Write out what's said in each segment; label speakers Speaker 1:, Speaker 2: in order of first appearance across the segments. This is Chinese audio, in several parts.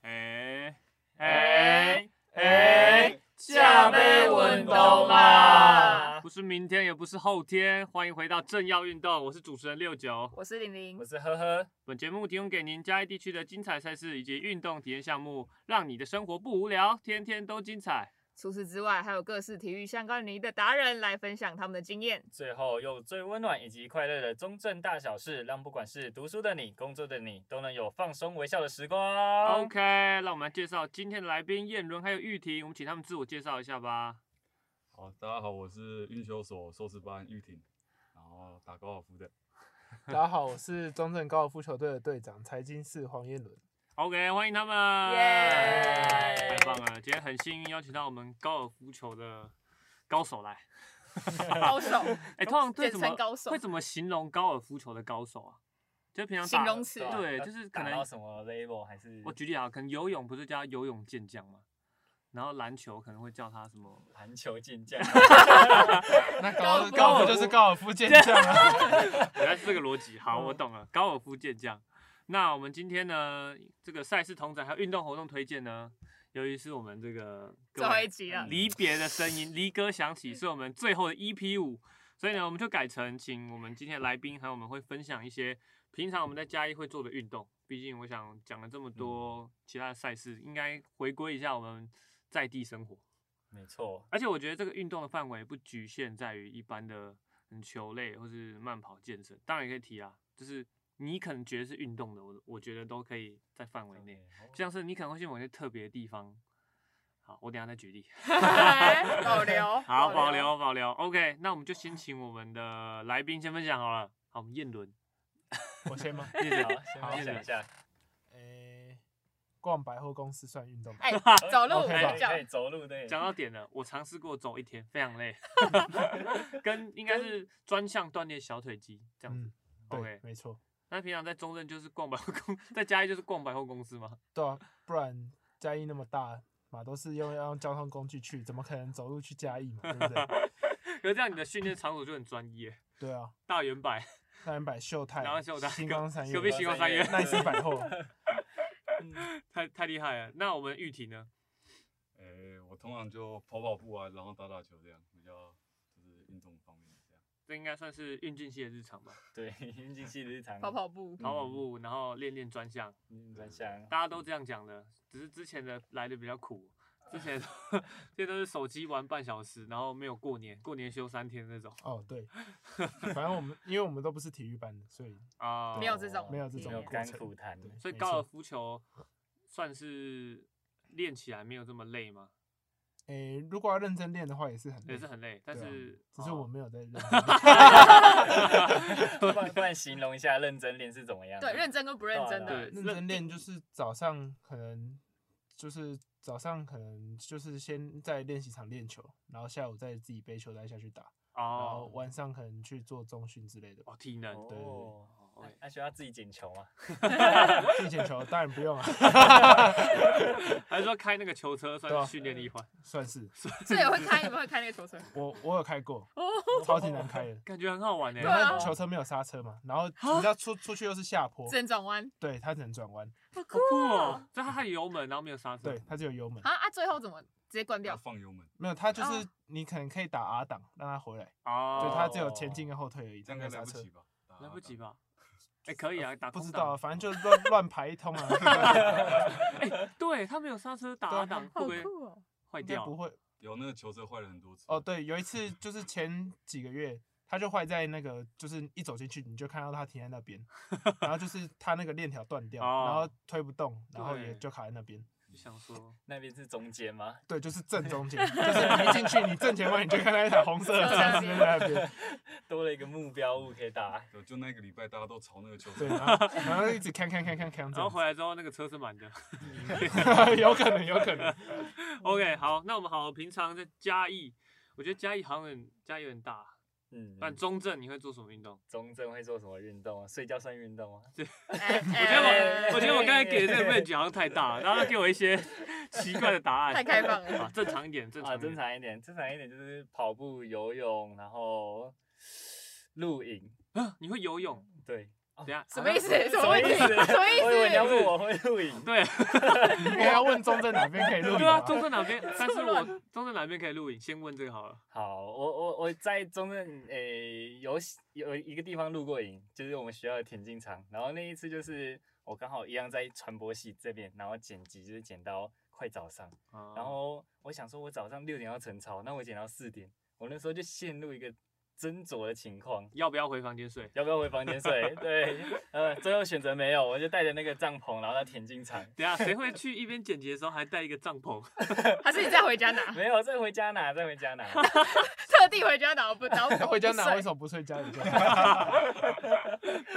Speaker 1: 哎
Speaker 2: 哎
Speaker 1: 是明天，也不是后天。欢迎回到正要运动，我是主持人六九。
Speaker 3: 我是玲玲
Speaker 2: 我，是呵呵，
Speaker 1: 本节目提供给您嘉义地区的精彩赛事以及运动体验项目，让你的生活不无聊，天天都精彩。
Speaker 3: 除此之外，还有各式体育相关领域的达人来分享他们的 经验。
Speaker 2: 最后用最温暖以及快乐的中正大小事，让不管是读书的你、工作的你，都能有放松微笑的时光。
Speaker 1: OK，让我们来介绍今天的来宾燕伦还有玉婷，我们请他们自我介绍一下吧。
Speaker 4: 好，大家好，我是运修所硕士班玉婷，然后打高尔夫的。
Speaker 5: 大家好，我是中正高尔夫球队的队长，财经室黄彦伦。
Speaker 1: OK，欢迎他们。
Speaker 3: 耶
Speaker 1: 太棒了！今天很幸运邀请到我们高尔夫球的高手来。
Speaker 3: 高手，
Speaker 1: 哎、通常对
Speaker 3: 简
Speaker 1: 怎
Speaker 3: 称
Speaker 1: 么
Speaker 3: 高手
Speaker 1: 会怎么形容高尔夫球的高手啊？就平常
Speaker 3: 形
Speaker 1: 打
Speaker 3: 容词
Speaker 2: 啊
Speaker 1: 对
Speaker 2: 要
Speaker 1: 就是可
Speaker 2: 打
Speaker 1: 能
Speaker 2: 到什么 level 还是
Speaker 1: 我举例啊，可能游泳不是叫他游泳健将嘛，然后篮球可能会叫他什 么？
Speaker 2: 篮球健 将。
Speaker 5: 那
Speaker 3: 高尔夫
Speaker 5: 高高尔夫就是高尔夫健将啊。
Speaker 1: 原来是这个逻辑。好，
Speaker 2: 嗯
Speaker 1: 我懂了，高尔夫健将。那我们今天呢，这个赛事同展还有运动活动推荐呢，由于是我们这个各
Speaker 3: 最后
Speaker 1: 位
Speaker 3: 一集了。
Speaker 1: 离别的声音，离歌响起，是我们最后的 EP 五，所以呢，我们就改成请我们今天的来宾，还有我们会分享一些平常我们在嘉义会做的运动。毕竟我想讲了这么多其他的赛事，应该回归一下我们在地生活。
Speaker 2: 没错，
Speaker 1: 而且我觉得这个运动的范围不局限在于一般的嗯球类或是慢跑健身，当然也可以提啦，就是你可能觉得是运动的，我我觉得都可以在范围内。
Speaker 2: 嗯
Speaker 1: 像是你可能会去某些特别的地方，好，我等一下再举例。
Speaker 3: 哎保 留，
Speaker 1: 好，保留。保留。OK，那我们就先请我们的来宾先分享好了。好，我们燕伦，
Speaker 5: 我先 吗？
Speaker 1: 燕 伦，
Speaker 2: 好，啊先想一下，
Speaker 5: 诶，逛百货公司算运动吗？
Speaker 3: 哎， 走路
Speaker 1: OK，
Speaker 2: 可以
Speaker 3: 讲
Speaker 2: 可以走路的耶，
Speaker 1: 讲到点了。我尝试过走一天，非常累， 跟应该是专项锻炼小腿肌这样子。
Speaker 5: 嗯，对
Speaker 1: OK，
Speaker 5: 没错。
Speaker 1: 那平常在中正就是逛百货公， 在嘉义就是逛百货公司吗？
Speaker 5: 对啊，不然嘉义那么大嘛，都是用要用交通工具去，怎么可能走路去嘉义嘛？对不对？
Speaker 1: 可是这样你的训练场所就很专业，
Speaker 5: 对啊，
Speaker 1: 大圆柏，
Speaker 5: 大圆百秀泰
Speaker 1: 然后秀泰、
Speaker 5: 星光三
Speaker 1: 隔壁星
Speaker 5: 月、
Speaker 1: 光三月，
Speaker 5: 奈斯百货，
Speaker 2: 嗯
Speaker 1: 太太厉害了。那我们玉婷呢？
Speaker 4: 诶、我通常就跑跑步啊，然后打打球这样，比较就是运动方面这样。
Speaker 1: 这应该算是运进系的日常吧，
Speaker 2: 对，运进系日常，
Speaker 3: 跑跑步，
Speaker 1: 跑跑步，然后练练专项，
Speaker 2: 嗯，专项，
Speaker 1: 大家都这样讲的，只是之前的来的比较 苦，之前 这都是手机玩半小时，然后没有过年，过年休三天那种
Speaker 5: 哦，对，反正我们因为我们都不是体育班的，所以
Speaker 1: 啊。
Speaker 3: 没有这种
Speaker 5: 没有这种
Speaker 2: 哦没有
Speaker 5: 过
Speaker 2: 甘
Speaker 5: 程
Speaker 2: 苦谈，
Speaker 5: 对
Speaker 1: 所以
Speaker 5: 没
Speaker 1: 高
Speaker 5: 错
Speaker 1: 尔夫球算是练起来没有这么累吗？
Speaker 5: 诶，如果要认真练的话，也是很累
Speaker 1: 也是很累，但
Speaker 5: 对啊
Speaker 1: 是
Speaker 5: 只是
Speaker 1: 哦
Speaker 5: 我没有在认真
Speaker 2: 不然不然形容一下认真练是怎么样的？
Speaker 3: 对，认真跟不认真
Speaker 1: 哦对
Speaker 3: 的，
Speaker 5: 认
Speaker 1: 认
Speaker 5: 真练就是早上可能就是早上可能就是先在练习场练球，然后下午再自己背球袋下去打，然后
Speaker 1: 哦
Speaker 5: 晚上可能去做中训之类的吧。
Speaker 1: 哦体能
Speaker 5: 对
Speaker 2: 哦，那那需要自己捡球吗？
Speaker 5: 自己捡球当然不用啊，
Speaker 1: 还是说开那个球车
Speaker 5: 对
Speaker 1: 算
Speaker 5: 啊
Speaker 1: 是训练的一环？
Speaker 5: 算是
Speaker 3: 这也会开，你们会开那个球车。
Speaker 5: 我我有开过，
Speaker 3: 哦，
Speaker 5: 超级难开的。
Speaker 1: 感觉很好玩哎、
Speaker 3: 对啊
Speaker 5: 那球车没有刹车嘛，然后你知道出出去又是下坡
Speaker 3: 只，能转弯，
Speaker 5: 对，它只能转弯，
Speaker 3: 好
Speaker 1: 好
Speaker 3: 酷
Speaker 1: 酷
Speaker 3: 哦！
Speaker 5: 啊
Speaker 1: 哦！所以它还有油门，然后没有刹车。
Speaker 5: 对，它只有油门
Speaker 3: 啊，啊，最后怎么直接关
Speaker 4: 要
Speaker 3: 掉？
Speaker 4: 放油门，
Speaker 5: 没有，它就
Speaker 3: 哦
Speaker 5: 是你可能可以打 R 档让它回来，
Speaker 1: 哦，
Speaker 5: 对，它只有前进跟后退而已，
Speaker 4: 这样
Speaker 5: 它没
Speaker 4: 该
Speaker 5: 有
Speaker 4: 来
Speaker 5: 刹
Speaker 4: 不
Speaker 5: 车
Speaker 4: 及。吧？打
Speaker 1: 来不及
Speaker 4: 打？
Speaker 1: 吧？哎、可以啊，打
Speaker 5: 不
Speaker 1: 空
Speaker 5: 知
Speaker 1: 档
Speaker 5: 道，反正就乱乱排一通啊，
Speaker 1: 哎、对他没有刹车打
Speaker 5: 对啊
Speaker 1: 啊档，
Speaker 3: 好
Speaker 1: 会不
Speaker 3: 酷哦！
Speaker 1: 会坏
Speaker 5: 应该
Speaker 1: 掉？
Speaker 5: 不会。
Speaker 4: 有那个球车坏了很多次。
Speaker 5: 哦，对，有一次就是前几个月，它就坏在那个，就是一走进去你就看到它停在那 边，然后就是它那个链条断掉，然
Speaker 1: 哦
Speaker 5: 后推不动，然后也
Speaker 1: 对
Speaker 5: 就卡在那边。
Speaker 1: 就想说，
Speaker 2: 那边是中间吗？
Speaker 5: 对，就是正中 间，就是你一进去，你正前方你就看到一台红色的
Speaker 3: 车
Speaker 5: 车
Speaker 3: 在那
Speaker 5: 子
Speaker 3: 边
Speaker 5: 就在那边，
Speaker 2: 多了一个目标物可以打。
Speaker 4: 对，就那个礼拜大家都朝那个球车
Speaker 5: 对，。然后然后一直看看看看看这
Speaker 1: 然后
Speaker 5: 样
Speaker 1: 回来之后那个车是满的。
Speaker 5: 子， 有可能有可能。
Speaker 1: OK，好，那我们好，平常在嘉义，我觉得嘉义好像很嘉义有点大，
Speaker 2: 嗯，
Speaker 1: 但中正你会做什么运动？
Speaker 2: 中正会做什么运动啊？睡觉算运动吗？
Speaker 3: 哎
Speaker 1: 我觉得
Speaker 3: 哎
Speaker 1: 我，我觉得我刚才给的这个背景好像太大了，然后他给我一些奇怪的答案。
Speaker 3: 太开放了
Speaker 1: 啊，正常一点，正常
Speaker 2: 啊，
Speaker 1: 一点
Speaker 2: 正常一点，正常一点就是跑步、游泳，然后露营。
Speaker 1: 啊，你会游泳？
Speaker 2: 对，啊
Speaker 1: 等一下啊
Speaker 3: 什么意思？什
Speaker 2: 什么
Speaker 3: 么
Speaker 2: 意
Speaker 3: 意
Speaker 2: 思？
Speaker 3: 思？什么意
Speaker 2: 我以为你要
Speaker 3: 思？
Speaker 2: 问我会录影，
Speaker 1: 对，
Speaker 5: 应该要问中正哪边可以录影吧。
Speaker 1: 对啊，中正哪边？但是
Speaker 3: 错
Speaker 1: 我
Speaker 3: 乱
Speaker 1: 中正哪边可以录影？先问这个好了。
Speaker 2: 好，我我我在中正诶、有有一个地方录过影，就是我们学校的田径场。然后那一次就是我刚好一样在传播系这边，然后剪辑就是剪到快早上，然
Speaker 1: 然
Speaker 2: 后我想说我早上六点要晨操，那我剪到四点，我那时候就陷入一个斟酌的情况。
Speaker 1: 要不要回房间睡？
Speaker 2: 要不要回房间睡？ 对，呃，最后选择没有，我就带着那个帐篷，然后到田径场。
Speaker 1: 等一下谁会去一边剪辑的时候还带一个帐篷？
Speaker 3: 哎还是你再回家拿？
Speaker 2: 没有，再回家拿，再回家 拿。
Speaker 3: 特地回家拿，不拿不
Speaker 5: 回家拿为
Speaker 3: 不
Speaker 5: 什
Speaker 3: 睡
Speaker 5: 么不睡家里就好？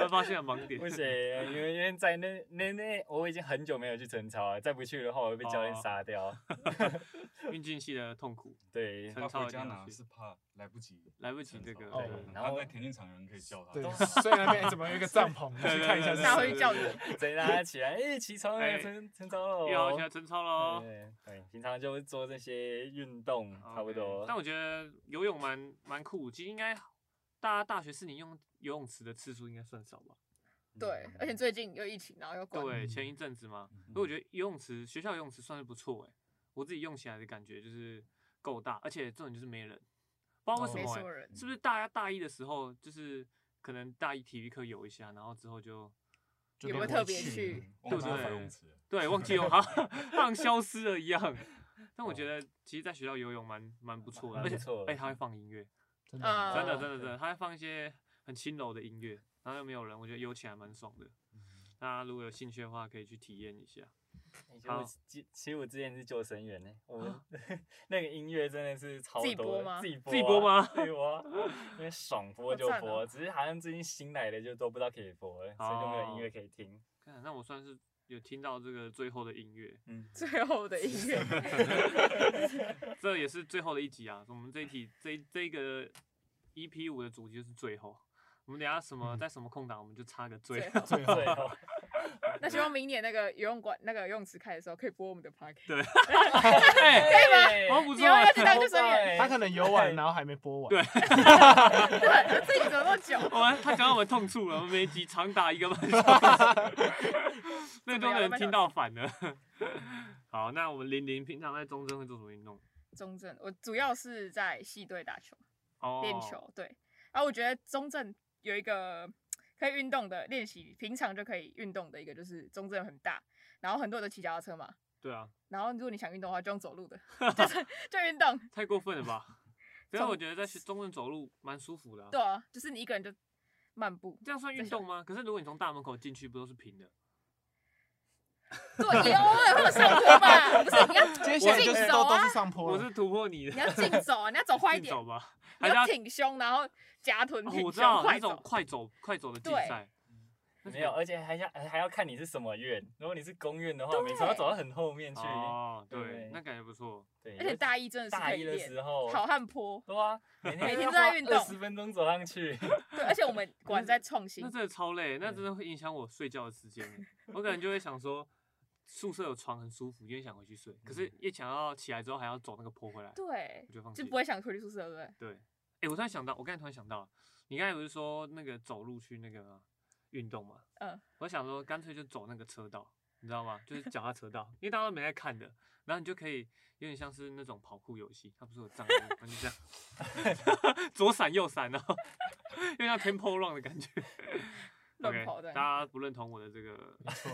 Speaker 1: 我发现了盲点
Speaker 2: 不。行，因为因为在那那那，我已经很久没有去晨操了，再不去的话，我会被教练
Speaker 1: 哦
Speaker 2: 杀掉。
Speaker 1: 运进系的痛苦，
Speaker 2: 对，
Speaker 1: 晨
Speaker 4: 他
Speaker 1: 操
Speaker 4: 回
Speaker 1: 一定
Speaker 4: 家
Speaker 1: 要
Speaker 4: 拿
Speaker 1: 去
Speaker 4: 是怕来不及
Speaker 1: 来不及
Speaker 4: 晨
Speaker 1: 这
Speaker 4: 操
Speaker 1: 个。
Speaker 5: 哦
Speaker 1: 对
Speaker 4: 对
Speaker 2: 然
Speaker 4: 他
Speaker 2: 后
Speaker 4: 在田径场有人可以叫他。
Speaker 5: 对
Speaker 4: 都，
Speaker 5: 所以那边怎么有一个帐篷？你去看一
Speaker 1: 对对
Speaker 5: 下是
Speaker 1: 对
Speaker 3: 拿
Speaker 5: 谁
Speaker 3: 回去 叫你。
Speaker 2: 谁拉起来？哎，起床
Speaker 1: 哎
Speaker 2: 了，晨晨操喽！
Speaker 1: 又要起来晨操喽。
Speaker 2: 对对，平常就会做这些运动，差不
Speaker 1: 哦 OK，
Speaker 2: 多。
Speaker 1: 但我觉得游泳蛮蛮酷，其实应该大家大学四年用游泳池的次数应该算少吧？
Speaker 3: 对，而且最近又疫情，然后又关，
Speaker 1: 对，前一阵子嘛。
Speaker 4: 嗯
Speaker 1: 所以我觉得游泳池学校游泳池算是不错哎、我自己用起来的感觉就是够大，而且重点就是没人，不知道为什
Speaker 3: 没
Speaker 1: 么、
Speaker 3: 什
Speaker 1: 欸
Speaker 3: 么人。
Speaker 1: 是不是大家大一的时候就是可能大一体育课游一下，然后之后就
Speaker 5: 就
Speaker 3: 有没有
Speaker 5: 都不
Speaker 3: 特
Speaker 5: 会
Speaker 3: 别去
Speaker 4: 忘记
Speaker 1: 对不对
Speaker 4: 游泳池了，
Speaker 1: 对忘记用，好像消失了一样。但我觉得其实，在学校游泳蛮蛮不错的，
Speaker 2: 哦蛮
Speaker 1: 而且
Speaker 2: 不错的嗯
Speaker 1: 哎、它会放音乐，
Speaker 5: 真的吗
Speaker 3: 哦
Speaker 1: 真的真的真的，它会放一些很轻柔的音乐，然后又没有人，我觉得游起来蛮爽的。
Speaker 2: 嗯
Speaker 1: 大家如果有兴趣的话，可以去体验一下。
Speaker 2: 哎其实我
Speaker 1: 好
Speaker 2: 之其实我之前是救生员呢，我们 那个音乐真的是超
Speaker 3: 啊自己播
Speaker 2: 多的，
Speaker 3: 吗
Speaker 2: 自己播
Speaker 1: 自己播
Speaker 2: 啊
Speaker 1: 吗
Speaker 2: 自己播啊，因为爽播
Speaker 3: 好
Speaker 2: 就
Speaker 3: 赞哦
Speaker 2: 播，只是好像最近新来的就都不知道可以播了，所以就没有音乐
Speaker 1: 哦
Speaker 2: 可以听。
Speaker 1: 看，那我算是有听到这个最后的音乐，
Speaker 2: 嗯，
Speaker 3: 最后的音 乐，
Speaker 1: 这也是最后的一集啊。我们这一题这一这个 EP 五的主题就是最后，我们等一下什
Speaker 2: 嗯
Speaker 1: 么在什么空档我们就插个最
Speaker 3: 最
Speaker 1: 后。
Speaker 5: 最后
Speaker 2: 最后。
Speaker 3: 那希望明年那个游泳馆、那个游泳池开的时候，可以播我们的 p o d c a
Speaker 1: 对，哎，
Speaker 2: 对
Speaker 1: 好像不
Speaker 3: 你
Speaker 1: 错
Speaker 3: 要不
Speaker 1: 啊
Speaker 3: 要，去当救生员？
Speaker 2: 欸
Speaker 5: 他可能游玩，然后还没播完。
Speaker 1: 哎对
Speaker 3: 对，这己怎么那么久？
Speaker 1: 我们他讲到我们痛处了，我们每一集长达一个半小 时，那都能听到反了。 好，那我们玲玲平常在中正会做什么运动？
Speaker 3: 中正，我主要是在系队打球、
Speaker 1: 哦，
Speaker 3: 练球，对。然后我觉得中正有一个可以运动的练习，平常就可以运动的一个，就是中正很大，然后很多人都骑脚踏车嘛。
Speaker 1: 对啊，
Speaker 3: 然后如果你想运动的话，就用走路的，就是就运动，
Speaker 1: 太过分了 吧？可是
Speaker 3: 中
Speaker 1: 我觉得在中正走路蛮舒服的啊、
Speaker 3: 对啊，就是你一个人就漫步，
Speaker 1: 这样算运
Speaker 3: 在校
Speaker 1: 动吗？可是如果你从大门口进去，不都是平的？
Speaker 3: 对，也偶尔会有上坡吧，不是你要
Speaker 5: 接下来就
Speaker 3: 竞
Speaker 5: 是
Speaker 3: 走
Speaker 5: 都都
Speaker 3: 啊
Speaker 5: 是，上坡
Speaker 1: 我
Speaker 5: 了
Speaker 1: 是。突破你的，
Speaker 3: 你要竞走啊，你要走快一
Speaker 1: 竞
Speaker 3: 点，
Speaker 1: 走吧？
Speaker 3: 你
Speaker 1: 还是
Speaker 3: 要
Speaker 1: 要、
Speaker 3: 挺胸，然后夹臀
Speaker 1: 哦
Speaker 3: 挺
Speaker 1: 我知
Speaker 3: 胸
Speaker 1: 道
Speaker 3: 快
Speaker 1: 那种
Speaker 3: 走，
Speaker 1: 快走快走的竞
Speaker 3: 对
Speaker 1: 赛，那
Speaker 2: 没有，
Speaker 1: 种
Speaker 2: 而且还要还要看你是什么院。如果你是公院的话，每次要走到很后面去。
Speaker 1: 哦，
Speaker 2: 对
Speaker 1: 对，那感觉不错。
Speaker 2: 对，
Speaker 3: 而且大一真的是
Speaker 2: 大
Speaker 3: 可以
Speaker 2: 一的
Speaker 3: 练
Speaker 2: 时候，
Speaker 3: 好汉坡，
Speaker 2: 对啊，每
Speaker 3: 每
Speaker 2: 天
Speaker 3: 天都在运动
Speaker 2: 二十分钟走上去。
Speaker 3: 对，而且我 们果然在创新
Speaker 1: 那，真的超累，那真的会影响我睡觉的时间耶。我可能就会想说，宿舍有床很舒服，就会想回去睡。可是，一想到起来之后还要走那个坡回来，
Speaker 3: 嗯对
Speaker 1: 我，就放弃
Speaker 3: 就。不会想回去宿舍，对不对？
Speaker 1: 对，哎、我突然想到，我刚才突然想到，你刚才不是说那个走路去那个吗运动吗？
Speaker 3: 嗯，
Speaker 1: 我想说，干脆就走那个车道，你知道吗？就是脚踏车道，因为大家都没在看的，然后你就可以有点像是那种跑酷游戏，它不是有障碍物，然后你就这样 左闪右闪，然后有点像 tempo run 的感觉。
Speaker 3: 乱
Speaker 1: OK，
Speaker 3: 跑的
Speaker 1: 大家不认同我的这个，
Speaker 5: 没错，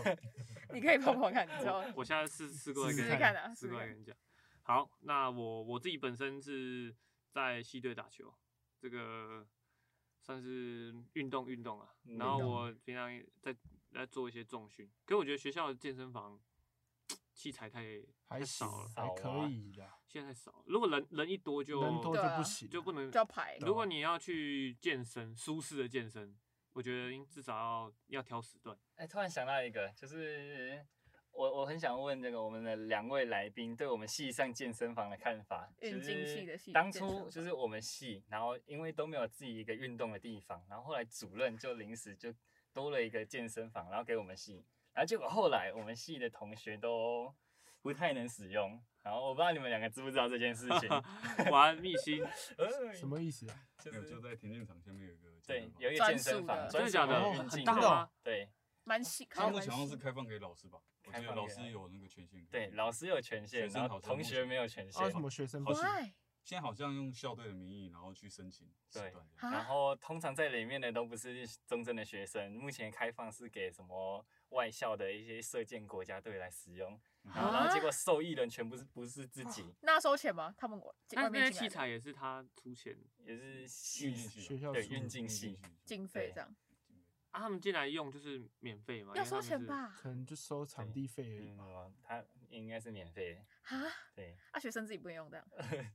Speaker 3: 你可以跑跑看， 你知道吗？
Speaker 1: 我现在试试过来
Speaker 5: 试
Speaker 1: 跟
Speaker 5: 试
Speaker 1: 你
Speaker 3: 看啊
Speaker 1: 试
Speaker 3: 试
Speaker 1: 过来
Speaker 3: 试
Speaker 1: 跟你讲。好，那我我自己本身是在西队打球，这个算是运动运动啊。
Speaker 2: 嗯
Speaker 1: 然后
Speaker 2: 运动
Speaker 1: 我平常也在在做一些重训，可是我觉得学校的健身房器材太太
Speaker 5: 还
Speaker 1: 少
Speaker 5: 行
Speaker 1: 了，，
Speaker 5: 还可以啦。
Speaker 1: 现在太少了。如果人人一多就
Speaker 5: 人多
Speaker 3: 对
Speaker 5: 就
Speaker 3: 啊
Speaker 5: 不行，啊
Speaker 1: 就不能
Speaker 3: 就要排，
Speaker 1: 如果你要去健身，舒适的健身，我觉得应至少要要挑时段。
Speaker 2: 哎，突然想到一个，就是我我很想问这个我们的两位来宾对我们系上健身房的看法。
Speaker 3: 运
Speaker 2: 就是
Speaker 3: 进系的系
Speaker 2: 当
Speaker 3: 健身
Speaker 2: 初
Speaker 3: 房
Speaker 2: 就是我们系，然后因为都没有自己一个运动的地方，然后后来主任就临时就多了一个健身房，然后给我们系，然后结果后来我们系的同学都不太能使用。然后我不知道你们两个知不知道这件事 情，
Speaker 1: 玩密心，
Speaker 2: 呃
Speaker 5: 什么意思啊？
Speaker 2: 就
Speaker 4: 没有，就是在田径场下面有一个健
Speaker 2: 对
Speaker 4: 身，房
Speaker 2: 有一个健身房，
Speaker 1: 专
Speaker 2: 专
Speaker 1: 属的
Speaker 2: 属的运
Speaker 5: 真的假的
Speaker 2: 镜
Speaker 5: 哦很大
Speaker 2: 的
Speaker 5: 哦，
Speaker 2: 对
Speaker 3: 蛮新，
Speaker 4: 他
Speaker 3: 看
Speaker 4: 目
Speaker 3: 起
Speaker 4: 前
Speaker 3: 来
Speaker 4: 好
Speaker 3: 蛮
Speaker 4: 像是
Speaker 3: 新
Speaker 4: 开放给老师吧？我记
Speaker 2: 开
Speaker 4: 得
Speaker 2: 放给
Speaker 4: 老师有那个权限。
Speaker 2: 对，老师有权限，
Speaker 4: 学生
Speaker 2: 然后
Speaker 4: 好像
Speaker 2: 同
Speaker 4: 目
Speaker 2: 学
Speaker 4: 前
Speaker 2: 没有权
Speaker 5: 啊，
Speaker 2: 限
Speaker 5: 什。么学生不
Speaker 4: 好
Speaker 5: 行
Speaker 4: 像？
Speaker 3: Why？
Speaker 4: 现在好像用校队的名义，然后去申请时
Speaker 2: 对
Speaker 4: 段这样。
Speaker 3: 啊
Speaker 2: 然后通常在里面的都不是真正的学生，目前开放是给什么外校的一些射箭国家队来使用，
Speaker 4: 嗯
Speaker 2: 然后然后结果受益人全部是不是自己，
Speaker 3: 那收钱吗？他们我
Speaker 1: 那
Speaker 3: 外
Speaker 1: 那些
Speaker 3: 面
Speaker 1: 器
Speaker 3: 进来的
Speaker 1: 材也是他出钱
Speaker 2: 也是
Speaker 4: 运
Speaker 2: 系
Speaker 4: 进去
Speaker 5: 学校
Speaker 2: 对
Speaker 5: 出的
Speaker 2: 运进系，
Speaker 3: 经费这样，
Speaker 1: 啊，他们进来用就是免费嘛，因为
Speaker 3: 要
Speaker 1: 他
Speaker 3: 收
Speaker 1: 们
Speaker 3: 钱
Speaker 1: 是？
Speaker 3: 吧？
Speaker 5: 可能就收场地费而已
Speaker 2: 嗯
Speaker 5: 吧。，
Speaker 2: 他应该是免费的，
Speaker 3: 啊，
Speaker 2: 对，
Speaker 3: 啊，学生自己不能用这 样，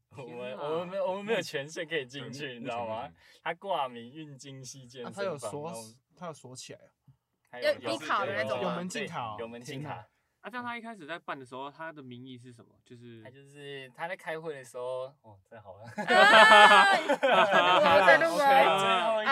Speaker 2: 我
Speaker 1: 天
Speaker 2: 们
Speaker 1: 哪
Speaker 2: 我们没有我们没有权限可以
Speaker 4: 对
Speaker 2: 进
Speaker 4: 目
Speaker 2: 去，你
Speaker 4: 目
Speaker 2: 知道
Speaker 4: 前
Speaker 2: 吗
Speaker 4: 没？
Speaker 2: 他挂名运进系
Speaker 1: 嗯
Speaker 2: 健
Speaker 5: 那
Speaker 2: 身
Speaker 5: 啊他
Speaker 2: 房，
Speaker 5: 有锁
Speaker 2: 然后，
Speaker 5: 他有锁起来哦。
Speaker 2: 还
Speaker 3: 要
Speaker 2: 有
Speaker 3: 有卡的那种
Speaker 2: 有
Speaker 3: 吗
Speaker 5: 有门禁
Speaker 2: 对
Speaker 5: 卡哦
Speaker 2: 有门禁
Speaker 5: 天哪
Speaker 2: 卡，
Speaker 1: 啊，但他一开始在办的时候，他的名义是什么？就是
Speaker 2: 他就是他在开会的时候，哦，真好了。
Speaker 3: 啊哎在录
Speaker 1: 啊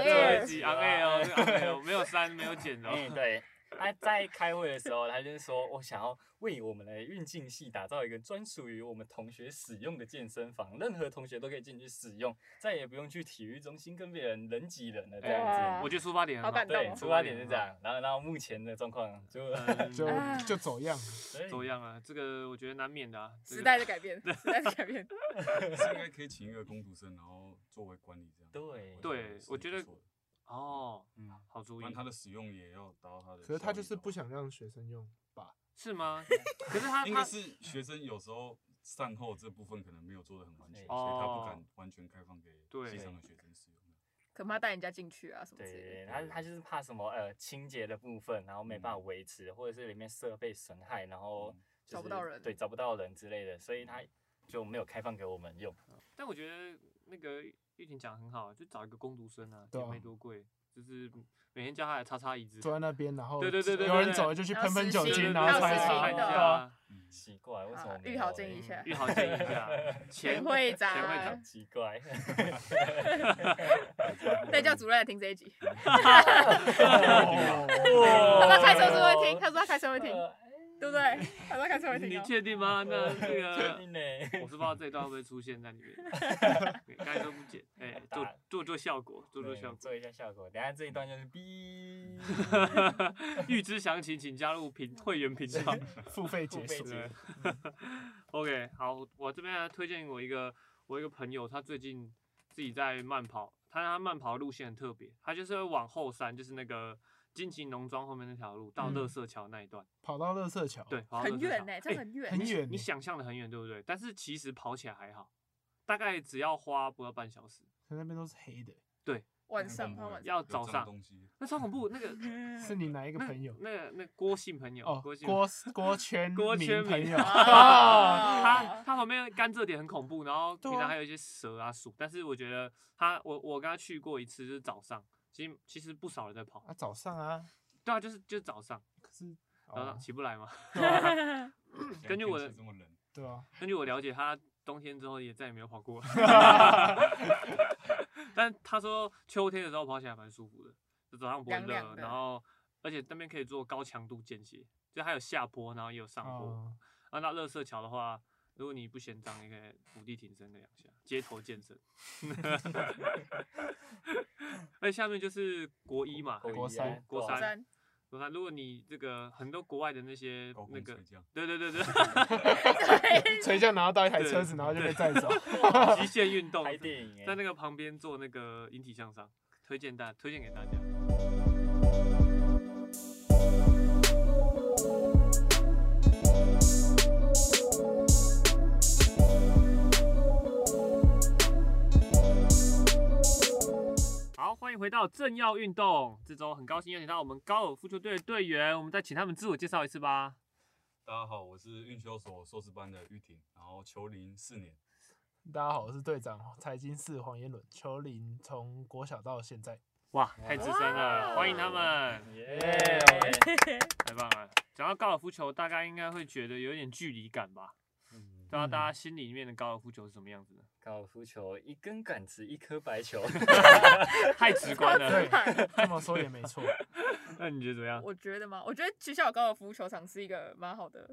Speaker 2: ，OK，最
Speaker 3: On air，on
Speaker 2: 后
Speaker 1: 这一集 on air 哦，这
Speaker 2: 一集啦最后一集啦
Speaker 3: air
Speaker 1: 个 on air 哦没有删，没有剪的
Speaker 2: 嗯，
Speaker 1: 哦。
Speaker 2: 对，他在开会的时候，他就是说我想要为我们的运镜系打造一个专属于我们同学使用的健身房，任何同学都可以进去使用，再也不用去体育中心跟别人人挤人了这
Speaker 3: 哇
Speaker 2: 样
Speaker 1: 我
Speaker 2: 子。
Speaker 1: 觉得出发点很
Speaker 3: 好感动
Speaker 2: 对，
Speaker 3: 哦
Speaker 2: 出发点是这样，然后然后目前的状况就
Speaker 1: 嗯
Speaker 5: 就
Speaker 3: 啊
Speaker 5: 就走样，
Speaker 2: 所以
Speaker 1: 走样啊，这个我觉得难免的啊。这
Speaker 3: 时
Speaker 1: 个
Speaker 3: 代的改变，时代的改变，
Speaker 4: 是应该可以请一个工读生，然后作为管理这样。
Speaker 2: 对
Speaker 4: 对，
Speaker 1: 我觉得
Speaker 4: 不错的
Speaker 1: 哦，
Speaker 2: 嗯，
Speaker 1: 好主
Speaker 4: 不
Speaker 1: 意
Speaker 4: 然。它的使用也要达到它的效益的话。
Speaker 5: 可是他就是不想让学生用吧？
Speaker 1: 是 吗？可是他
Speaker 4: 应该
Speaker 1: 他
Speaker 4: 是学生有时候善后这部分可能没有做的很完全，
Speaker 2: 对
Speaker 4: 所以他不
Speaker 1: 哦
Speaker 4: 敢完全开放给
Speaker 1: 对
Speaker 4: 系上的学生使用。
Speaker 3: 可怕带人家进去啊什么之类
Speaker 2: 对，
Speaker 3: 的。
Speaker 2: 他他就是怕什么呃清洁的部分，然后没办法维持，或者是里面设备损害，然后、
Speaker 4: 嗯
Speaker 2: 就是
Speaker 3: 嗯找不到人嗯
Speaker 2: 对，找不到人之类的，所以他就没有开放给我们用。
Speaker 1: 但我觉得那个玉婷讲得很好，就找一个工读生啊，
Speaker 5: 对
Speaker 1: 也
Speaker 5: 啊
Speaker 1: 没多贵，就是每天叫他来擦擦椅子，
Speaker 5: 坐在那边，然后
Speaker 1: 对对对对对
Speaker 5: 有人走了就去喷喷酒精，
Speaker 1: 对对对
Speaker 5: 然后擦一
Speaker 3: 还有
Speaker 5: 擦
Speaker 1: 看一
Speaker 3: 事情
Speaker 5: 对
Speaker 3: 的
Speaker 5: 啊。
Speaker 1: 下，
Speaker 4: 嗯，
Speaker 2: 奇怪，为什
Speaker 3: 啊
Speaker 2: 么没
Speaker 3: 玉
Speaker 2: 有
Speaker 3: 豪
Speaker 2: 欸
Speaker 3: 建议一下
Speaker 1: 嗯玉豪建议一下，
Speaker 3: 前
Speaker 1: 前
Speaker 3: 会
Speaker 1: 前会长
Speaker 3: 长，
Speaker 2: 奇怪，
Speaker 3: 对，叫主任来听这一集。
Speaker 5: 哦
Speaker 3: 他说开车是会听，他说他开车会听，
Speaker 2: 呃
Speaker 3: 对不对？他说开车会
Speaker 1: 你
Speaker 3: 听
Speaker 1: 哦你
Speaker 3: 哦。
Speaker 1: 确定吗？ 那这
Speaker 2: 确
Speaker 1: 个
Speaker 2: 定 呢？
Speaker 1: 我是不知道这一段会不会出现在里 面，对刚才都不剪，哎、做做做效果，做做
Speaker 2: 对
Speaker 1: 效果。
Speaker 2: 做一下效果，等一下这一段就是 哔，
Speaker 1: 预知详情，请加入 频会员频道。
Speaker 5: 付费
Speaker 2: 付
Speaker 5: 解
Speaker 2: 费
Speaker 5: 锁，
Speaker 2: 解
Speaker 1: OK，好，我这边来推荐我一个我一个朋友，他最近自己在慢跑，他他慢跑的路线很特别，他就是会往后山，就是那个金旗农庄后面那条路到
Speaker 5: 嗯
Speaker 1: 乐色桥那一段，
Speaker 5: 跑到乐色桥，
Speaker 1: 对，，跑到
Speaker 3: 很
Speaker 1: 垃圾
Speaker 3: 远欸
Speaker 1: 桥
Speaker 3: 呢这
Speaker 1: 哎
Speaker 3: 很远
Speaker 5: 很
Speaker 1: 你
Speaker 5: 远
Speaker 1: 你
Speaker 5: 呢
Speaker 1: 想象的很远，对不对？但是其实跑起来还好，大概只要花不到半小时。
Speaker 5: 可欸那边都是黑的。
Speaker 3: 晚上，他晚上
Speaker 1: 要早
Speaker 4: 有脏
Speaker 1: 上
Speaker 4: 东西，
Speaker 1: 那超恐怖，那个
Speaker 5: 是你哪一个朋友？
Speaker 1: 那个嗯那个郭姓朋友，
Speaker 5: 哦，
Speaker 1: 郭姓
Speaker 5: 郭郭圈
Speaker 1: 郭圈
Speaker 5: 明朋
Speaker 1: 明
Speaker 5: 友，
Speaker 3: 啊
Speaker 1: 他他旁边甘蔗点很恐怖，然后
Speaker 5: 对
Speaker 1: 平常
Speaker 5: 啊
Speaker 1: 还有一些蛇啊鼠，但是我觉得他我我跟他去过一次，就是早上，其实其实不少人在跑，
Speaker 5: 啊，早上啊，
Speaker 1: 对啊，就是就是早上，
Speaker 5: 可是
Speaker 1: 早上
Speaker 5: 哦，
Speaker 1: 起不来嘛。 根
Speaker 4: 根
Speaker 1: 据
Speaker 4: 据
Speaker 1: 我
Speaker 4: 我
Speaker 1: 的
Speaker 4: 的这么冷，
Speaker 5: 对啊，
Speaker 1: 根据我了解，他冬天之后也再也没有跑过 了， 但他说秋天的时候跑起来蛮舒服的，就早上不会
Speaker 3: 凉凉
Speaker 1: 热，
Speaker 3: 的
Speaker 1: 然后而且那边可以做高强度间歇，就还有下坡，然后也有上坡。
Speaker 5: 哦，
Speaker 1: 啊，那乐色桥的话，如果你不嫌脏，你可以伏地挺身个两下，街头健身。那下面就是国一嘛，
Speaker 2: 国
Speaker 5: 一啊
Speaker 1: 国
Speaker 2: 国
Speaker 1: 三，
Speaker 3: 三
Speaker 1: 国三。如果你这个很多国外的那些
Speaker 4: 高
Speaker 1: 那
Speaker 4: 空
Speaker 1: 个
Speaker 4: 垂，降，
Speaker 1: 对对对对，
Speaker 5: 垂降然后到一台
Speaker 1: 对
Speaker 5: 车子，然后就被载走。
Speaker 1: 极限运动，
Speaker 2: 拍电影
Speaker 1: 在
Speaker 2: 哎
Speaker 1: 那，个旁边做那个引体向上，推荐大推荐给大家。好，欢迎回到正要运动。这周很高兴邀请到我们高尔夫球队的队员，我们再请他们自我介绍一次吧。
Speaker 4: 大家好，我是运修所硕士班的玉婷，然后球龄四年，
Speaker 5: 大家好，我是队长财经四黄彦伦，丘陵从国小到现在，
Speaker 1: 哇，太资深了，
Speaker 3: 哇
Speaker 1: 欢迎他们。
Speaker 3: 嗯
Speaker 2: 耶，
Speaker 1: 太棒了！讲到高尔夫球，大家应该会觉得有一点距离感吧？不知道啊大家心里面的高尔夫球是什么样子的？
Speaker 2: 嗯高尔夫球一根杆子一颗白 球，
Speaker 1: 太直观
Speaker 5: 对
Speaker 1: 了。
Speaker 5: 这么说也没 错。
Speaker 1: 那你觉得怎么样？
Speaker 3: 我觉得吗？我觉得学校有高尔夫球场是一个蛮好的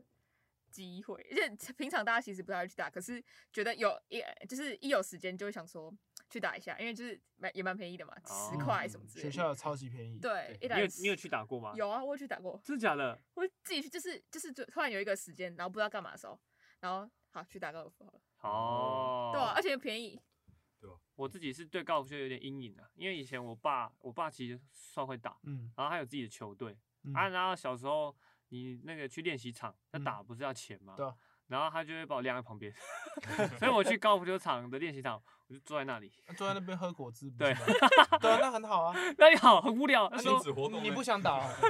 Speaker 3: 机会，而且平常大家其实不太会去打，可是觉得有一就是一有时间就会想说去打一下，因为就是蛮也蛮便宜的嘛，
Speaker 1: 哦
Speaker 3: 十块什么之类
Speaker 5: 嗯学
Speaker 3: 的。
Speaker 5: 校的超级便宜，，
Speaker 3: 对，一
Speaker 1: 你
Speaker 3: 打
Speaker 1: 有你有去打过吗？，
Speaker 3: 有啊，我有去打过，
Speaker 1: 真的假的？
Speaker 3: 我自己去就是就是就突然有一个时间，然后不知道干嘛的时候，然后好去打高尔夫好了，
Speaker 1: 哦，
Speaker 3: 对啊，而且便宜，
Speaker 1: 我自己是对高尔夫球有点阴影啊，因为以前我爸，我爸其实算会打，
Speaker 5: 嗯
Speaker 1: 然后他有自己的球队、
Speaker 5: 嗯
Speaker 1: 啊，然后小时候你那个去练习场，那
Speaker 5: 嗯
Speaker 1: 打不是要钱吗？
Speaker 5: 对啊
Speaker 1: 然后他就会把我晾在旁边，所以我去高尔夫球场的练习场，我就坐在那里，
Speaker 5: 坐在那边喝果汁，不
Speaker 1: 对
Speaker 5: 是吗 对啊，那 很好啊，啊
Speaker 1: 那里好很无聊。他
Speaker 4: 那
Speaker 1: 说
Speaker 4: 禁止活动欸，
Speaker 5: 你不想打 哦，他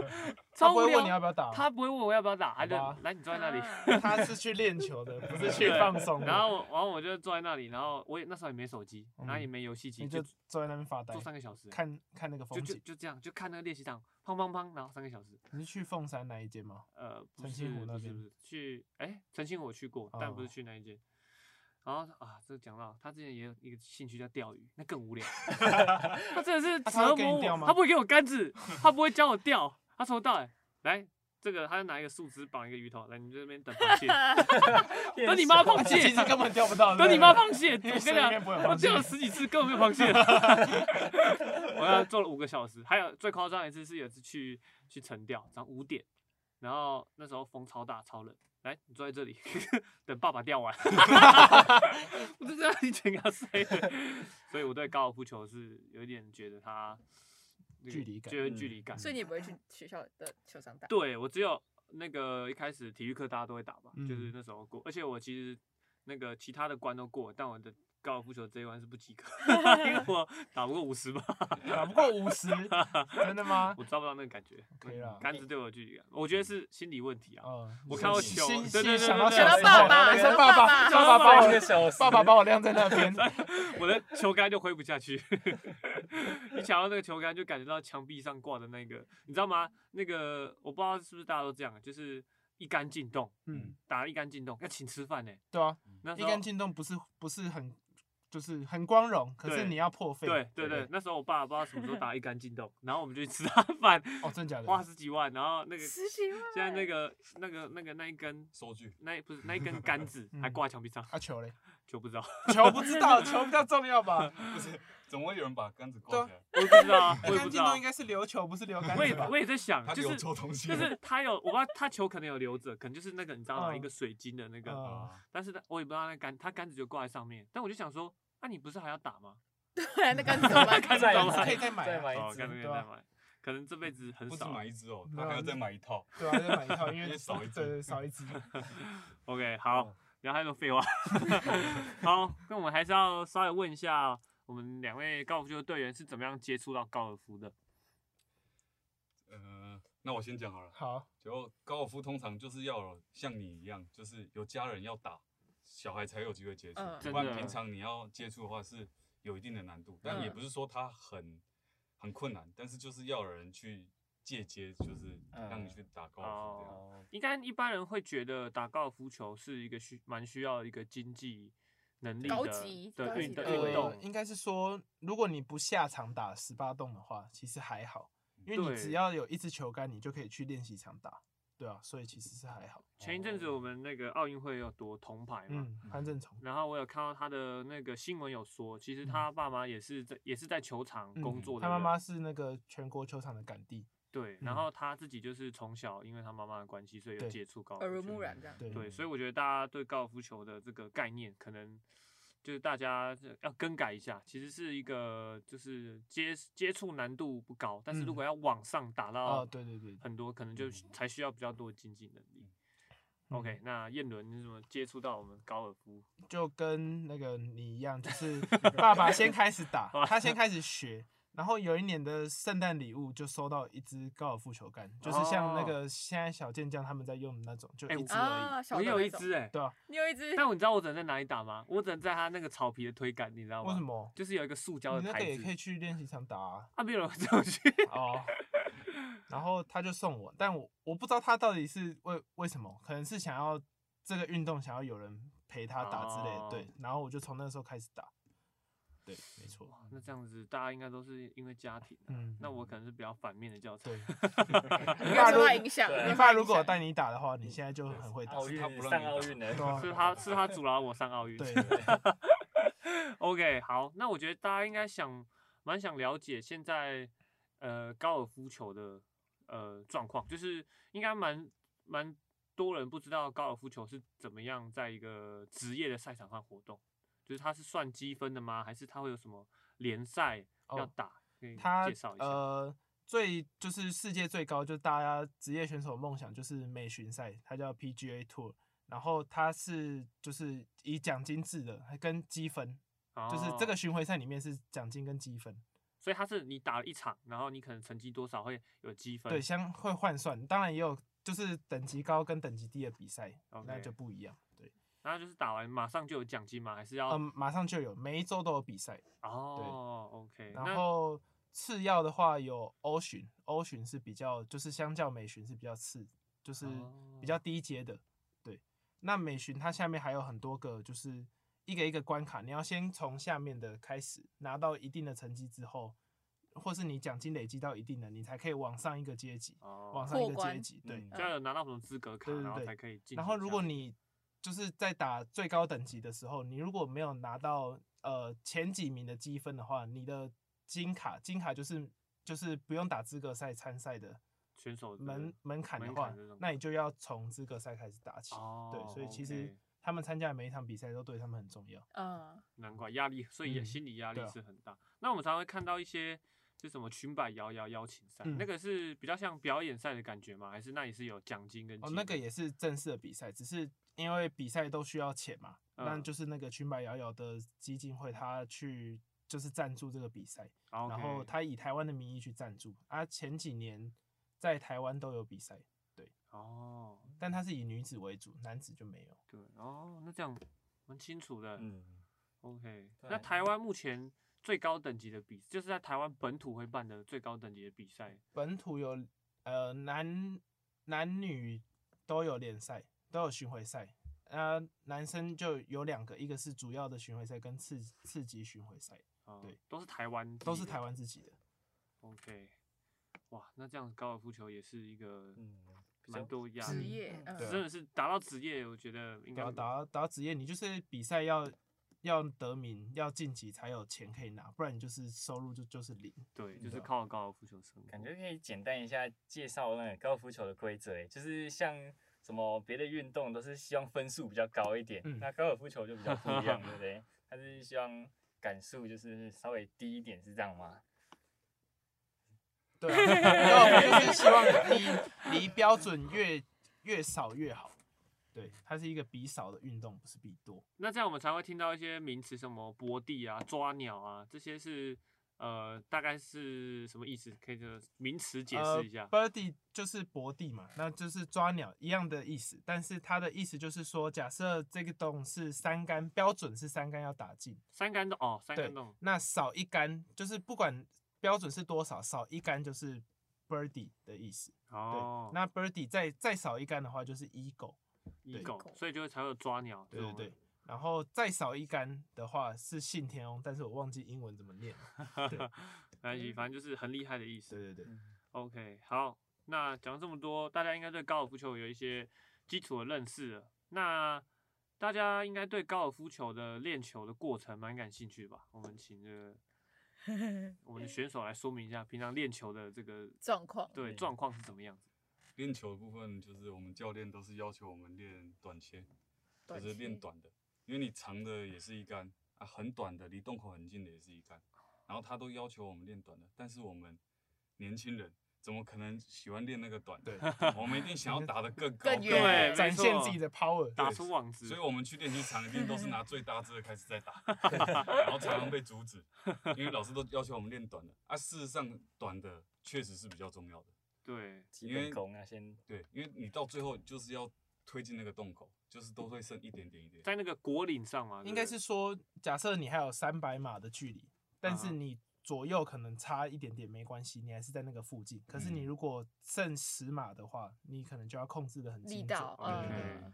Speaker 1: 超
Speaker 5: 不
Speaker 1: 无
Speaker 5: 会问你要
Speaker 1: 聊，
Speaker 5: 不要打哦，
Speaker 1: 他不会问我要不要打，他就
Speaker 5: 好吧
Speaker 1: 来你坐在那里。
Speaker 3: 啊
Speaker 5: 他是去练球的，不是去
Speaker 1: 对
Speaker 5: 放 松的，
Speaker 1: 然后我，然后我就坐在那里，然后我也那时候也没手机，然后
Speaker 5: 嗯
Speaker 1: 也没游戏机，
Speaker 5: 你就坐在那边发呆
Speaker 1: 坐，三个小时，
Speaker 5: 看看那个
Speaker 1: 就
Speaker 5: 风
Speaker 1: 就
Speaker 5: 景。
Speaker 1: 就这样，就看那个练习场，砰砰砰，然后三个小时。
Speaker 5: 你是去凤山那一间吗？
Speaker 1: 呃，不
Speaker 5: 澄
Speaker 1: 是
Speaker 5: 清湖那
Speaker 1: 不是
Speaker 5: 边
Speaker 1: 不是去，哎，澄清湖我去过，但不是
Speaker 5: 哦
Speaker 1: 去那一间。然后啊，这讲到他之前也有一个兴趣叫钓鱼，那更无 聊。他真的是
Speaker 5: 他会
Speaker 1: 折
Speaker 5: 给你
Speaker 1: 磨
Speaker 5: 钓
Speaker 1: 我，
Speaker 5: 吗
Speaker 1: 他不会给我杆子，他不会教我钓，他从头到尾来这个，他就拿一个树枝绑一个鱼头，来你这边等螃蟹，
Speaker 3: 啊
Speaker 1: 等你妈螃
Speaker 5: 啊其
Speaker 1: 蟹
Speaker 5: 实，根本钓 不到。
Speaker 1: 等你妈螃蟹，
Speaker 5: 因为
Speaker 1: 我跟
Speaker 5: 水
Speaker 1: 你
Speaker 5: 里
Speaker 1: 讲
Speaker 5: 面不会有，
Speaker 1: 我
Speaker 5: 螃
Speaker 1: 钓了
Speaker 5: 蟹
Speaker 1: 十几次，根本没有螃蟹。我要做了五个小时，还有最夸张的一次是有一次去去晨钓，早上五点，然后那时候风超大超冷，来你坐在这里 等爸爸钓完，我就这样一整个睡了。所以我对高尔夫球是有一点觉得它那个
Speaker 5: 距离感嗯
Speaker 1: 就有距离感。
Speaker 3: 所以你也不会去学校的球场打，
Speaker 1: 对我只有那个一开始体育课大家都会打吧，就是
Speaker 5: 嗯
Speaker 1: 那时候过，而且我其实那个其他的关都过，但我的高尔夫球这一关是不及 格，因为我打不过五十吧，
Speaker 5: 打不过五十，真的吗
Speaker 1: 我？抓不到那个感觉。嗯
Speaker 5: 可以啦
Speaker 1: 杆子对我有距离感，我觉得是心理问题啊。
Speaker 5: 嗯，
Speaker 1: 我
Speaker 5: 你
Speaker 1: 看到
Speaker 5: 心
Speaker 1: 球
Speaker 5: 心
Speaker 1: 对对对
Speaker 5: 心想到
Speaker 1: 对
Speaker 5: 小
Speaker 1: 对
Speaker 5: 时
Speaker 1: 想到爸
Speaker 5: 候
Speaker 1: 爸
Speaker 5: 对
Speaker 1: 想
Speaker 3: 到
Speaker 5: 爸
Speaker 3: 爸爸
Speaker 5: 爸爸把
Speaker 2: 半
Speaker 5: 我
Speaker 2: 个小时，
Speaker 5: 爸爸把我晾在 那边，
Speaker 1: 我的球杆就挥不下去， 一抢到那个球杆就感觉到墙壁上挂的那个，你知道吗？那个我不知道是不是大家都这样，就是一杆进洞，
Speaker 5: 嗯，
Speaker 1: 打一杆进洞要请吃饭呢、
Speaker 5: 对啊，
Speaker 1: 那时
Speaker 5: 一
Speaker 1: 候
Speaker 5: 杆进洞不是不是很就是很光荣，可是
Speaker 1: 对
Speaker 5: 你要破费，
Speaker 1: 对对对，那时候我爸不知道什么时候打一杆进洞，然后我们就去吃 他饭，
Speaker 5: 哦，真假的？
Speaker 1: 花十几万，然后那个
Speaker 3: 十几万，
Speaker 1: 现在那个那个那个那一根
Speaker 4: 收据，
Speaker 1: 那一不是那一根杆子
Speaker 5: 嗯
Speaker 1: 还挂墙壁上，
Speaker 5: 啊球 嘞，
Speaker 1: 就不知道，
Speaker 5: 球不知道，球比较重要吧？
Speaker 4: 怎么会有人把杆子挂起来？
Speaker 1: 我也不知道啊，
Speaker 5: 一
Speaker 1: 我也不
Speaker 5: 杆
Speaker 1: 知
Speaker 5: 进
Speaker 1: 道
Speaker 5: 洞应，该是留球，不是留杆
Speaker 1: 我
Speaker 5: 子
Speaker 1: 也
Speaker 5: 吧？
Speaker 1: 我也在想，
Speaker 4: 他
Speaker 1: 啊就
Speaker 4: 有
Speaker 1: 是
Speaker 4: 抽东西
Speaker 1: 就
Speaker 4: 了，
Speaker 1: 是他有，我不知道他球可能有留着，可能就是那个你知道吗？
Speaker 5: 嗯
Speaker 1: 一个水晶的那个，
Speaker 5: 嗯
Speaker 4: 啊，
Speaker 1: 但是他我也不知道那杆，他杆子就挂在上面，但我就想说，那你不是还要打吗？
Speaker 3: 不然那杆 子怎么办？
Speaker 1: 杆子
Speaker 2: 再
Speaker 1: 干嘛
Speaker 5: 可以再买
Speaker 2: 再
Speaker 5: 啊，
Speaker 2: 买
Speaker 1: 哦
Speaker 2: 一，
Speaker 1: 杆子可
Speaker 2: 支，
Speaker 1: 以
Speaker 5: 对啊
Speaker 1: 再买，可能这辈子很
Speaker 4: 不止
Speaker 1: 少啊
Speaker 4: 买。一只哦，
Speaker 5: 没
Speaker 4: 他
Speaker 5: 有
Speaker 4: 还要
Speaker 5: 那
Speaker 4: 再买一套。
Speaker 5: 对啊，再买一套，因
Speaker 4: 因
Speaker 5: 为
Speaker 4: 为少一只
Speaker 5: 对对少一只，
Speaker 1: OK，好，
Speaker 5: 嗯
Speaker 1: 然后还有废话。 好，那我们还是要稍微问一下，我们两位高尔夫球队员是怎么样接触到高尔夫的？
Speaker 4: 呃，那我先讲好了。
Speaker 5: 好，
Speaker 4: 就高尔夫通常就是要有像你一样，就是有家人要打，小孩才有机会接触
Speaker 3: 嗯，
Speaker 1: 真
Speaker 4: 不然
Speaker 1: 的
Speaker 4: 平常你要接触的话是有一定的难度，但也
Speaker 3: 嗯
Speaker 4: 不是说它很很困难，但是就是要有人去借接，就是
Speaker 1: 嗯
Speaker 4: 让你去打高尔夫这样。
Speaker 2: 哦
Speaker 1: 应该一般人会觉得打高尔夫球是一个需蛮需要一个经济能力
Speaker 3: 高
Speaker 1: 的
Speaker 3: 级高
Speaker 1: 的运
Speaker 3: 级嗯
Speaker 1: 的
Speaker 3: 的
Speaker 1: 运
Speaker 5: 呃，
Speaker 1: 动，
Speaker 5: 应该是说，如果你不下场打十八洞的话，其实还好，因为
Speaker 1: 对
Speaker 5: 你只要有一支球杆，你就可以去练习场打，对啊，所以其实是还好。
Speaker 1: 前一阵子我们那个奥运会有夺铜牌嘛，
Speaker 5: 嗯，潘正从
Speaker 1: 然后我有看到他的那个新闻有说，其实他爸妈也是在也是在球场工作的
Speaker 5: 嗯他
Speaker 1: 人，
Speaker 5: 妈妈
Speaker 3: 嗯
Speaker 5: 是那个全国球场的杆弟，
Speaker 1: 对，然后他自己就是从小因为他妈妈的关系，所以有
Speaker 5: 对
Speaker 1: 接触高尔
Speaker 3: 耳
Speaker 1: 夫
Speaker 3: 濡
Speaker 1: 球
Speaker 3: 目染这样。
Speaker 5: 对
Speaker 1: 对，所以我觉得大家对高尔夫球的这个概念，可能就是大家这要更改一下。其实是一个就是接接触难度不高，但是如
Speaker 5: 嗯
Speaker 1: 果要往上打到
Speaker 5: 哦，对对对，
Speaker 1: 很多，可能就才需要比较多的经济能力。
Speaker 5: 嗯
Speaker 1: OK，那燕伦你怎么接触到我们高尔夫？
Speaker 5: 就跟那个你一样，就是爸爸先开始 打
Speaker 1: 好吧，
Speaker 5: 他先开始学。然后有一年的圣诞礼物就收到一支高尔夫球杆，就是像那
Speaker 1: 哦
Speaker 5: 个现在小健将他们在用的那种，就
Speaker 1: 哎
Speaker 5: 一
Speaker 1: 我
Speaker 5: 支而已。
Speaker 3: 啊，小
Speaker 1: 我
Speaker 3: 的
Speaker 1: 有
Speaker 3: 那
Speaker 1: 一
Speaker 3: 种，
Speaker 1: 支哎、
Speaker 5: 对啊，
Speaker 3: 你有 一只，
Speaker 1: 但我你知道我只能在哪里打吗？我只能在他那个草皮的推杆，你知道吗？
Speaker 5: 为什？么？
Speaker 1: 就是有一个塑胶
Speaker 5: 你
Speaker 1: 的
Speaker 5: 那个
Speaker 1: 台
Speaker 5: 也
Speaker 1: 子
Speaker 5: 可以，去练习场 打啊。
Speaker 1: 啊，没有人会走 去。
Speaker 5: 哦，然后他就送我，但我我不知道他到底是为为什么，可能是想要这个运动想要有人陪他打之类的，
Speaker 1: 哦
Speaker 5: 对。然后我就从那时候开始打，对，没 错，
Speaker 1: 哇，那这样子大家应该都是因为家庭、啊，
Speaker 5: 嗯
Speaker 1: 那我可能是比较反面的教材。
Speaker 5: 对。
Speaker 3: 你爸
Speaker 5: 如
Speaker 3: 受他影响，
Speaker 2: 对
Speaker 3: 你
Speaker 5: 你
Speaker 3: 有
Speaker 5: 爸
Speaker 3: 受他
Speaker 5: 如
Speaker 3: 影
Speaker 5: 果
Speaker 3: 响
Speaker 5: 带你打的话，
Speaker 1: 嗯
Speaker 5: 你现在就很会打。
Speaker 2: 奥运
Speaker 4: 他不让
Speaker 2: 上
Speaker 4: 你
Speaker 2: 奥
Speaker 4: 打
Speaker 2: 运的，嗯
Speaker 5: 对啊
Speaker 1: 是他是他阻挠我上奥运。
Speaker 5: 对，
Speaker 1: OK，好，那我觉得大家应该想蛮想了解现在呃高尔夫球的呃状况，就是应该蛮蛮多人不知道高尔夫球是怎么样在一个职业的赛场上活动，就是它是算积分的吗？还是它会有什么联赛要
Speaker 5: 哦
Speaker 1: 打？可以
Speaker 5: 他
Speaker 1: 介绍一下。
Speaker 5: 呃最就是世界最高，就是大家职业选手的梦想就是美巡赛，它叫 PGA Tour，然后它是就是以奖金制的，还跟积分，就是这个
Speaker 1: 哦，
Speaker 5: 巡回赛里面是奖金跟积分，
Speaker 1: 所以它是你打了一场，然后你可能成绩多少会有积分。
Speaker 5: 对，相会换算，当然也有就是等级高跟等级低的比赛那
Speaker 1: OK
Speaker 5: 就不一样。对，
Speaker 1: 然后就是打完马上就有奖金吗？还是要？
Speaker 5: 嗯，马上就有，每一周都有比赛。
Speaker 1: 哦，OK，
Speaker 5: 然
Speaker 1: 那
Speaker 5: 后次要的话有欧巡，欧巡是比较就是相较美巡是比较次，就是比较
Speaker 1: 哦
Speaker 5: 低阶的。对，那美巡它下面还有很多个，就是一个一个关卡，你要先从下面的开始拿到一定的成绩之后，或是你奖金累积到一定的，你才可以往上一个阶级，
Speaker 1: 哦
Speaker 5: 往上一
Speaker 3: 过
Speaker 5: 个阶
Speaker 3: 关
Speaker 5: 级。对，
Speaker 2: 嗯
Speaker 1: 就要有拿到什么资格卡，
Speaker 5: 对对
Speaker 1: 然后
Speaker 5: 对
Speaker 1: 才可以进行下面。
Speaker 5: 然后如果你就是在打最高等级的时候，你如果没有拿到呃前几名的积分的话，你的金卡金卡就是就是不用打资格赛参赛的
Speaker 1: 选手的
Speaker 5: 门门槛的
Speaker 1: 门
Speaker 5: 话
Speaker 1: 槛这种，
Speaker 5: 那你就要从资格赛开始打起。
Speaker 1: 哦，
Speaker 5: 对，所以其
Speaker 1: OK
Speaker 5: 实他们参加的每一场比赛都对他们很重要。
Speaker 3: 嗯，
Speaker 1: 难怪压力，所以也
Speaker 5: 嗯
Speaker 1: 心理压
Speaker 5: 对
Speaker 1: 力
Speaker 5: 啊
Speaker 1: 是很大。那我们常常会看到一些就什么裙摆摇摇邀请赛，那
Speaker 5: 嗯
Speaker 1: 个是比较像表演赛的感觉吗？还是那也是有奖金跟
Speaker 5: 哦，
Speaker 1: 积
Speaker 5: 那个
Speaker 1: 分
Speaker 5: 也是正式的比赛，只是因为比赛都需要钱嘛，那
Speaker 1: 嗯
Speaker 5: 就是那个裙摆摇摇的基金会，他去就是赞助这个比赛。
Speaker 1: 啊
Speaker 5: 然后
Speaker 1: OK
Speaker 5: 他以台湾的名义去赞助。啊，前几年在台湾都有比赛，
Speaker 1: 哦，
Speaker 5: 但他是以女子为主，男子就没有。
Speaker 1: 对哦，那这样蛮清楚的。
Speaker 2: 嗯，
Speaker 1: OK，那
Speaker 2: 对
Speaker 1: 台湾目前最高等级的比，就是在台湾本土会办的最高等级的比赛，
Speaker 5: 本土有呃男男女都有联赛，都有巡回赛。啊、男生就有两个，一个是主要的巡回赛跟次次级巡回赛，
Speaker 1: 哦
Speaker 5: 对，
Speaker 1: 都是台湾，
Speaker 5: 都是台。湾自己的。
Speaker 1: OK，哇，那这样子高尔夫球也是一个
Speaker 2: 嗯比
Speaker 1: 蛮
Speaker 2: 较
Speaker 1: 多压
Speaker 3: 职
Speaker 1: 力，
Speaker 3: 业，嗯
Speaker 5: 对啊
Speaker 1: 真的是达到职业，我觉得应该
Speaker 5: 然后啊打到打到职业，你就是比赛要要得名，要晋级才有钱可以拿，不然你就是收入就就是零。
Speaker 1: 对，就是
Speaker 2: 对啊
Speaker 1: 靠高尔夫球生活。
Speaker 2: 感觉可以简单一下介绍那个高尔夫球的规则，诶就是像什么别的运动都是希望分数比较高一点，
Speaker 5: 嗯
Speaker 2: 那高尔夫球就比较不一样，对不对？它是希望感数就是稍微低一点，是这样吗？
Speaker 5: 对啊，然后我就是希望离离标准越越少越好。对，它是一个比少的运动，不是比多。
Speaker 1: 那这样我们才会听到一些名词，什么波地啊、抓鸟啊，这些是呃，大概是什么意思？可以这名词解释一下。
Speaker 5: 呃、，birdie 就是博地嘛，那就是抓鸟一样的意思，但是它的意思就是说，假设这个洞是三杆，标准是三杆要打进，
Speaker 1: 三杆洞哦，三
Speaker 5: 对
Speaker 1: 杆洞，
Speaker 5: 那少一杆就是不管标准是多少，少一杆就是 birdie 的意思。对，
Speaker 1: 哦，
Speaker 5: 那 birdie 再再少一杆的话就是 eagle。
Speaker 1: 一
Speaker 5: 对
Speaker 1: 狗，所以就会才会有抓鸟。
Speaker 5: 对对对。。然后再少一杆的话是信天翁，但是我忘记英文怎么念 了。对
Speaker 1: 那反正就是很厉害的意思。
Speaker 5: 对对对，
Speaker 1: OK，好，那讲了这么多，大家应该对高尔夫球有一些基础的认识了。那大家应该对高尔夫球的练球的过程蛮感兴趣吧？我们请这个我们的选手来说明一下，平常练球的这个
Speaker 3: 嗯状况
Speaker 1: 对
Speaker 2: 嗯
Speaker 1: 状况是怎么样子。
Speaker 4: 练球的部分，就是我们教练都是要求我们练短切，就是练短的，因为你长的也是一杆啊，很短的离洞口很近的也是一杆，然后他都要求我们练短的，但是我们年轻人怎么可能喜欢练那个短的？我们一定想要打得更高
Speaker 3: 更远
Speaker 1: 对
Speaker 4: 远
Speaker 1: 没
Speaker 5: 展现
Speaker 1: 错
Speaker 5: 自己的 power。
Speaker 1: 打出网子
Speaker 4: 所以我们去练习场一定都是拿最大只的开始在打，然后常常被阻止，因为老师都要求我们练短的啊。事实上，短的确实是比较重要的，
Speaker 1: 对，
Speaker 2: 基本功啊，先
Speaker 4: 对，因为你到最后就是要推进那个洞口，就是都会剩一点点一点。
Speaker 1: 在那个果岭上嘛，对不
Speaker 5: 应
Speaker 1: 对
Speaker 5: 该是说，假设你还有三百码的距离，但
Speaker 1: 啊
Speaker 5: 是你左右可能差一点点没关系，你还是在那个附近。可是你
Speaker 4: 嗯
Speaker 5: 如果剩十码的话，你可能就要控制的很
Speaker 3: 力
Speaker 5: 精准
Speaker 3: 道。
Speaker 5: 对对对
Speaker 1: 嗯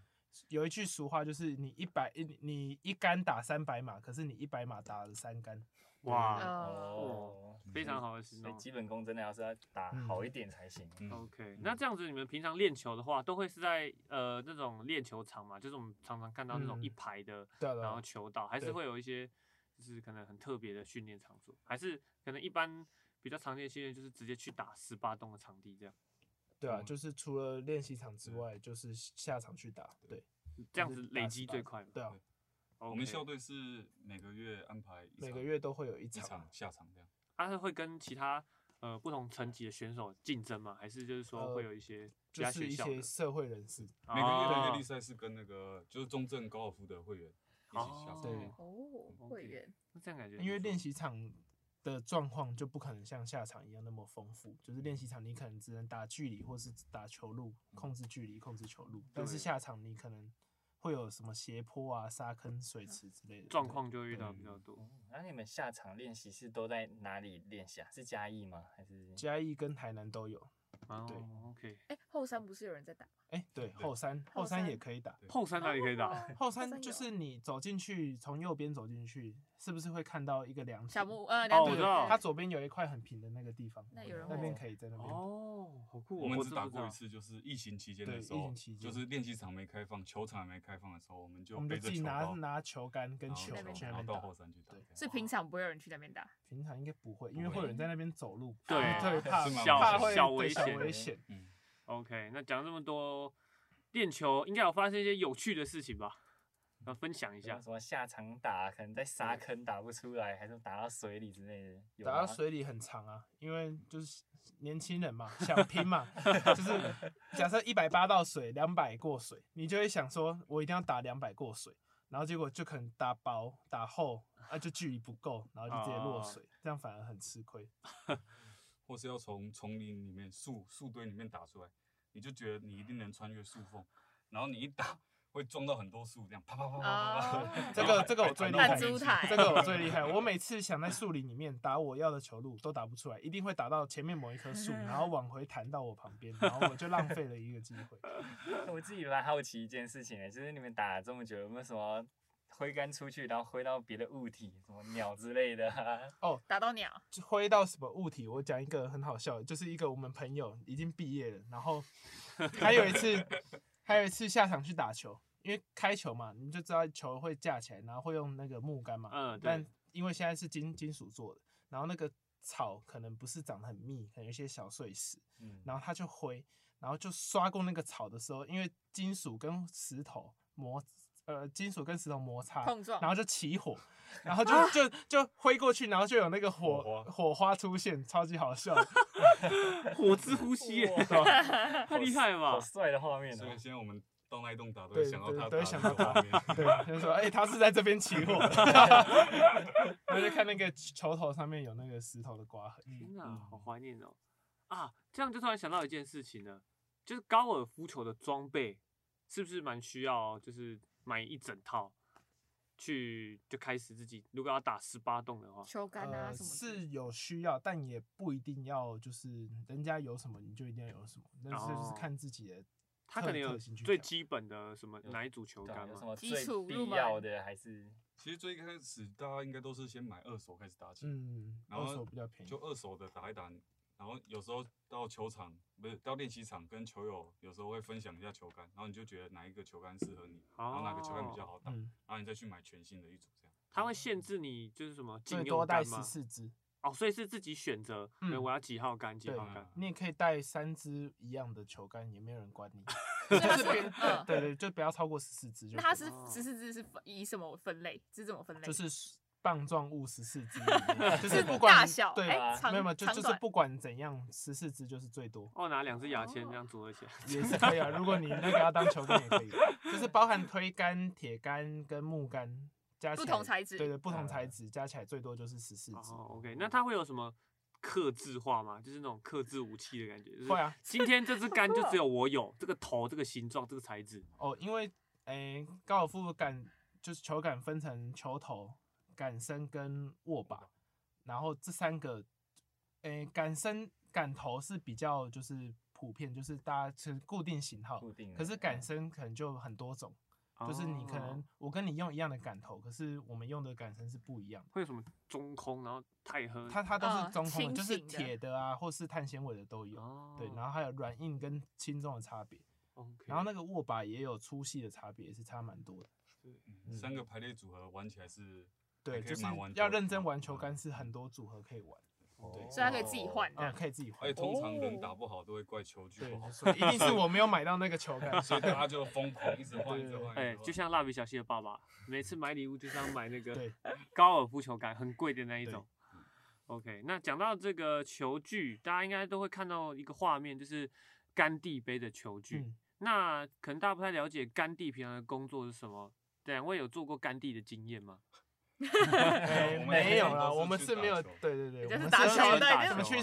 Speaker 5: 有一句俗话就是你一百你你一杆打三百码，可是你一百码打了三杆。
Speaker 3: 嗯
Speaker 1: 哇，
Speaker 2: 哦，
Speaker 1: 嗯非常好的嗯形
Speaker 2: 所以
Speaker 1: 容。
Speaker 2: 基本功真的要是要打好一点才行。
Speaker 4: 嗯
Speaker 5: 哦
Speaker 1: OK，那这样子你们平常练球的话，都会是在呃那种练球场嘛，就是我们常常看到那种
Speaker 5: 嗯
Speaker 1: 一排的，
Speaker 5: 对啊对啊
Speaker 1: 然后球道，还是
Speaker 5: 对
Speaker 1: 会有一些就是可能很特别的训练场所，还是可能一般比较常见的训练就是直接去打十八洞的场地这样，
Speaker 5: 对啊，
Speaker 4: 嗯
Speaker 5: 就是除了练习场之
Speaker 4: 对
Speaker 5: 外，就是下场去打。对
Speaker 1: 这样
Speaker 5: 就
Speaker 1: 子
Speaker 5: 是打
Speaker 1: 累积
Speaker 5: 18
Speaker 1: 最快嘛。
Speaker 5: 对啊，
Speaker 1: OK，
Speaker 4: 我们校队是每个月安排一
Speaker 5: 每
Speaker 4: 场
Speaker 5: 个月都会有一
Speaker 4: 一场
Speaker 5: 场。
Speaker 4: 下场这样。
Speaker 1: 他是会跟其他呃不同层级的选手竞争吗？还是就是说
Speaker 5: 呃
Speaker 1: 会有一些其
Speaker 5: 就
Speaker 1: 他
Speaker 5: 是
Speaker 1: 学
Speaker 5: 一
Speaker 1: 校的？
Speaker 5: 些社会人士，
Speaker 4: 每个月的
Speaker 1: 哦
Speaker 4: 月历赛是跟那个就是中正高尔夫的会员一起下
Speaker 1: 哦
Speaker 4: 场。
Speaker 5: 对
Speaker 3: 哦，会员
Speaker 1: 那这样感觉
Speaker 5: 因为练
Speaker 1: 习
Speaker 5: 习场的状况就不可能像下场一样那么丰富。就是练习场你可能只能打距离，或是打球路，控制距离、控制球路。但是
Speaker 1: 对
Speaker 5: 下场你可能会有什么斜坡啊、沙坑、水池之类的
Speaker 1: 状
Speaker 5: 对哦
Speaker 1: 况就会遇到比较多。
Speaker 2: 那你们下场练习是都在哪里练习啊？是嘉义吗？还是
Speaker 5: 嘉义跟台南都有。对
Speaker 1: 哦，OK，
Speaker 3: 哎，后山不是有人在打？
Speaker 5: 哎、对，后山
Speaker 3: 后
Speaker 5: 后山也
Speaker 3: 山
Speaker 5: 可以打。
Speaker 1: 后山哪里可以打？
Speaker 5: 后山就
Speaker 3: 有啊
Speaker 5: 是你走进去，从右边走进去，是不是会看到一个凉亭？
Speaker 3: 小木屋呃，
Speaker 1: 哦
Speaker 3: 两
Speaker 1: 我
Speaker 3: 组
Speaker 1: 知道
Speaker 3: 对
Speaker 5: 它左边有一块很平的那个地方，
Speaker 3: 那有人
Speaker 5: 那边
Speaker 2: 会
Speaker 5: 可以在那边。
Speaker 1: 哦，好酷哦！
Speaker 4: 我们
Speaker 1: 我
Speaker 4: 只
Speaker 1: 真
Speaker 4: 打
Speaker 1: 不知
Speaker 4: 过一
Speaker 1: 道
Speaker 4: 次，就是疫情期间
Speaker 5: 对
Speaker 4: 的时
Speaker 5: 疫
Speaker 4: 候
Speaker 5: 情期，间
Speaker 4: 就是练习场没开放，球场也没开放的时候，我们就
Speaker 5: 我们就
Speaker 4: 背
Speaker 5: 自
Speaker 4: 着
Speaker 5: 己
Speaker 4: 球
Speaker 5: 拿
Speaker 4: 包
Speaker 5: 拿球杆跟
Speaker 4: 然后
Speaker 5: 球
Speaker 3: 那边
Speaker 5: 去
Speaker 3: 打
Speaker 5: 那
Speaker 4: 然后
Speaker 5: 边
Speaker 4: 到
Speaker 5: 打。
Speaker 4: 后山去打
Speaker 5: 对。
Speaker 4: 这
Speaker 3: 是
Speaker 4: 样
Speaker 3: 平常不会有人去那边打，
Speaker 5: 平常应该不会，因为
Speaker 4: 不
Speaker 5: 会
Speaker 4: 会
Speaker 5: 有人在那边走路，
Speaker 1: 对
Speaker 5: 对，怕
Speaker 4: 是蛮
Speaker 1: 小
Speaker 5: 怕会
Speaker 1: 小
Speaker 5: 对
Speaker 1: 危
Speaker 5: 小
Speaker 1: 险
Speaker 5: 危险。
Speaker 4: 嗯，
Speaker 1: OK，那讲这么多，练球应该有发生一些有趣的事情吧？那分享一
Speaker 2: 有没有
Speaker 1: 下。
Speaker 2: 什么下场打，可能在沙坑打不出来，还是打到水里之类的？有
Speaker 5: 打到
Speaker 2: 吗
Speaker 5: 水里很长啊，因为就是年轻人嘛，想拼嘛，就是假设一百八到水，两百过水，你就会想说，我一定要打两百过水，然后结果就可能打薄打厚啊，就距离不够，然后就直接
Speaker 4: 啊
Speaker 5: 落
Speaker 1: 哦
Speaker 5: 水，这样反而很吃
Speaker 4: 哎
Speaker 5: 亏。
Speaker 4: 或是要从丛林里面树树堆里面打出来，你就觉得你一定能穿越树缝，然后你一打会撞到很多树，这样啪啪啪啪啪啪
Speaker 3: 哦
Speaker 4: 啪。
Speaker 5: 这个这个我最厉害
Speaker 3: 弹 珠台
Speaker 5: 这个我最厉害，我每次想在树林里面打我要的球路都打不出来，一定会打到前面某一棵树，然后往回弹到我旁边，然后我就浪费了一个机会。
Speaker 2: 我自己蛮好奇一件事情的，就是你们打这么久，有没有什么挥杆出去，然后挥到别的物体，什么鸟之类的、啊？
Speaker 3: 打到鸟，
Speaker 5: 就挥到什么物体？我讲一个很好笑的，就是一个我们朋友已经毕业了，然后还有一次，还有一次下场去打球，因为开球嘛，你就知道球会架起来，然后会用那个木杆嘛，
Speaker 1: 嗯，对
Speaker 5: 但，因为现在是金金属做的，然后那个草可能不是长得很密，可能有一些小碎石，
Speaker 2: 嗯，
Speaker 5: 然后他就挥，然后就刷过那个草的时候，因为金属跟石头磨，呃，金属跟石头摩擦
Speaker 3: 碰撞啊
Speaker 5: 然后就起火，然后就就就挥过去，然后就有那个火
Speaker 4: 火花
Speaker 5: 火花出现，超级好 笑的。
Speaker 1: 火之呼 吸耶， 太厉害了吧
Speaker 2: 好帅的画面
Speaker 4: 所
Speaker 2: 哦
Speaker 4: 以！现在我们到那一栋打都会
Speaker 5: 对
Speaker 4: 想到他
Speaker 5: 对，都会想到
Speaker 4: 打
Speaker 5: 他
Speaker 4: 的 那个画面，
Speaker 5: 对，就是说，哎、他是在这边起 火，然后 就看那个球头上面有那个石头的刮痕。
Speaker 1: 天哪，
Speaker 4: 嗯
Speaker 1: 好怀念哦！啊，这样就突然想到一件事情呢，就是高尔夫球的装备是不是蛮需要，就是买一整套去就开始自己，如果要打十八洞的话，
Speaker 3: 球杆啊
Speaker 5: 呃，
Speaker 3: 什么的。
Speaker 5: 是有需要，但也不一定要，就是人家有什么你就一定要有什么，但是就是
Speaker 1: 哦
Speaker 5: 看自己的特。
Speaker 1: 它可能有
Speaker 5: 特性去
Speaker 1: 最
Speaker 5: 调
Speaker 1: 基本的什么
Speaker 2: 有
Speaker 1: 哪一组球
Speaker 2: 对啊
Speaker 1: 杆
Speaker 2: 有什
Speaker 1: 吗？
Speaker 2: 么
Speaker 3: 基
Speaker 2: 最
Speaker 3: 础入
Speaker 2: 必要
Speaker 3: 门
Speaker 2: 的还是？
Speaker 4: 其实最一开始大家应该都是先买二手开始打起，
Speaker 5: 嗯，
Speaker 4: 然
Speaker 5: 二手
Speaker 4: 后
Speaker 5: 比较便宜
Speaker 4: 就。二手的打一打，然后有时候到球场不是到练习场跟球友有时候会分享一下球杆，然后你就觉得哪一个球杆适合你，然后哪个球杆比较好打，
Speaker 5: 嗯，
Speaker 4: 然后你再去买全新的一组这样。
Speaker 1: 它会限制你就是什么禁
Speaker 5: 最
Speaker 1: 用
Speaker 5: 多带
Speaker 1: 单
Speaker 5: 十
Speaker 1: 吗？
Speaker 5: 四支，
Speaker 1: 哦，所以是自己选择，
Speaker 5: 嗯
Speaker 1: 嗯，我要几号杆，几
Speaker 5: 对啊
Speaker 1: 号
Speaker 4: 嗯
Speaker 1: 杆。
Speaker 5: 你也可以带三支一样的球杆，也没有人管你。
Speaker 3: 所以它
Speaker 5: 就是是别
Speaker 3: 嗯
Speaker 5: 对对，就不要超过十四支就可
Speaker 3: 那
Speaker 5: 以。
Speaker 3: 它是
Speaker 1: 哦
Speaker 3: 十四只是分以什么分类？是怎么分类？
Speaker 5: 就是棒状物十四支里面，就是不管
Speaker 3: 大小，
Speaker 5: 对
Speaker 3: 哎，
Speaker 5: 啊，
Speaker 3: 长
Speaker 5: 没有没有，就
Speaker 3: 长
Speaker 5: 就是
Speaker 3: 短
Speaker 5: 不管怎样，十四支就是最多。
Speaker 1: 哦，拿两只牙签这样组合起来。
Speaker 5: 也是可以啊。如果你那个要当球杆也 可以，就是包含推杆、铁杆跟木杆加起
Speaker 3: 不
Speaker 5: 来
Speaker 3: 同材质
Speaker 5: 对对，不同
Speaker 2: 嗯
Speaker 5: 材质加起来最多就是十四支。
Speaker 1: 哦，OK，那它会有什么克制化吗？就是那种克制武器的感觉。就是
Speaker 5: 会啊，
Speaker 1: 今天这支杆就 只有我有，这个头、这个形状、这个材质。
Speaker 5: 哦，因为诶、高尔夫杆就是球杆分成球头、杆身跟握把，然后这三个，诶、杆身、杆头是比较就是普遍，就是大家是固定型号，
Speaker 2: 固定的
Speaker 5: 可是
Speaker 2: 嗯
Speaker 5: 杆身可能就很多种，就是你可能
Speaker 1: 哦
Speaker 5: 我跟你用一样的杆头，可是我们用的杆绳是不一样的。
Speaker 1: 会有什么中空，然后钛合
Speaker 5: 它它都
Speaker 3: 嗯
Speaker 5: 是中空
Speaker 3: 轻
Speaker 5: 的，就是
Speaker 3: 型的
Speaker 5: 铁的啊，或是碳纤维的都有。
Speaker 1: 哦
Speaker 5: 对，然后还有软硬跟轻重的差别，
Speaker 1: OK
Speaker 5: 然后那个握把也有粗细的差别，也是差蛮多的。
Speaker 4: 嗯三个排列组合玩起来是
Speaker 5: 对，
Speaker 4: 还可
Speaker 5: 就
Speaker 4: 以
Speaker 5: 是
Speaker 4: 蛮玩
Speaker 5: 要
Speaker 4: 球的嗯
Speaker 5: 认真玩球杆，是很多组合可以玩，
Speaker 2: 哦
Speaker 3: 所以他可以自己换的
Speaker 5: 嗯，可以自己
Speaker 4: 而且
Speaker 5: 换。
Speaker 4: 哎通常人打不好都会怪球具
Speaker 5: 对
Speaker 4: 不好，，
Speaker 5: 所以一定是我没有买到那个球 杆，
Speaker 4: 所以大家就疯狂一直换，一直换，
Speaker 1: 哎、
Speaker 4: 一直换
Speaker 1: 就像蜡笔小新的爸爸，每次买礼物就是要买那个
Speaker 5: 对
Speaker 1: 高尔夫球杆，很贵的那一
Speaker 5: 对
Speaker 1: 种。OK，那讲到这个球具，大家应该都会看到一个画面，就是甘地杯的球具。
Speaker 5: 嗯，
Speaker 1: 那可能大家不太了解甘地平常的工作是什么，两位有做过甘地的经验吗？
Speaker 5: 哎
Speaker 4: 我们
Speaker 5: 没有
Speaker 4: 通常
Speaker 5: 啦，
Speaker 4: 都是
Speaker 5: 我们
Speaker 4: 去
Speaker 5: 是
Speaker 4: 打
Speaker 5: 没有，
Speaker 4: 球
Speaker 5: 对对对，
Speaker 3: 就
Speaker 5: 我
Speaker 3: 是
Speaker 5: 们
Speaker 3: 打
Speaker 5: 是
Speaker 3: 球
Speaker 5: 去
Speaker 3: 的
Speaker 5: 我
Speaker 1: 就
Speaker 5: 们
Speaker 1: 是
Speaker 5: 去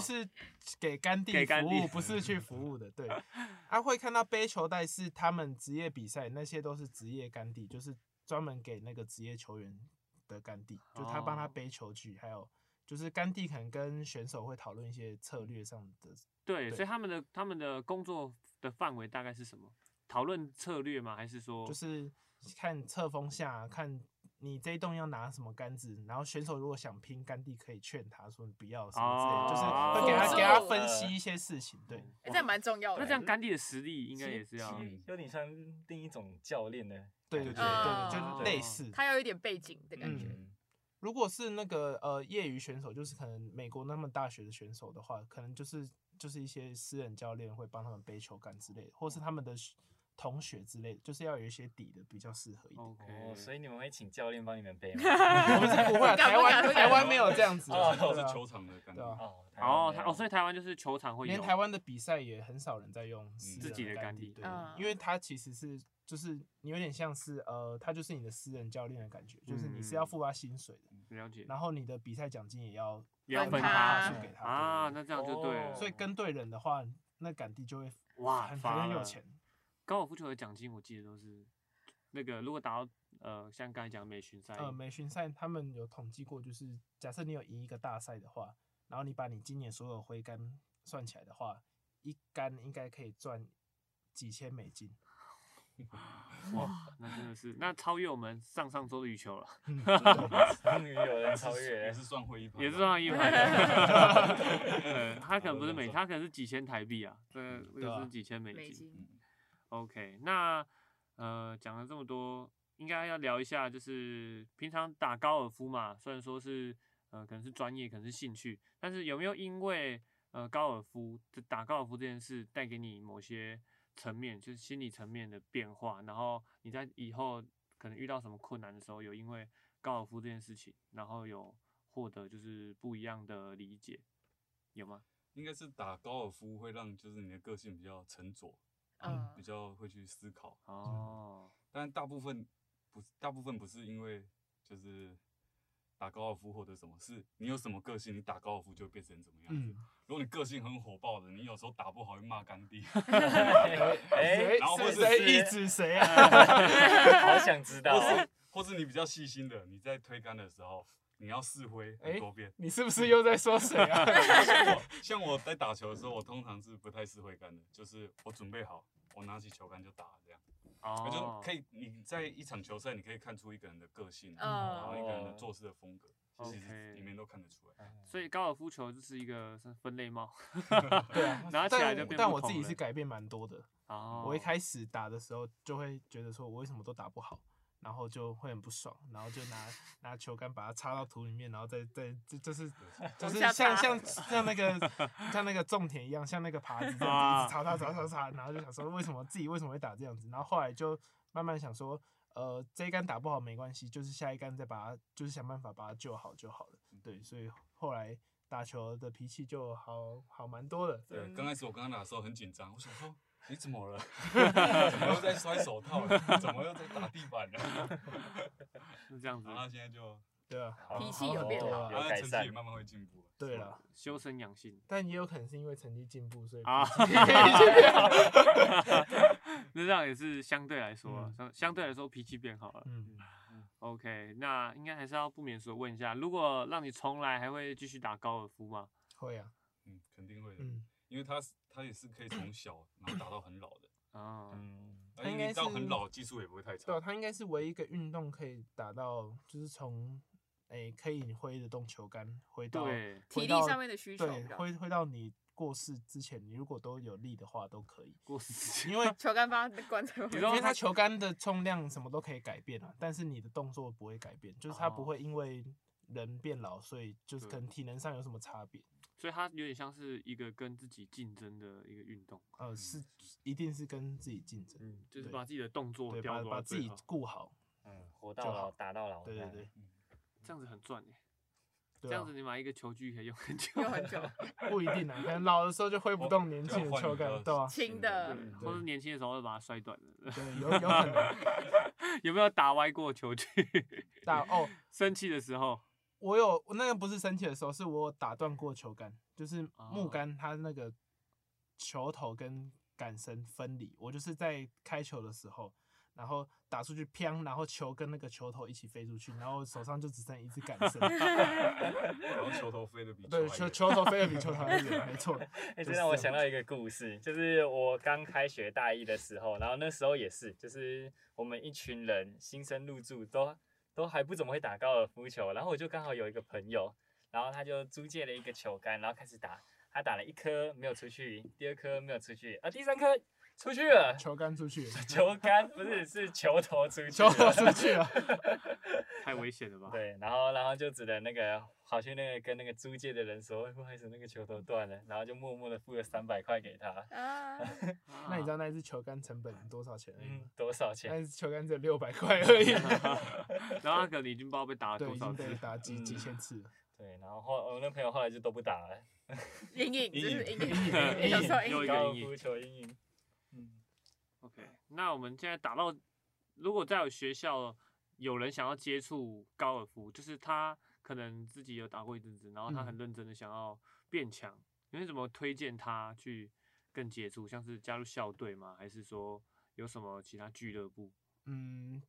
Speaker 5: 是给甘地
Speaker 1: 给甘
Speaker 5: 服
Speaker 1: 地
Speaker 5: 务，不是去服务的。 对，啊，会看到背球带是他们职业比赛，那些都是职业甘地，就是专门给那个职业球员的甘地，就他帮他
Speaker 1: 哦
Speaker 5: 背球具，还有就是甘地可能跟选手会讨论一些策略上的，
Speaker 1: 对，
Speaker 5: 对
Speaker 1: 所以他们的他们的工作的范围大概是什么？讨论策略吗？还是说
Speaker 5: 就是看侧风下啊、看。你这一栋要拿什么杆子？然后选手如果想拼甘地，可以劝他说你不要什么之类的，就是会给
Speaker 3: 哦
Speaker 5: 他给他分
Speaker 2: 呃
Speaker 5: 析一些事情。对，
Speaker 3: 哎这样蛮重要
Speaker 1: 那
Speaker 3: 的。
Speaker 1: 这样甘地的实力应该
Speaker 2: 其实
Speaker 1: 也是要嗯
Speaker 2: 其实有点像另一种教练的
Speaker 5: 对
Speaker 2: 感
Speaker 5: 对
Speaker 2: 觉，
Speaker 5: 对
Speaker 3: 啊
Speaker 5: 对，就是类似。
Speaker 3: 他嗯有一点背景的感觉，
Speaker 5: 嗯如果是那个呃业余选手，就是可能美国那么大学的选手的话，可能就是就是一些私人教练会帮他们背球杆之类的，或是他们的学同学之类的，就是要有一些底的比较适合一点。
Speaker 1: OK，
Speaker 2: 哦，所以你们会请教练帮你们背吗？
Speaker 5: 我们是 不会啊，
Speaker 3: 不敢
Speaker 5: 台
Speaker 3: 不敢
Speaker 5: 湾
Speaker 3: 不敢
Speaker 5: 台湾没有这样子啊，
Speaker 4: 都是
Speaker 5: 对啊
Speaker 4: 球场的感
Speaker 5: 对啊
Speaker 4: 觉。
Speaker 2: 哦，台湾
Speaker 1: 哦，
Speaker 2: 没
Speaker 1: 他
Speaker 2: 有
Speaker 1: 哦，所以台湾就是球场会有嗯
Speaker 5: 连台湾的比赛也很少人在用私
Speaker 1: 自己
Speaker 5: 人
Speaker 1: 的
Speaker 5: 杆
Speaker 1: 杆
Speaker 5: 地，
Speaker 1: 地
Speaker 5: 对，
Speaker 3: 嗯
Speaker 5: 因为它其实是就是你有点像是呃，它就是你的私人教练的感觉，就是你是要
Speaker 1: 嗯
Speaker 5: 付他薪水的，
Speaker 1: 了解
Speaker 5: 然后你的比赛奖金也要
Speaker 1: 也要
Speaker 3: 分
Speaker 1: 分
Speaker 3: 他
Speaker 1: 他
Speaker 5: 去给他哦
Speaker 1: 啊，
Speaker 5: 对
Speaker 1: 那这样就对了。
Speaker 5: 所以跟对人的话，那杆地就会
Speaker 1: 哇
Speaker 5: 很
Speaker 1: 发
Speaker 5: 很有
Speaker 1: 了
Speaker 5: 钱。
Speaker 1: 高尔夫球的奖金我记得都是那个，如果打到呃，像刚才讲的美巡赛，
Speaker 5: 呃，美巡赛他们有统计过，就是假设你有赢一个大赛的话，然后你把你今年所有挥杆算起来的话，一杆应该可以赚几千美金。
Speaker 1: 哇，那真的是 那超越我们上上周的羽球了，
Speaker 5: 嗯
Speaker 2: 终于有人超
Speaker 4: 也
Speaker 2: 越
Speaker 4: 是，算会一盘吧，
Speaker 1: 也是上一 排 的。呃他可能不是美，他可能是几千台币啊，这
Speaker 5: 对
Speaker 1: 个
Speaker 5: 啊
Speaker 1: 是几千美
Speaker 3: 美
Speaker 1: 金。
Speaker 3: 金
Speaker 1: OK，那呃讲了这么多，应该要聊一下，就是平常打高尔夫嘛，虽然说是呃可能是专业，可能是兴趣，但是有没有因为呃高尔夫这打高尔夫这件事带给你某些层面，就是心理层面的变化，然后你在以后可能遇到什么困难的时候，有因为高尔夫这件事情，然后有获得就是不一样的理解，有吗？
Speaker 4: 应该是打高尔夫会让就是你的个性比较沉着，
Speaker 3: 嗯
Speaker 4: 比较会去思考。
Speaker 1: 哦，
Speaker 4: 但大部分不是，大部分不是因为就是打高尔夫获得什么，是你有什么个性，你打高尔夫就会变成怎么样子。
Speaker 5: 嗯，
Speaker 4: 如果你个性很火爆的，你有时候打不好会骂干 爹，
Speaker 2: 哎
Speaker 5: 谁
Speaker 4: 然后或
Speaker 5: 谁
Speaker 4: 者
Speaker 5: 在
Speaker 4: 是
Speaker 5: 抑制谁啊？
Speaker 2: 好想知道
Speaker 4: 或，是或是你比较细心的，你在推杆的时候你要试挥
Speaker 5: 哎
Speaker 4: 很多遍。
Speaker 5: 你是不是又在说谁啊？
Speaker 4: 像我 像我在打球的时候，我通常是不太试挥杆的，就是我准备好，我拿起球杆就打这样。我就
Speaker 1: 哦，
Speaker 4: 可以，你在一场球赛，你可以看出一个人的个性，然后
Speaker 3: 嗯
Speaker 4: 一个人的做事的风格，其实
Speaker 1: 哦 OK
Speaker 4: 里面都看得出 来。
Speaker 1: 所以高尔夫球就是一个算分类帽。
Speaker 5: 对啊，
Speaker 1: 拿起来就
Speaker 5: 但
Speaker 1: 变
Speaker 5: 但
Speaker 1: 不
Speaker 5: 我自
Speaker 1: 同
Speaker 5: 己
Speaker 1: 了
Speaker 5: 是改变蛮多的。
Speaker 1: 哦，
Speaker 5: 我一开始打的时候就会觉得说我为什么都打不好，然后就会很不爽，然后就拿拿球杆把它插到土里面，然后再再就就是就是
Speaker 3: 往下
Speaker 5: 像
Speaker 3: 打
Speaker 5: 像像那个像那个种田一样，像那个耙子这样子一直插插插插插，然后就想说为什么自己为什么会打这样子，然后后来就慢慢想说。呃，这一杆打不好没关系，就是下一杆再把它，就是想办法把它救好就好了。对，所以后来打球的脾气就好好蛮多的。
Speaker 4: 对，
Speaker 3: 嗯
Speaker 4: 刚开始我刚刚打的时候很紧张，我想说你怎 么了？怎么又在摔手套了？怎么又在打地板了？
Speaker 1: 是这样子
Speaker 4: 然，后他现在就，
Speaker 5: 对啊，
Speaker 3: 脾气有变好
Speaker 5: 好
Speaker 4: 然
Speaker 2: 有
Speaker 4: 后
Speaker 2: 改
Speaker 4: 成绩
Speaker 2: 善
Speaker 4: 也，慢慢会进步了。
Speaker 5: 对了，
Speaker 1: 修身养性
Speaker 5: 但也有可能是因为成绩进步，所以
Speaker 1: 啊
Speaker 5: 脾气脾气变好。
Speaker 1: 那这样也是相对来说啊，
Speaker 5: 嗯
Speaker 1: 相相对来说脾气变好了。
Speaker 5: 嗯，
Speaker 1: OK，那应该还是要不免说问一下，如果让你重来，还会继续打高尔夫吗？
Speaker 5: 会啊，
Speaker 4: 嗯，肯定会的，
Speaker 5: 嗯，
Speaker 4: 因为他是他也是可以从小然后打到很老的，
Speaker 1: 啊、
Speaker 2: 嗯，
Speaker 4: 而
Speaker 5: 应
Speaker 4: 且
Speaker 5: 该
Speaker 4: 你到很
Speaker 5: 是
Speaker 4: 老，技术也不会太差。
Speaker 5: 对啊，它应该是唯一一个运动可以达到，就是从诶、可以挥得动球杆挥到
Speaker 1: 对
Speaker 5: 挥
Speaker 3: 体力
Speaker 5: 到
Speaker 3: 上面的需求
Speaker 5: 对
Speaker 3: 比较
Speaker 5: 挥挥到你过世之前，你如果都有力的话都 可以，
Speaker 1: 过世
Speaker 5: 因为
Speaker 3: 球杆把它关在外
Speaker 1: 你
Speaker 3: 面
Speaker 1: 知道
Speaker 5: 因为
Speaker 1: 它
Speaker 5: 它球杆的重量什么都可以改变啊，但是你的动作不会改变，就是它
Speaker 1: 哦
Speaker 5: 不会因为人变老，所以就是
Speaker 1: 对
Speaker 5: 可能体能上有什么差别。
Speaker 1: 所以它有点像是一个跟自己竞争的一个运动，
Speaker 5: 呃，是一定是跟自己竞争，
Speaker 4: 嗯，
Speaker 1: 就是
Speaker 5: 对
Speaker 1: 把自己的动作
Speaker 5: 对，
Speaker 1: 雕
Speaker 5: 把
Speaker 1: 琢
Speaker 5: 把
Speaker 1: 到
Speaker 5: 自
Speaker 1: 最
Speaker 5: 己
Speaker 1: 好，
Speaker 5: 顾好，
Speaker 2: 嗯，活到
Speaker 5: 就好
Speaker 2: 老打到老，
Speaker 5: 对对 对，
Speaker 1: 这样子很赚哎。
Speaker 5: 对
Speaker 1: 这样
Speaker 5: 啊
Speaker 1: 子，你买一个球具可以用很久，
Speaker 3: 用很久，
Speaker 5: 不一定啊，可能老的时候就挥不
Speaker 4: 哦
Speaker 5: 动年
Speaker 4: 就
Speaker 5: 轻的
Speaker 4: 换
Speaker 5: 球
Speaker 4: 你
Speaker 5: 杆，
Speaker 4: 的
Speaker 5: 对啊，
Speaker 3: 轻
Speaker 1: 对
Speaker 3: 的
Speaker 4: 嗯
Speaker 1: 或者年轻的时候就把它摔断了。
Speaker 5: 对，有有可能
Speaker 1: 有没有打歪过球具？
Speaker 5: 打哦，
Speaker 1: 生气的时候，
Speaker 5: 我有我那个不是生气的时候，是我有打断过球杆，就是木
Speaker 1: 哦
Speaker 5: 杆它那个球头跟杆身分离，我就是在开球的时候，然后打出去，砰，然后球跟那个球头一起飞出去，然后手上就只剩一只杆身，
Speaker 4: 然后球头飞得比
Speaker 5: 对，
Speaker 4: 球还
Speaker 5: 球
Speaker 4: 远
Speaker 5: 球头 飞得比球头还远，没错，
Speaker 2: 哎、
Speaker 5: 就
Speaker 2: 这
Speaker 5: 是
Speaker 2: 让我
Speaker 5: 这
Speaker 2: 想
Speaker 5: 样
Speaker 2: 到一个故事，就是我刚开学大一的时候，然后那时候也是，就是我们一群人新生入住，都都还不怎么会打高尔夫球，然后我就刚好有一个朋友，然后他就租借了一个球杆，然后开始打，他打了一颗没有出去，第二颗没有出去，啊，第三颗出去了，
Speaker 5: 球杆出去了，
Speaker 2: 球杆不是是球头出去，
Speaker 5: 球头 出去啊了，
Speaker 1: 太危险了吧？
Speaker 2: 对，然后然后就只能那个跑去那个跟那个租借的人说，哎不好意思，那个球头断了，然后就默默的付了三百块给他，
Speaker 3: 啊，
Speaker 1: 啊
Speaker 5: 那你知道那一只球杆成本多少钱而已吗
Speaker 2: 嗯，多少钱
Speaker 5: 那？一只球杆只有六百块而已，
Speaker 1: 然后他可能已经不知道被打了
Speaker 5: 对，
Speaker 1: 多
Speaker 5: 已
Speaker 1: 少
Speaker 5: 经
Speaker 1: 次
Speaker 5: 被。打几几千次了，
Speaker 2: 对，然后后我那朋友后来就都不打了，
Speaker 3: 阴影这是阴
Speaker 4: 阴
Speaker 3: 影，小哎
Speaker 5: 阴影
Speaker 3: 时候阴
Speaker 1: 有一个
Speaker 3: 影
Speaker 2: 高尔
Speaker 1: 阴影
Speaker 2: 夫球阴影。嗯，
Speaker 1: OK，那我们现在打到，如果在有学校有人想要接触高尔夫，就是他可能自己有打过一阵子，然后他
Speaker 5: 嗯
Speaker 1: 很认真的想要变强，你会怎么推荐他去更接触？像是加入校队吗？还是说有什么其他俱乐部？
Speaker 5: 嗯，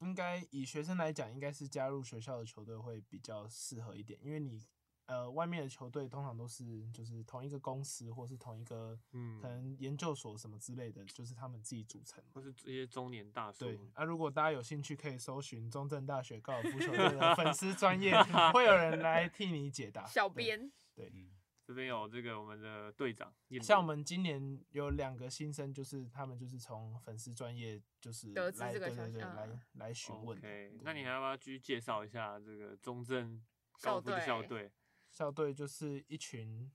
Speaker 5: 应该以学生来讲，应该是加入学校的球队会比较适合一点，因为你呃外面的球队通常都是就是同一个公司或是同一个
Speaker 1: 嗯
Speaker 5: 可能研究所什么之类的，就是他们自己组成的。
Speaker 1: 或是哦这些中年大叔？
Speaker 5: 对，那、如果大家有兴趣，可以搜寻中正大学高尔夫球队的粉丝专业，会有人来替你解答。
Speaker 3: 小
Speaker 5: 对，
Speaker 3: 编
Speaker 4: 嗯，
Speaker 1: 这边有这个我们的队长，彦
Speaker 5: 像我
Speaker 1: 祖
Speaker 5: 们今年有两个新生，就是他们就是从粉丝专业就是
Speaker 3: 得知
Speaker 5: 来
Speaker 3: 这个
Speaker 5: 对
Speaker 3: 消息
Speaker 5: 对对
Speaker 3: 嗯
Speaker 5: 来来询问的。
Speaker 1: OK，
Speaker 5: 对
Speaker 1: 那你还要不要继续介绍一下这个中正高尔夫的
Speaker 3: 校
Speaker 1: 校
Speaker 3: 队
Speaker 1: 队？
Speaker 5: 校队就是一群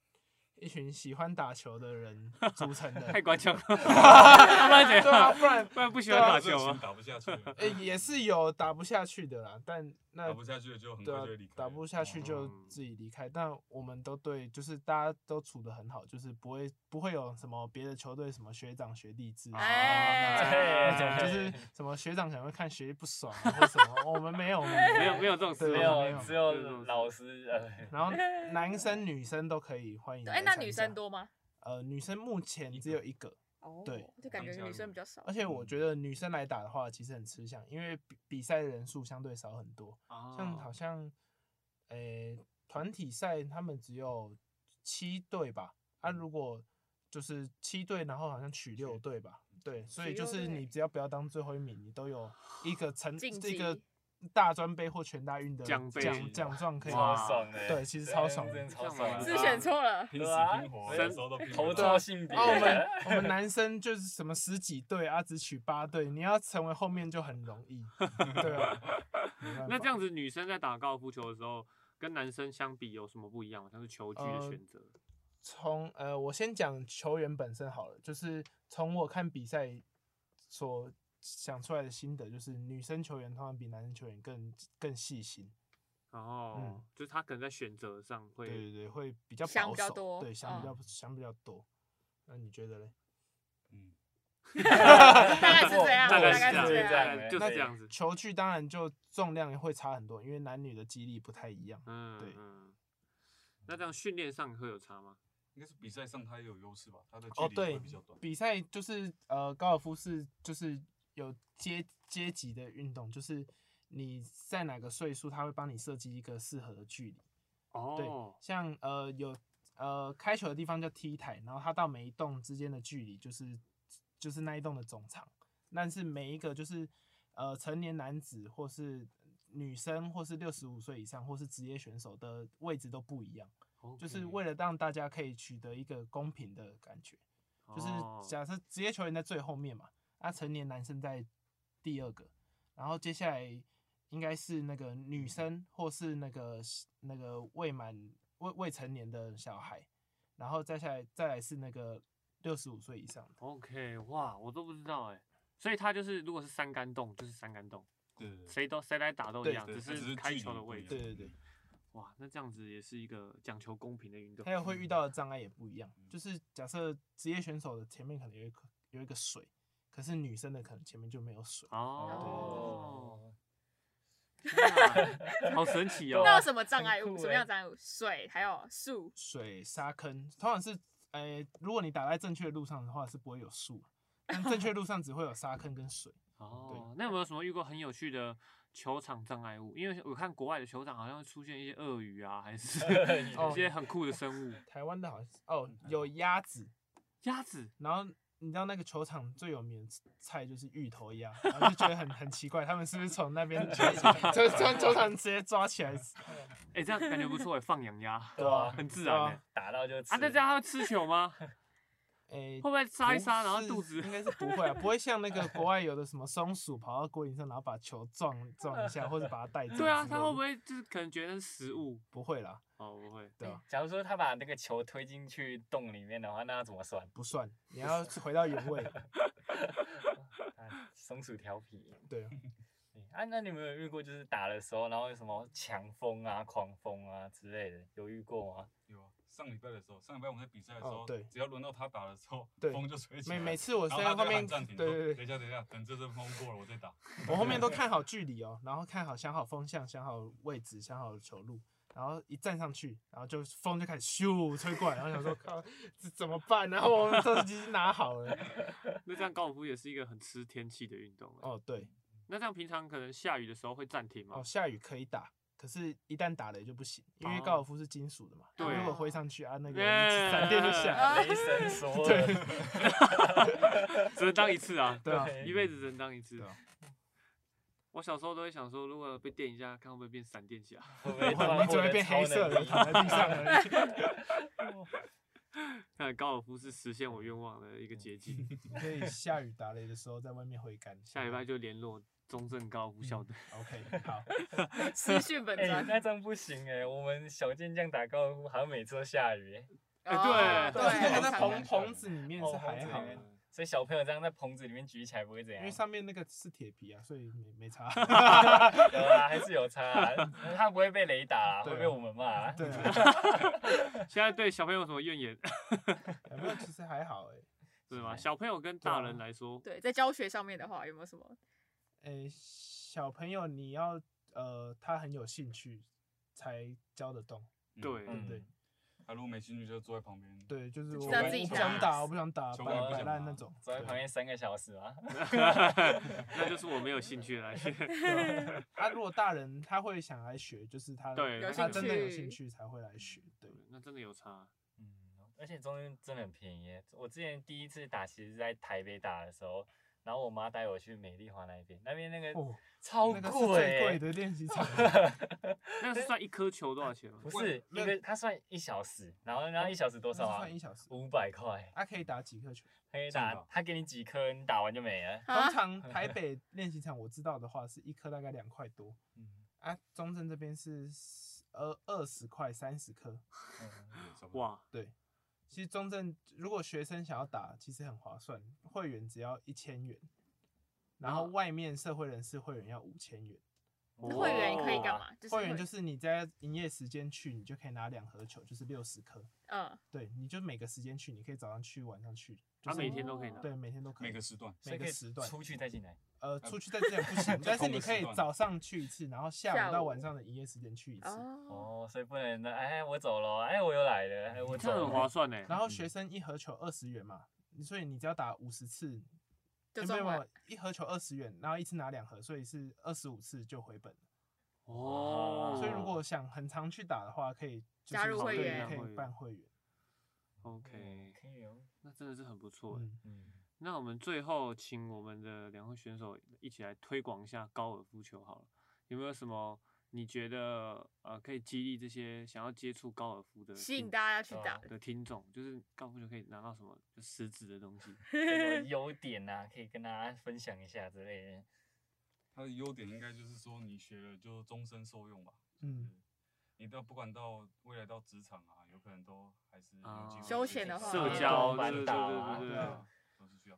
Speaker 5: 一群喜欢打球 的人组成的
Speaker 1: 太。官腔了，不然怎
Speaker 5: 对啊，
Speaker 1: 样？
Speaker 5: 不然
Speaker 1: 不然不喜
Speaker 5: 对
Speaker 1: 欢
Speaker 5: 啊
Speaker 1: 打
Speaker 4: 打
Speaker 1: 球吗？
Speaker 4: 打不下去了，
Speaker 5: 呃也是有打不下去的啦，但那
Speaker 4: 打不下去了就很
Speaker 5: 对
Speaker 4: 快
Speaker 5: 啊
Speaker 4: 就会离开，哦
Speaker 5: 打不下去就
Speaker 1: 嗯
Speaker 5: 自己离开。但我们都对，就是大家都处的很好，就是不会不会有什么别的球队什么学长学弟 制啊
Speaker 3: 哎
Speaker 5: 啊那种那种，就是什么学长可能会看学弟不爽啊或什么，我们没有，我们
Speaker 1: 没有没有这种事，
Speaker 5: 对啊
Speaker 2: 没
Speaker 5: 没
Speaker 2: 有，
Speaker 5: 有
Speaker 2: 只
Speaker 1: 这种
Speaker 2: 有
Speaker 1: 事
Speaker 2: 老师呃，
Speaker 5: 然后男生女生都可以欢迎来
Speaker 3: 哎，
Speaker 5: 参
Speaker 3: 那
Speaker 5: 加。
Speaker 3: 女生多吗？
Speaker 5: 呃，女生目前只有一个，
Speaker 3: 哦
Speaker 5: 对，
Speaker 3: 就感觉
Speaker 4: 刚加
Speaker 3: 女生
Speaker 4: 入
Speaker 3: 比较 少
Speaker 5: 而，且我觉得女生来打的话，其实很吃香，因为比比赛人数相对少很多。
Speaker 4: 嗯
Speaker 3: 哦
Speaker 5: 像好像，诶、团体赛他们只有七队吧？
Speaker 3: 嗯
Speaker 5: 啊，如果就是七队，然后好像取六队吧？对，所以
Speaker 3: 取
Speaker 5: 就
Speaker 3: 六
Speaker 5: 是
Speaker 3: 队
Speaker 5: 你只要不要当最后一名，你都有一个成
Speaker 3: 晋
Speaker 5: 一个
Speaker 3: 级
Speaker 5: 大专杯或全大运的
Speaker 1: 奖杯
Speaker 5: 奖奖状可以
Speaker 1: 哇
Speaker 5: 拿
Speaker 2: 超爽的。
Speaker 3: 欸
Speaker 5: 对其实超爽的
Speaker 2: 真的超
Speaker 1: 这样
Speaker 2: 爽
Speaker 1: 蛮
Speaker 2: 的。
Speaker 3: 是
Speaker 1: 棒
Speaker 3: 选错 了，
Speaker 4: 拼死
Speaker 2: 对啊
Speaker 4: 拼活，
Speaker 2: 生
Speaker 4: 有时候都拼不
Speaker 2: 投
Speaker 4: 到
Speaker 2: 错性别
Speaker 5: 啊，我们 我们男生就是什么十几队啊，只取八队，你要成为后面就很容易，对啊。没办
Speaker 1: 那
Speaker 5: 法
Speaker 1: 这样子，女生在打高尔夫球的时候，跟男生相比有什么不一样吗？像是球具的
Speaker 5: 呃
Speaker 1: 选择，
Speaker 5: 从呃，我先讲球员本身好了，就是从我看比赛所想出来的心得，就是女生球员通常比男生球员更更细心，
Speaker 1: 然后
Speaker 5: 嗯
Speaker 1: 就是他可能在选择上
Speaker 5: 对
Speaker 1: 会
Speaker 5: 对对，会比较
Speaker 3: 想
Speaker 5: 保
Speaker 3: 比较
Speaker 5: 守
Speaker 3: 多
Speaker 5: 对，想比较、
Speaker 3: 嗯
Speaker 5: 想比较多。那你觉得嘞？
Speaker 4: 嗯，
Speaker 3: 大概是这样，
Speaker 1: 大概
Speaker 3: 概
Speaker 1: 是
Speaker 3: 这
Speaker 1: 这样，
Speaker 2: 样
Speaker 1: 大
Speaker 3: 样，
Speaker 1: 概就是
Speaker 5: 那
Speaker 1: 这样子。
Speaker 5: 球具当然就重量会差很多，因为男女的肌力不太一样。
Speaker 1: 嗯
Speaker 5: 对
Speaker 1: 嗯，那这样训练上会有差吗？
Speaker 4: 应该是比赛上他也有优势吧，他的距
Speaker 5: 哦，
Speaker 4: 离会
Speaker 5: 对
Speaker 4: 比较短，，
Speaker 5: 比赛就是呃，高尔夫是就是有阶阶级的运动，就是你在哪个岁数，他会帮你设计一个适合的距离。对
Speaker 1: 哦，，
Speaker 5: 像呃有呃开球的地方叫 T 台，然后它到每一栋之间的距离就是就是那一栋的总长，但是每一个就是呃成年男子或是女生或是六十五岁以上或是职业选手的位置都不一样，就是为了让大家可以取得一个公平的感觉。
Speaker 1: 哦
Speaker 5: 就是假设职业球员在最后面嘛，啊，成年男生在第二个，然后接下来应该是那个女生或是那个那个未满未未成年的小孩，然后再下来再来是那个六十五岁以上的，
Speaker 1: OK，哇，我都不知道哎、所以他就是如果是三杆洞就是三杆洞，
Speaker 4: 对对对
Speaker 1: 谁都谁来打都一
Speaker 5: 对
Speaker 1: 样，
Speaker 4: 对
Speaker 1: 只
Speaker 4: 它只
Speaker 1: 是
Speaker 4: 是
Speaker 1: 开
Speaker 4: 距
Speaker 1: 球
Speaker 4: 离
Speaker 1: 的
Speaker 4: 不
Speaker 1: 位
Speaker 4: 一
Speaker 1: 置。
Speaker 4: 样
Speaker 5: 对对对。
Speaker 1: 哇，那这样子也是一个讲求公平的运动
Speaker 5: 还。有会遇到的障碍也不一样，就是假设职业选手的前面可能有一颗有一个水，可是女生的可能前面就没有水。
Speaker 1: 哦，
Speaker 2: 哦，
Speaker 1: 天啊好神奇哦！
Speaker 3: 那有什么障
Speaker 2: 很
Speaker 3: 碍物？
Speaker 2: 酷
Speaker 3: 什么样
Speaker 2: 欸
Speaker 3: 的障碍物？水还有树。
Speaker 5: 水沙坑通常是，呃，如果你打在正确的路上的话，是不会有树，但正确路上只会有沙坑跟水。
Speaker 1: 哦，那有没有什么遇过很有趣的球场障碍物？因为我看国外的球场好像会出现一些鳄鱼啊，还 是一些很酷的生物，
Speaker 5: 台湾的好像是哦，有鸭子，
Speaker 1: 鸭子。
Speaker 5: 然后你知道那个球场最有名的菜就是芋头鸭，然后就觉得很很奇怪，他们是不是从那边从从球场直接抓起来？
Speaker 1: 哎、这样感觉不错哎，放养鸭，
Speaker 2: 对啊
Speaker 1: 很自然哎、
Speaker 5: 对
Speaker 2: 打到就吃
Speaker 1: 啊，那这样它会吃球 吗？
Speaker 5: 诶、
Speaker 1: 会不会杀一
Speaker 5: 不
Speaker 1: 杀，然后
Speaker 5: 是
Speaker 1: 肚子
Speaker 5: 应该是不会啊，不会像那个国外有的什么松鼠跑到锅顶上，然后把球撞撞一下，或者把它带走之类的。
Speaker 1: 对啊，他会不会就是可能觉得是食物？
Speaker 5: 不会啦，
Speaker 1: 哦，不会。
Speaker 5: 对啊，
Speaker 2: 假如说他把那个球推进去洞里面的话，那要怎么算？
Speaker 5: 不算，你要回到原位。
Speaker 2: 啊松鼠调皮。
Speaker 5: 对啊，
Speaker 2: 对啊，那你们有遇过就是打的时候，然后有什么强风啊、狂风啊之类的，有遇过吗？
Speaker 4: 有啊，上礼拜的时候，上礼拜我们在比赛的时
Speaker 5: 哦
Speaker 4: 候，
Speaker 5: 对
Speaker 4: 只要轮到他打的时候，
Speaker 5: 对
Speaker 4: 风就吹起来
Speaker 5: 每
Speaker 4: 了。
Speaker 5: 每次我
Speaker 4: 啊然
Speaker 5: 在
Speaker 4: 后他
Speaker 5: 后
Speaker 4: 就
Speaker 5: 面，
Speaker 4: 喊暂
Speaker 5: 对
Speaker 4: 停，说
Speaker 5: 对
Speaker 4: 等
Speaker 5: 对，
Speaker 4: 一下，等一下，等这阵风过了我再打。
Speaker 5: 我后面都看好距离哦，然后看好想好风向，想好位置，想好球路。然后一站上去，然后就风就开始咻吹过来，然后想说靠，这怎么办？然后我们都已经拿好了。
Speaker 1: 那这样高尔夫也是一个很吃天气的运动哎。
Speaker 5: 哦，对，
Speaker 1: 那这样平常可能下雨的时候会暂停吗
Speaker 5: 哦，？下雨可以打，可是一旦打雷就不行，因为
Speaker 1: 哦
Speaker 5: 高尔夫是金属的嘛，
Speaker 1: 对
Speaker 5: 如果挥上去啊，那个
Speaker 1: 哎
Speaker 5: 闪电就下来了。
Speaker 3: 啊
Speaker 2: 雷神说
Speaker 5: 对
Speaker 2: 了，
Speaker 1: 只能当一次啊，
Speaker 5: 对啊，
Speaker 2: 对
Speaker 1: 一辈子只能当一次
Speaker 5: 对啊。
Speaker 1: 我小时候都会想说，如果被电一下，看会不会变闪电侠。
Speaker 2: 会不会
Speaker 5: 不会
Speaker 2: 突然
Speaker 5: 你只
Speaker 2: 获
Speaker 5: 会
Speaker 2: 得
Speaker 5: 变黑
Speaker 2: 超
Speaker 5: 色
Speaker 2: 能
Speaker 5: 的，
Speaker 2: 力
Speaker 5: 躺在地上而已。
Speaker 1: 看高尔夫是实现我愿望的一个捷径。
Speaker 5: 你可以下雨打雷的时候在外面挥杆。
Speaker 1: 下礼拜就联络中正高尔夫校队。
Speaker 5: OK，好，
Speaker 3: 私讯 本
Speaker 2: 哎、
Speaker 3: 专。
Speaker 2: 那这样不行哎、我们小健将打高尔夫好像每次都下雨、欸，
Speaker 1: 哎
Speaker 3: 哦
Speaker 1: 对
Speaker 5: 但是那个
Speaker 3: 好
Speaker 5: 在
Speaker 3: 惨
Speaker 5: 棚棚子里面是
Speaker 2: 哦
Speaker 5: 还
Speaker 2: 棚子
Speaker 5: 好
Speaker 2: 里
Speaker 5: 的，
Speaker 2: 面所以小朋友这样在棚子里面举起来不会怎
Speaker 5: 因
Speaker 2: 样
Speaker 5: 为。上面那个是铁皮啊，所以没 没差。
Speaker 2: 有啦，还是有差啦、 他不会被雷打啦，
Speaker 5: 对
Speaker 2: 会
Speaker 5: 啊
Speaker 2: 被我们骂啦。
Speaker 5: 对啊，
Speaker 1: 现在对小朋友有什么怨 言？
Speaker 5: 没有，其实还好哎。
Speaker 1: 是吗？
Speaker 2: 是
Speaker 1: 小朋友跟大人来说，
Speaker 3: 对，在教学上面的话，有没有什么？
Speaker 5: 诶，小朋友你要呃，他很有兴趣才教得动。
Speaker 1: 对
Speaker 2: 嗯
Speaker 5: 对对
Speaker 4: 嗯他如果没兴趣，就坐在旁边。
Speaker 5: 对，就是
Speaker 4: 就
Speaker 5: 我
Speaker 4: 知道
Speaker 5: 我
Speaker 4: 自己
Speaker 5: 不
Speaker 4: 打
Speaker 5: 想打，我不想打，
Speaker 4: 球
Speaker 5: 摆
Speaker 4: 我也不
Speaker 5: 摆
Speaker 4: 想
Speaker 5: 烂
Speaker 4: 打
Speaker 5: 那种。
Speaker 2: 走在
Speaker 5: 对
Speaker 2: 旁边三个小时啊嘛。
Speaker 1: 那就是我没有兴趣的来 源。
Speaker 5: 对啊，如果大人他会想来学，就是他
Speaker 1: 对有
Speaker 5: 他
Speaker 1: 兴
Speaker 5: 真的有
Speaker 3: 趣
Speaker 5: 兴趣才会来学。对，
Speaker 1: 那真的有差。啊
Speaker 2: 嗯，而且中间真的很便宜耶。我之前第一次打其实是在台北打的时候，然后我妈带我去美丽华那边，那边那个
Speaker 5: 哦，
Speaker 2: 超
Speaker 5: 那个是最
Speaker 2: 贵欸
Speaker 5: 贵
Speaker 2: 耶，
Speaker 5: 的练习场。
Speaker 1: 那是算一颗球多少钱吗？
Speaker 2: 不
Speaker 5: 贵
Speaker 2: 是
Speaker 5: 那
Speaker 2: 一个，它算一小时，然后然后一小时多少
Speaker 5: 那是
Speaker 2: 啊
Speaker 5: 算？一小时，啊哦
Speaker 2: 五百块，
Speaker 5: 他可以打几颗球？
Speaker 2: 他可以
Speaker 4: 这样
Speaker 2: 打
Speaker 4: 吧，
Speaker 2: 他给你几颗，你打完就没了。
Speaker 5: 通
Speaker 3: 啊
Speaker 5: 常台北练习场我知道的话，是一颗大概两块多，
Speaker 2: 嗯，
Speaker 5: 啊，中正这边是呃二十块三十颗。
Speaker 2: 嗯
Speaker 4: 对，差不多。
Speaker 1: 哇，
Speaker 5: 对，其实中正如果学生想要打，其实很划算，会员只要一千元，然后
Speaker 1: 然后
Speaker 5: 外面社会人士会员要五千元。
Speaker 3: 那会员可以
Speaker 1: 哦
Speaker 3: 干嘛？就是
Speaker 5: 会员就是你在营业时间去，你就可以拿两盒球，就是六十颗。
Speaker 3: 嗯，
Speaker 5: 对，你就每个时间去，你可以早上去，晚上去，
Speaker 1: 他
Speaker 5: 就
Speaker 1: 啊
Speaker 5: 是
Speaker 1: 每天都可以拿。
Speaker 5: 对每天都可以。
Speaker 4: 每个时段，
Speaker 2: 所以
Speaker 5: 每
Speaker 2: 可
Speaker 5: 个
Speaker 2: 以
Speaker 5: 时段
Speaker 2: 出去再进来。
Speaker 5: 呃出去再这样不 行，但是
Speaker 4: 同个
Speaker 5: 你可
Speaker 4: 时
Speaker 5: 以
Speaker 4: 段
Speaker 5: 早上去一次，然后下
Speaker 3: 下
Speaker 5: 午到
Speaker 3: 午
Speaker 5: 晚上的营业时间去一次。
Speaker 3: 哦，
Speaker 2: 哦，所以不能那哎，我走了，哎，我又来了，哎，我
Speaker 1: 这
Speaker 2: 走
Speaker 1: 很划
Speaker 2: 了。
Speaker 1: 算呢。
Speaker 5: 然后
Speaker 4: 嗯
Speaker 5: 学生一盒球二十元嘛，所以你只要打五十次，
Speaker 3: 就
Speaker 5: 诶没
Speaker 3: 赚
Speaker 5: 有没
Speaker 3: 回
Speaker 5: 有一盒球二十元，然后一次拿两盒，所以是二十五次就回本。
Speaker 1: 哦，
Speaker 5: 所以如果想很常去打的话，可以就是
Speaker 3: 加入
Speaker 5: 考虑
Speaker 3: 会员
Speaker 5: 可以办会员。
Speaker 1: OK，
Speaker 2: 可以哦，
Speaker 1: 那真的是很不错哎。
Speaker 5: 嗯，
Speaker 2: 嗯，
Speaker 1: 那我们最后请我们的两位选手一起来推广一下高尔夫球好了，有没有什么你觉得呃可以激励这些想要接触高尔夫的
Speaker 3: 吸
Speaker 1: 听
Speaker 3: 引大家去
Speaker 2: 对
Speaker 3: 打
Speaker 2: 啊
Speaker 3: 的。
Speaker 1: 的听众，就是高尔夫球可以拿到什么就实质的东 西？
Speaker 2: 有优点啊，可以跟大家分享一下之类的。
Speaker 4: 它的优点应该就是说，你学了就终身受用吧。就
Speaker 5: 嗯
Speaker 4: 是你到不管到未来到职场啊，有可能都还是有
Speaker 1: 啊
Speaker 4: 机会
Speaker 3: 休闲
Speaker 4: 接
Speaker 3: 的
Speaker 4: 触
Speaker 3: 话
Speaker 4: 到
Speaker 1: 社
Speaker 4: 一些
Speaker 1: 交，
Speaker 2: 老板
Speaker 1: 对对
Speaker 2: 打
Speaker 1: 对
Speaker 2: 啊
Speaker 1: 对
Speaker 5: 对
Speaker 1: 对
Speaker 5: 啊，
Speaker 4: 都是需要。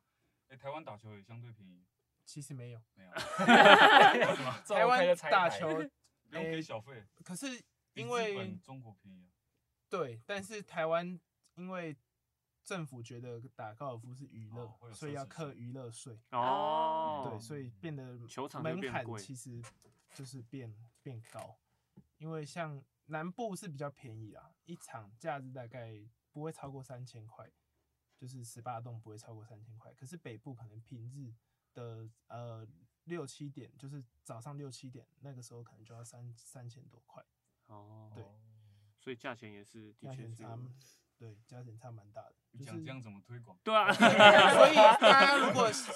Speaker 4: 哎、台湾打球也相对便宜，
Speaker 5: 其实没有。
Speaker 4: 没 有，
Speaker 2: 这
Speaker 5: 台
Speaker 2: 我可以
Speaker 5: 湾
Speaker 2: 猜一
Speaker 5: 打
Speaker 2: 排
Speaker 5: 球， 哎
Speaker 4: 不用给小费，
Speaker 5: 可是
Speaker 4: 比
Speaker 5: 因
Speaker 4: 日
Speaker 5: 为
Speaker 4: 本中国便宜啊。
Speaker 5: 对，但是台湾因为政府觉得打高尔夫是娱乐，
Speaker 4: 哦会有
Speaker 5: 所以
Speaker 4: 奢
Speaker 5: 要
Speaker 4: 侈
Speaker 5: 课
Speaker 4: 税
Speaker 5: 娱乐税。
Speaker 1: 哦，
Speaker 5: 对，所以变得
Speaker 1: 球场就
Speaker 5: 门
Speaker 1: 变
Speaker 5: 槛
Speaker 1: 贵
Speaker 5: 其实就是变变高，因为像南部是比较便宜啦，一场假日大概不会超过三千块，就是十八洞不会超过三千块。可是北部可能平日的呃六七点，就是早上六七点那个时候可能就要三三千多块，
Speaker 1: 哦，
Speaker 5: 对，
Speaker 1: 所以价钱也是的
Speaker 5: 价
Speaker 1: 确
Speaker 5: 钱
Speaker 1: 是有哦
Speaker 5: 差，对价钱差蛮大的，
Speaker 4: 你
Speaker 5: 就
Speaker 4: 讲
Speaker 5: 是
Speaker 4: 这样怎么推广？
Speaker 1: 对 啊，
Speaker 5: 所以大家如果是，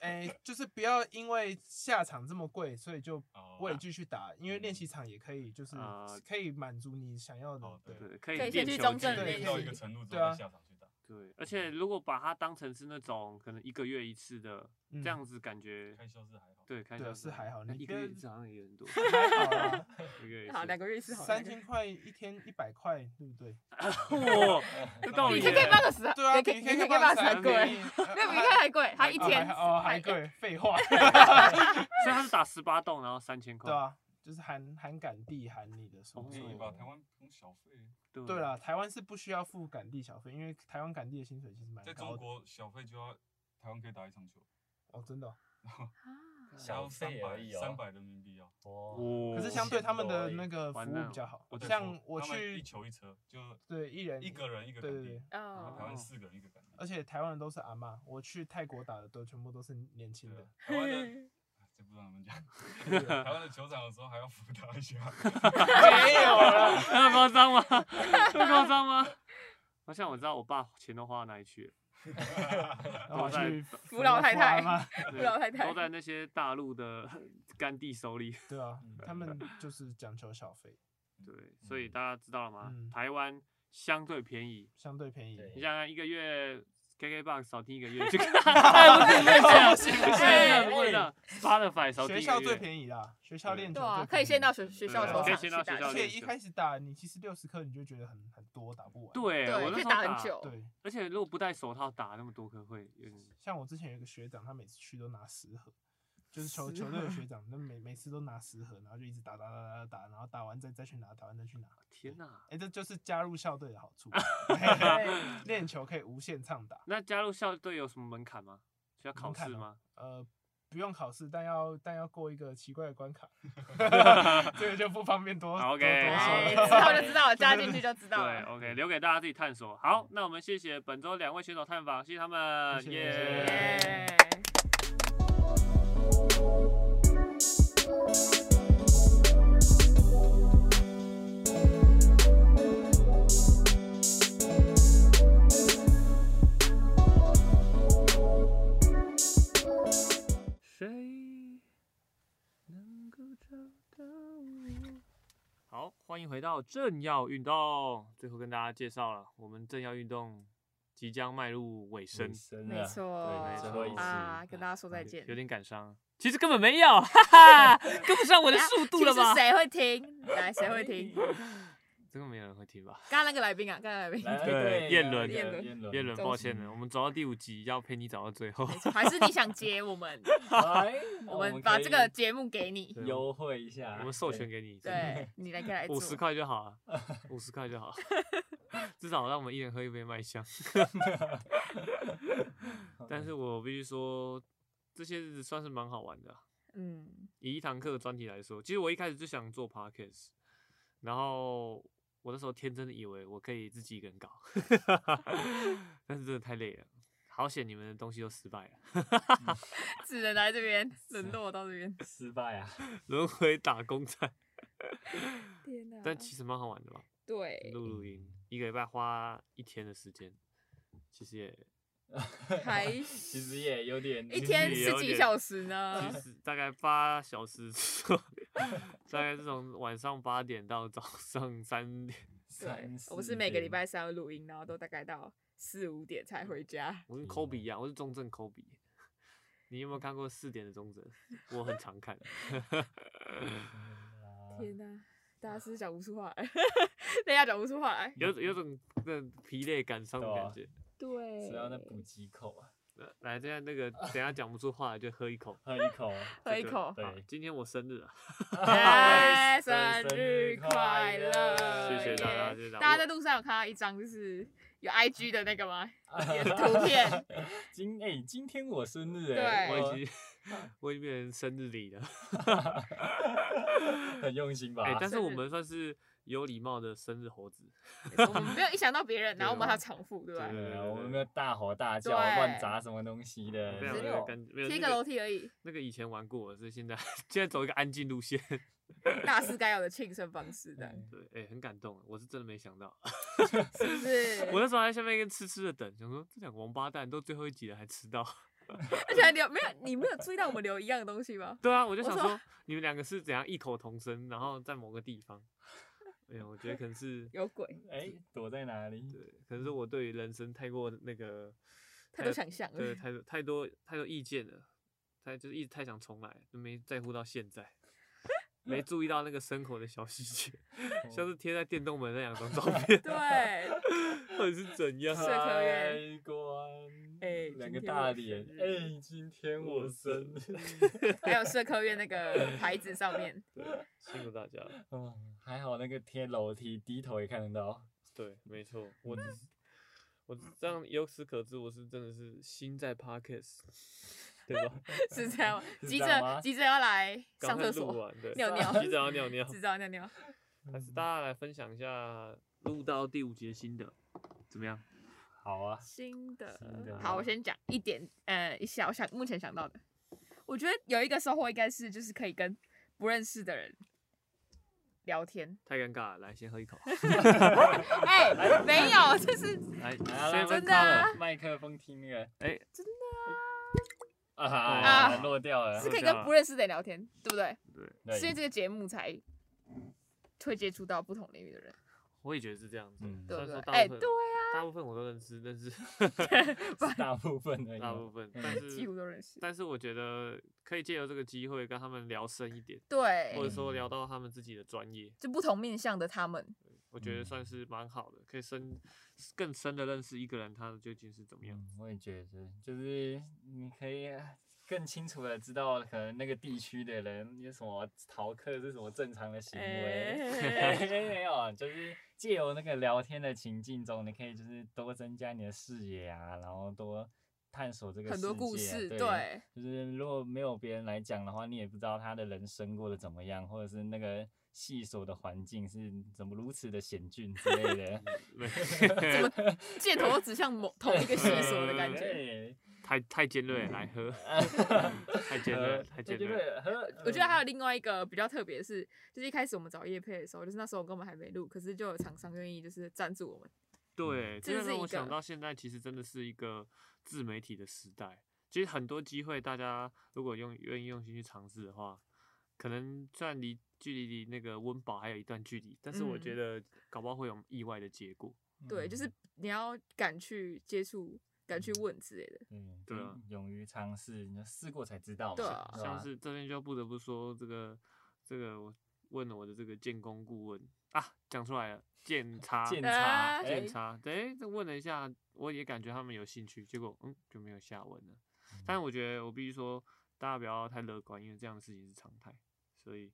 Speaker 5: 哎、就是不要因为下场这么贵，所以就
Speaker 4: 哦嗯啊
Speaker 5: 畏惧去打，因为练习场也可以，就是
Speaker 1: 呃
Speaker 5: 可以满足你想要的
Speaker 4: 哦。对
Speaker 5: 对，
Speaker 1: 对，可以
Speaker 3: 可以
Speaker 1: 练
Speaker 3: 先去
Speaker 1: 球
Speaker 3: 中
Speaker 1: 技
Speaker 3: 正
Speaker 5: 练
Speaker 4: 到
Speaker 5: 习
Speaker 4: 一个程度之
Speaker 5: 对
Speaker 4: 后
Speaker 5: 啊
Speaker 4: 再下场去打，
Speaker 1: 对，而
Speaker 5: 嗯
Speaker 1: 且如果把它当成是那种可能一个月一次的、
Speaker 5: 嗯
Speaker 1: 这样子，感觉
Speaker 4: 开销是还好。
Speaker 1: 对开
Speaker 5: 对啊
Speaker 1: 销
Speaker 5: 是还好
Speaker 1: 那
Speaker 5: 你
Speaker 1: 一个月
Speaker 5: 跟
Speaker 1: 一次好像也 很多，
Speaker 5: 还好啊啦，
Speaker 1: 一个月一
Speaker 3: 好，
Speaker 1: 次
Speaker 3: 两个月一次好了。
Speaker 5: 三
Speaker 3: 两
Speaker 5: 千
Speaker 3: 个
Speaker 5: 块一天一百块，对不对？
Speaker 3: 哦
Speaker 1: 哇，这道理
Speaker 3: 月，
Speaker 1: 耶
Speaker 3: 比 KK 八个十，
Speaker 5: 对啊，
Speaker 3: 比
Speaker 5: 比
Speaker 3: KK
Speaker 5: KK
Speaker 3: 八
Speaker 5: 棒
Speaker 3: 十还
Speaker 5: 伞
Speaker 3: 贵，
Speaker 5: 便
Speaker 3: 没有比
Speaker 5: 宜呃
Speaker 3: KK 还贵，他一
Speaker 5: 哦
Speaker 3: 天
Speaker 5: 还哦还，贵，废话，
Speaker 1: 所以他是打十八洞，然后三千块
Speaker 5: 对，啊，就是含含杆地含你的所
Speaker 1: 哦
Speaker 5: 有
Speaker 4: 便宜吧？台湾不用小费，
Speaker 1: 对
Speaker 5: 对啦，台湾是不需要付杆地小费，因为台湾杆地的薪水其实蛮
Speaker 4: 在中
Speaker 5: 高的。
Speaker 4: 国小费就要台湾可以打一场球，
Speaker 5: 哦，真的哦、
Speaker 3: 啊
Speaker 2: 小费而已哦
Speaker 4: 三百人民币哦。
Speaker 2: 哦，
Speaker 1: 哇，
Speaker 5: 可是相对他们的那个服
Speaker 1: 完
Speaker 5: 务
Speaker 1: 蛋
Speaker 5: 比较好
Speaker 4: 我，在
Speaker 5: 像
Speaker 4: 说
Speaker 5: 我
Speaker 4: 他们一
Speaker 5: 去
Speaker 4: 球一车，就
Speaker 5: 对一人
Speaker 4: 一个人一个
Speaker 5: 对
Speaker 4: 杆
Speaker 5: 对啊
Speaker 4: 地
Speaker 5: 对，，
Speaker 4: 然后
Speaker 3: 哦
Speaker 4: 台，湾四个人一个杆地，
Speaker 5: 而且台湾人都是阿嬷，我去泰国打的都全部都是年轻
Speaker 4: 对
Speaker 5: 的
Speaker 4: 啊，台湾的。 啊这不让他们讲，
Speaker 1: 啊
Speaker 4: 台湾的球场有时候还要辅导一下，
Speaker 5: 没有 了。
Speaker 1: 那夸张吗？那夸张吗？好像我知道我爸钱都花到哪里去了，
Speaker 5: 然后我去
Speaker 3: 扶老太太
Speaker 5: 阿嬷
Speaker 1: 对
Speaker 3: 不老太太
Speaker 1: 都在那些大陆的 干地手里。
Speaker 5: 对啊
Speaker 4: 嗯，
Speaker 5: 他们就是讲求小费，
Speaker 1: 对，所以大家知道了吗？
Speaker 5: 嗯
Speaker 1: 台湾相对便宜，
Speaker 5: 相对便宜。
Speaker 1: 你
Speaker 2: 对
Speaker 1: 想想一个月 KKBOX 少听一个 月，这个 哎不是不是不是
Speaker 3: 哎
Speaker 1: 不是的，Spotify 少听
Speaker 5: 学
Speaker 1: 一
Speaker 5: 校
Speaker 1: 个
Speaker 5: 最
Speaker 1: 月，
Speaker 5: 便宜啦，学校练 球
Speaker 3: 对啊，
Speaker 5: 最
Speaker 3: 可以
Speaker 5: 便宜
Speaker 3: 先到学学
Speaker 1: 对
Speaker 3: 校
Speaker 1: 啊
Speaker 3: 球
Speaker 1: 可以
Speaker 3: 场
Speaker 1: 先
Speaker 3: 去
Speaker 1: 到学校
Speaker 5: 而
Speaker 3: 打
Speaker 1: 练
Speaker 5: 且
Speaker 3: 球，
Speaker 5: 一
Speaker 1: 球
Speaker 5: 开始打你其实六十颗你就觉得很很多打不完。
Speaker 1: 对，我那
Speaker 3: 对，可以
Speaker 1: 时候
Speaker 3: 打很久。
Speaker 5: 对，
Speaker 1: 而且如果不戴手套打那么多颗会有点
Speaker 5: 像我之前有一个学长，他每次去都拿十盒，就是球
Speaker 3: 十
Speaker 5: 球队的学长，那每每次都拿十盒，然后就一直打打打打打，然后打完再再去拿，打完再去拿。
Speaker 1: 天哪。
Speaker 5: 哎、这就是加入校队的好 处，
Speaker 3: 哎
Speaker 5: 练球可以无限畅打。
Speaker 1: 那加入校队有什么门槛吗？需要考
Speaker 5: 门槛
Speaker 1: 试
Speaker 5: 哦
Speaker 1: 吗？
Speaker 5: 呃，不用考试，但要但要过一个奇怪的关卡， 这个就不方便多
Speaker 1: OK
Speaker 3: 哎，
Speaker 5: 多
Speaker 3: 知
Speaker 5: 多
Speaker 3: 道就
Speaker 5: 说了。
Speaker 3: 知道了，加进去就知 道
Speaker 1: 对
Speaker 3: 了。
Speaker 1: ，OK，留给大家自己探索。好，那我们谢谢本周两位选手探访，谢谢他们，
Speaker 5: 谢谢
Speaker 1: 耶、
Speaker 5: 谢谢
Speaker 3: 耶
Speaker 1: 谁能够找到我？好，欢迎回到正要运动。最后跟大家介绍了，我们正要运动即将迈入尾声，
Speaker 4: 啊
Speaker 2: 真
Speaker 3: 没错
Speaker 2: 对，最后一次
Speaker 3: 啊，跟大家说再见。
Speaker 1: 有点感伤。其实根本没有，哈 哈，跟不上我的速度了
Speaker 3: 其实
Speaker 1: 吧？
Speaker 3: 谁会听？来，谁会听？
Speaker 2: 哎
Speaker 1: 这个没有人会听吧？
Speaker 3: 刚刚那个来宾啊，刚刚那个来 宾，
Speaker 2: 来
Speaker 1: 对燕伦
Speaker 3: 燕伦
Speaker 2: 燕伦
Speaker 1: 叶伦，
Speaker 3: 终
Speaker 1: 抱
Speaker 3: 止
Speaker 1: 歉了，我们走到第五集，要陪你走到最后。
Speaker 3: 还是你想接 我们？
Speaker 2: 哎那
Speaker 3: 我
Speaker 2: 我
Speaker 3: 们把
Speaker 2: 可以
Speaker 3: 这个节目给你，
Speaker 1: 对
Speaker 2: 优惠一下，
Speaker 1: 我们授
Speaker 2: 对
Speaker 1: 权给你，
Speaker 3: 对你来可以来做
Speaker 1: 五。十块就好 啊，五十块就 好，至少让我们一人喝一杯麦 香。但是我必须说，这些日子算是蛮好玩的啊、
Speaker 3: 嗯，
Speaker 1: 以一堂课的专题来说，其实我一开始就想做 podcast，然后我那时候天真的以为我可以自己一个人搞， 但是真的太累了。好险你们的东西都失败了，
Speaker 3: 只能来这边，沦落到这边。
Speaker 2: 失败啊，
Speaker 1: 轮回打工仔，
Speaker 3: 天哪
Speaker 1: 但其实蛮好玩的吧。
Speaker 3: 嗯对，
Speaker 1: 录录音，一个礼拜花一天的时间，其实也
Speaker 3: 还
Speaker 2: 其实也有点
Speaker 3: 一天
Speaker 1: 也
Speaker 3: 十
Speaker 1: 有
Speaker 3: 几
Speaker 1: 点
Speaker 3: 小时呢
Speaker 1: 其？实大概八小时左右， 大概是从晚上八点到早上三点。
Speaker 3: 对
Speaker 2: 三，
Speaker 3: 我是
Speaker 2: 四
Speaker 3: 每个礼
Speaker 2: 天
Speaker 3: 拜三要录音，然后都大概到四五点才回家。
Speaker 1: 我跟科比一样，我是中正科比。 你有没有看过四点的中正？ 我很常看。
Speaker 2: 嗯
Speaker 3: 天哪、大家是不是讲不出话来， 大家讲不出话来。
Speaker 1: 有有种那种疲累感伤的感觉。
Speaker 3: 对
Speaker 2: 只要再补几口啊，
Speaker 1: 呃来，这样那个等一下讲不出话来就喝一口。
Speaker 2: 喝一口啊，
Speaker 3: 喝一
Speaker 1: 这个
Speaker 3: 口
Speaker 2: 对
Speaker 1: 好今天我生日啊，
Speaker 3: 哎，生
Speaker 2: 生
Speaker 3: 日
Speaker 2: 日
Speaker 3: 快
Speaker 2: 快
Speaker 3: 乐！
Speaker 2: 乐
Speaker 1: 谢谢大家
Speaker 3: 耶
Speaker 1: 谢谢大家
Speaker 3: 大家在路上有看到一张就是有 IG 的那个 吗？也是图片。
Speaker 2: 今哎、今天我生日
Speaker 3: 对
Speaker 2: 哎、
Speaker 1: 我
Speaker 2: 我
Speaker 1: 已经 我已经变成生日礼了。
Speaker 2: 很用心吧？
Speaker 1: 哎、但是
Speaker 3: 生
Speaker 1: 我
Speaker 3: 日
Speaker 1: 们算是有礼貌的生日猴子。
Speaker 3: 我们没有影响到别人，
Speaker 1: 对
Speaker 3: 然后我们还有
Speaker 1: 哦
Speaker 3: 重复，对吧
Speaker 1: 对？
Speaker 2: 对啊，
Speaker 1: 对
Speaker 2: 我们没有大吼大叫、
Speaker 3: 对
Speaker 2: 乱砸什么东西的，啊
Speaker 1: 非常
Speaker 3: 只
Speaker 1: 那
Speaker 3: 有
Speaker 1: 个感觉，没有
Speaker 3: 哦贴一
Speaker 1: 那
Speaker 3: 个楼梯而已，
Speaker 1: 那个以前玩过，所以现在现在走一个安静路线。
Speaker 3: 大师该有的庆生方式的，
Speaker 2: 嗯
Speaker 1: 对，哎、很感动，我是真的没想到。
Speaker 3: 是不是？
Speaker 1: 我那时候还在下面跟痴痴的等，想说这两个王八蛋都最后一集了还迟到。
Speaker 3: 而且还留没有你没有注意到我们留一样的东西吗？
Speaker 1: 对啊，我就
Speaker 3: 我
Speaker 1: 想
Speaker 3: 说
Speaker 1: 说你们两个是怎样异口同声，然后在某个地方。哎呀，我觉得可能是
Speaker 3: 有鬼，
Speaker 2: 哎、躲在哪里？
Speaker 1: 对，可能是我对于人生太过那个
Speaker 3: 太
Speaker 2: 哎
Speaker 1: 有
Speaker 3: 多想象了，
Speaker 1: 对，太多太多太多意见了，太就是一直太想重来，就没在乎到现在，没注意到那个生活的小细节，像是贴在电动门那两张照片
Speaker 3: 哦 对，
Speaker 1: 到底是怎样？啊
Speaker 3: 是啊科员
Speaker 2: 开关，
Speaker 3: 哎
Speaker 2: 两
Speaker 3: 今
Speaker 2: 个
Speaker 3: 天
Speaker 2: 大
Speaker 3: 我
Speaker 2: 脸
Speaker 3: 生，
Speaker 2: 哎、
Speaker 3: 日
Speaker 2: 今天我生
Speaker 3: 啊
Speaker 2: 日，
Speaker 3: 还有社科院那个牌子上面，
Speaker 1: 辛苦大家了。
Speaker 2: 嗯，还好那个贴楼梯，低头也看得到，
Speaker 1: 对，没错，我
Speaker 3: 嗯
Speaker 1: 只是我这样由此可知，我是真的是心在 Parkes，对吧？
Speaker 3: 是这样吗，
Speaker 2: 是
Speaker 3: 急
Speaker 2: 这样吗
Speaker 3: 着急着要来
Speaker 1: 赶
Speaker 3: 上
Speaker 1: 快
Speaker 3: 厕
Speaker 1: 录
Speaker 3: 所，
Speaker 1: 完，对，
Speaker 3: 尿尿
Speaker 1: 洗澡要尿
Speaker 2: 啊
Speaker 1: 尿。
Speaker 3: 知道尿尿，
Speaker 1: 还是大家来分享一下录到第五节新的怎么样？
Speaker 2: 好啊，
Speaker 3: 新的
Speaker 2: 新的
Speaker 3: 好，我先讲一点，呃，一下我想目前想到的，我觉得有一个收获应该是就是可以跟不认识的人聊天，
Speaker 1: 太尴尬了，来先喝一 口。
Speaker 3: 哎、没有，就是
Speaker 1: 来
Speaker 2: 来来
Speaker 1: ，seven
Speaker 3: 真的啊
Speaker 1: color，
Speaker 2: 麦克风听那个
Speaker 1: 哎，
Speaker 2: 啊
Speaker 1: 啊
Speaker 2: 落掉了
Speaker 3: 是，可以跟不认识的人聊天，对不对？
Speaker 2: 对
Speaker 3: 是因为这个节目才会接触到不同领域的人，
Speaker 1: 我也觉得是这样子。
Speaker 2: 嗯
Speaker 1: 虽
Speaker 3: 对不
Speaker 1: 然
Speaker 3: 对
Speaker 1: 说？大
Speaker 3: 哎、
Speaker 1: 部分
Speaker 3: 对啊，
Speaker 1: 大部分我都认识，但是
Speaker 2: 大部分的
Speaker 1: 大部分，但
Speaker 2: 嗯
Speaker 3: 几乎
Speaker 1: 是
Speaker 3: 都认识。
Speaker 1: 但是我觉得可以借由这个机会跟他们聊深一点，或
Speaker 3: 对
Speaker 1: 者，说聊到他们自己的专业，
Speaker 3: 就不同面向的他们，
Speaker 1: 我觉得
Speaker 2: 嗯
Speaker 1: 算是蛮好的，可以深更深的认识一个人他究竟是怎么样。
Speaker 2: 嗯，我也觉得，就是你可以更清楚的知道，可能那个地区的人有什么逃课是什么正常的行 为，没有，啊就是借由那个聊天的情境中，你可以就是多增加你的视野啊，然后多探索这个
Speaker 3: 很多
Speaker 2: 世
Speaker 3: 故
Speaker 2: 界啊
Speaker 3: 事，
Speaker 2: 对。
Speaker 3: 对，
Speaker 2: 就是如果没有别人来讲的话，你也不知道他的人生过得怎么样，或者是那个细所的环境是怎么如此的险峻之类的。
Speaker 3: 怎么箭头都指向某同一个细
Speaker 1: 索
Speaker 3: 所的感觉。
Speaker 2: 对。
Speaker 1: 太太尖锐了，来 喝，太尖
Speaker 3: 呃
Speaker 1: 锐了，呃太尖锐了。
Speaker 3: 我
Speaker 2: 我
Speaker 3: 觉得还有另外一个比较特别的是，就是一开始我们找叶配的时候，就是那时候我根本还没录，可是就有厂商愿意就是赞助我们。
Speaker 1: 对，
Speaker 3: 这
Speaker 1: 这
Speaker 3: 是
Speaker 1: 让
Speaker 3: 一
Speaker 1: 我想
Speaker 3: 个
Speaker 1: 到现在其实真的是一个自媒体的时代。其实很多机会，大家如果用愿意用心去尝试的话，可能虽然离距离离那个温饱还有一段距离，但是我觉
Speaker 3: 嗯
Speaker 1: 得搞不好会有意外的结果。
Speaker 3: 对，就是你要敢去接触，敢去问之类的。
Speaker 2: 嗯，
Speaker 1: 对
Speaker 2: 对
Speaker 1: 啊，
Speaker 2: 勇于尝试，你要试过才知道嘛。
Speaker 3: 对啊
Speaker 2: 吧
Speaker 1: 像是这边就不得不说这个这个我问了我的这个建工顾问啊，讲出来了，建差
Speaker 2: 鉴
Speaker 3: 啊
Speaker 2: 察，
Speaker 3: 哎
Speaker 1: 检查，对，这问了一下，我也感觉他们有兴趣，结果嗯就没有下文了。但我觉得我必须说，大家不要太乐观，因为这样的事情是常态，所以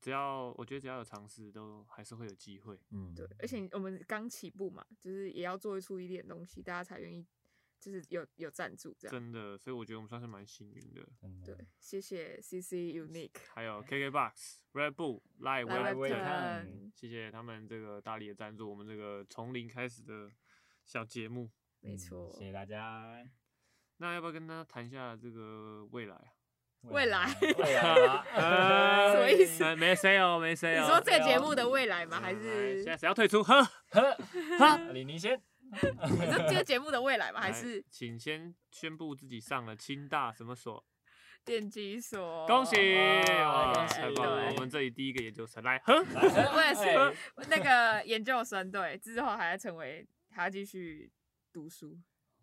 Speaker 1: 只要我觉得只要有尝试，都还是会有机会。
Speaker 2: 嗯，
Speaker 3: 对，而且我们刚起步嘛，就是也要做出一点东西，大家才愿意，就是有有赞助这样。
Speaker 1: 真的，所以我觉得我们算是蛮幸运的。
Speaker 2: 真的嗯
Speaker 3: 对，谢谢 C C Unique
Speaker 1: 还有 KKBOX、Red Bull、赖
Speaker 3: 来
Speaker 1: 威
Speaker 2: 威
Speaker 3: 来
Speaker 2: 看
Speaker 3: 看，
Speaker 1: 谢谢他们这个大力的赞助，我们这个从零开始的小节目。
Speaker 3: 没
Speaker 2: 嗯
Speaker 3: 错
Speaker 2: 谢。谢大家。
Speaker 1: 那要不要跟大家谈一下这个未来啊？
Speaker 3: 未来
Speaker 2: 未来呃吧
Speaker 1: 什
Speaker 3: 么意思
Speaker 1: 没谁哦，没谁
Speaker 3: 你
Speaker 1: 哦。哎
Speaker 3: 说这个
Speaker 2: 对
Speaker 3: 节
Speaker 2: 啊
Speaker 3: 目的未来吗？还
Speaker 1: 来
Speaker 3: 是
Speaker 1: 现在谁要退出？呵，
Speaker 2: 呵，李宁先，
Speaker 3: 你说这个节目的未来吗？还
Speaker 1: 来
Speaker 3: 是
Speaker 1: 哎请先宣布自己上了清大什么所？
Speaker 3: 电机所？
Speaker 1: 恭喜！哇，
Speaker 2: 哇
Speaker 3: 哦恭喜
Speaker 1: 太棒了！
Speaker 3: 对
Speaker 1: 我们这里第一个研究生来，哼，
Speaker 3: 呃我也是
Speaker 2: 哎
Speaker 3: 那个研究生，对，之后还要成为，还要继续读书，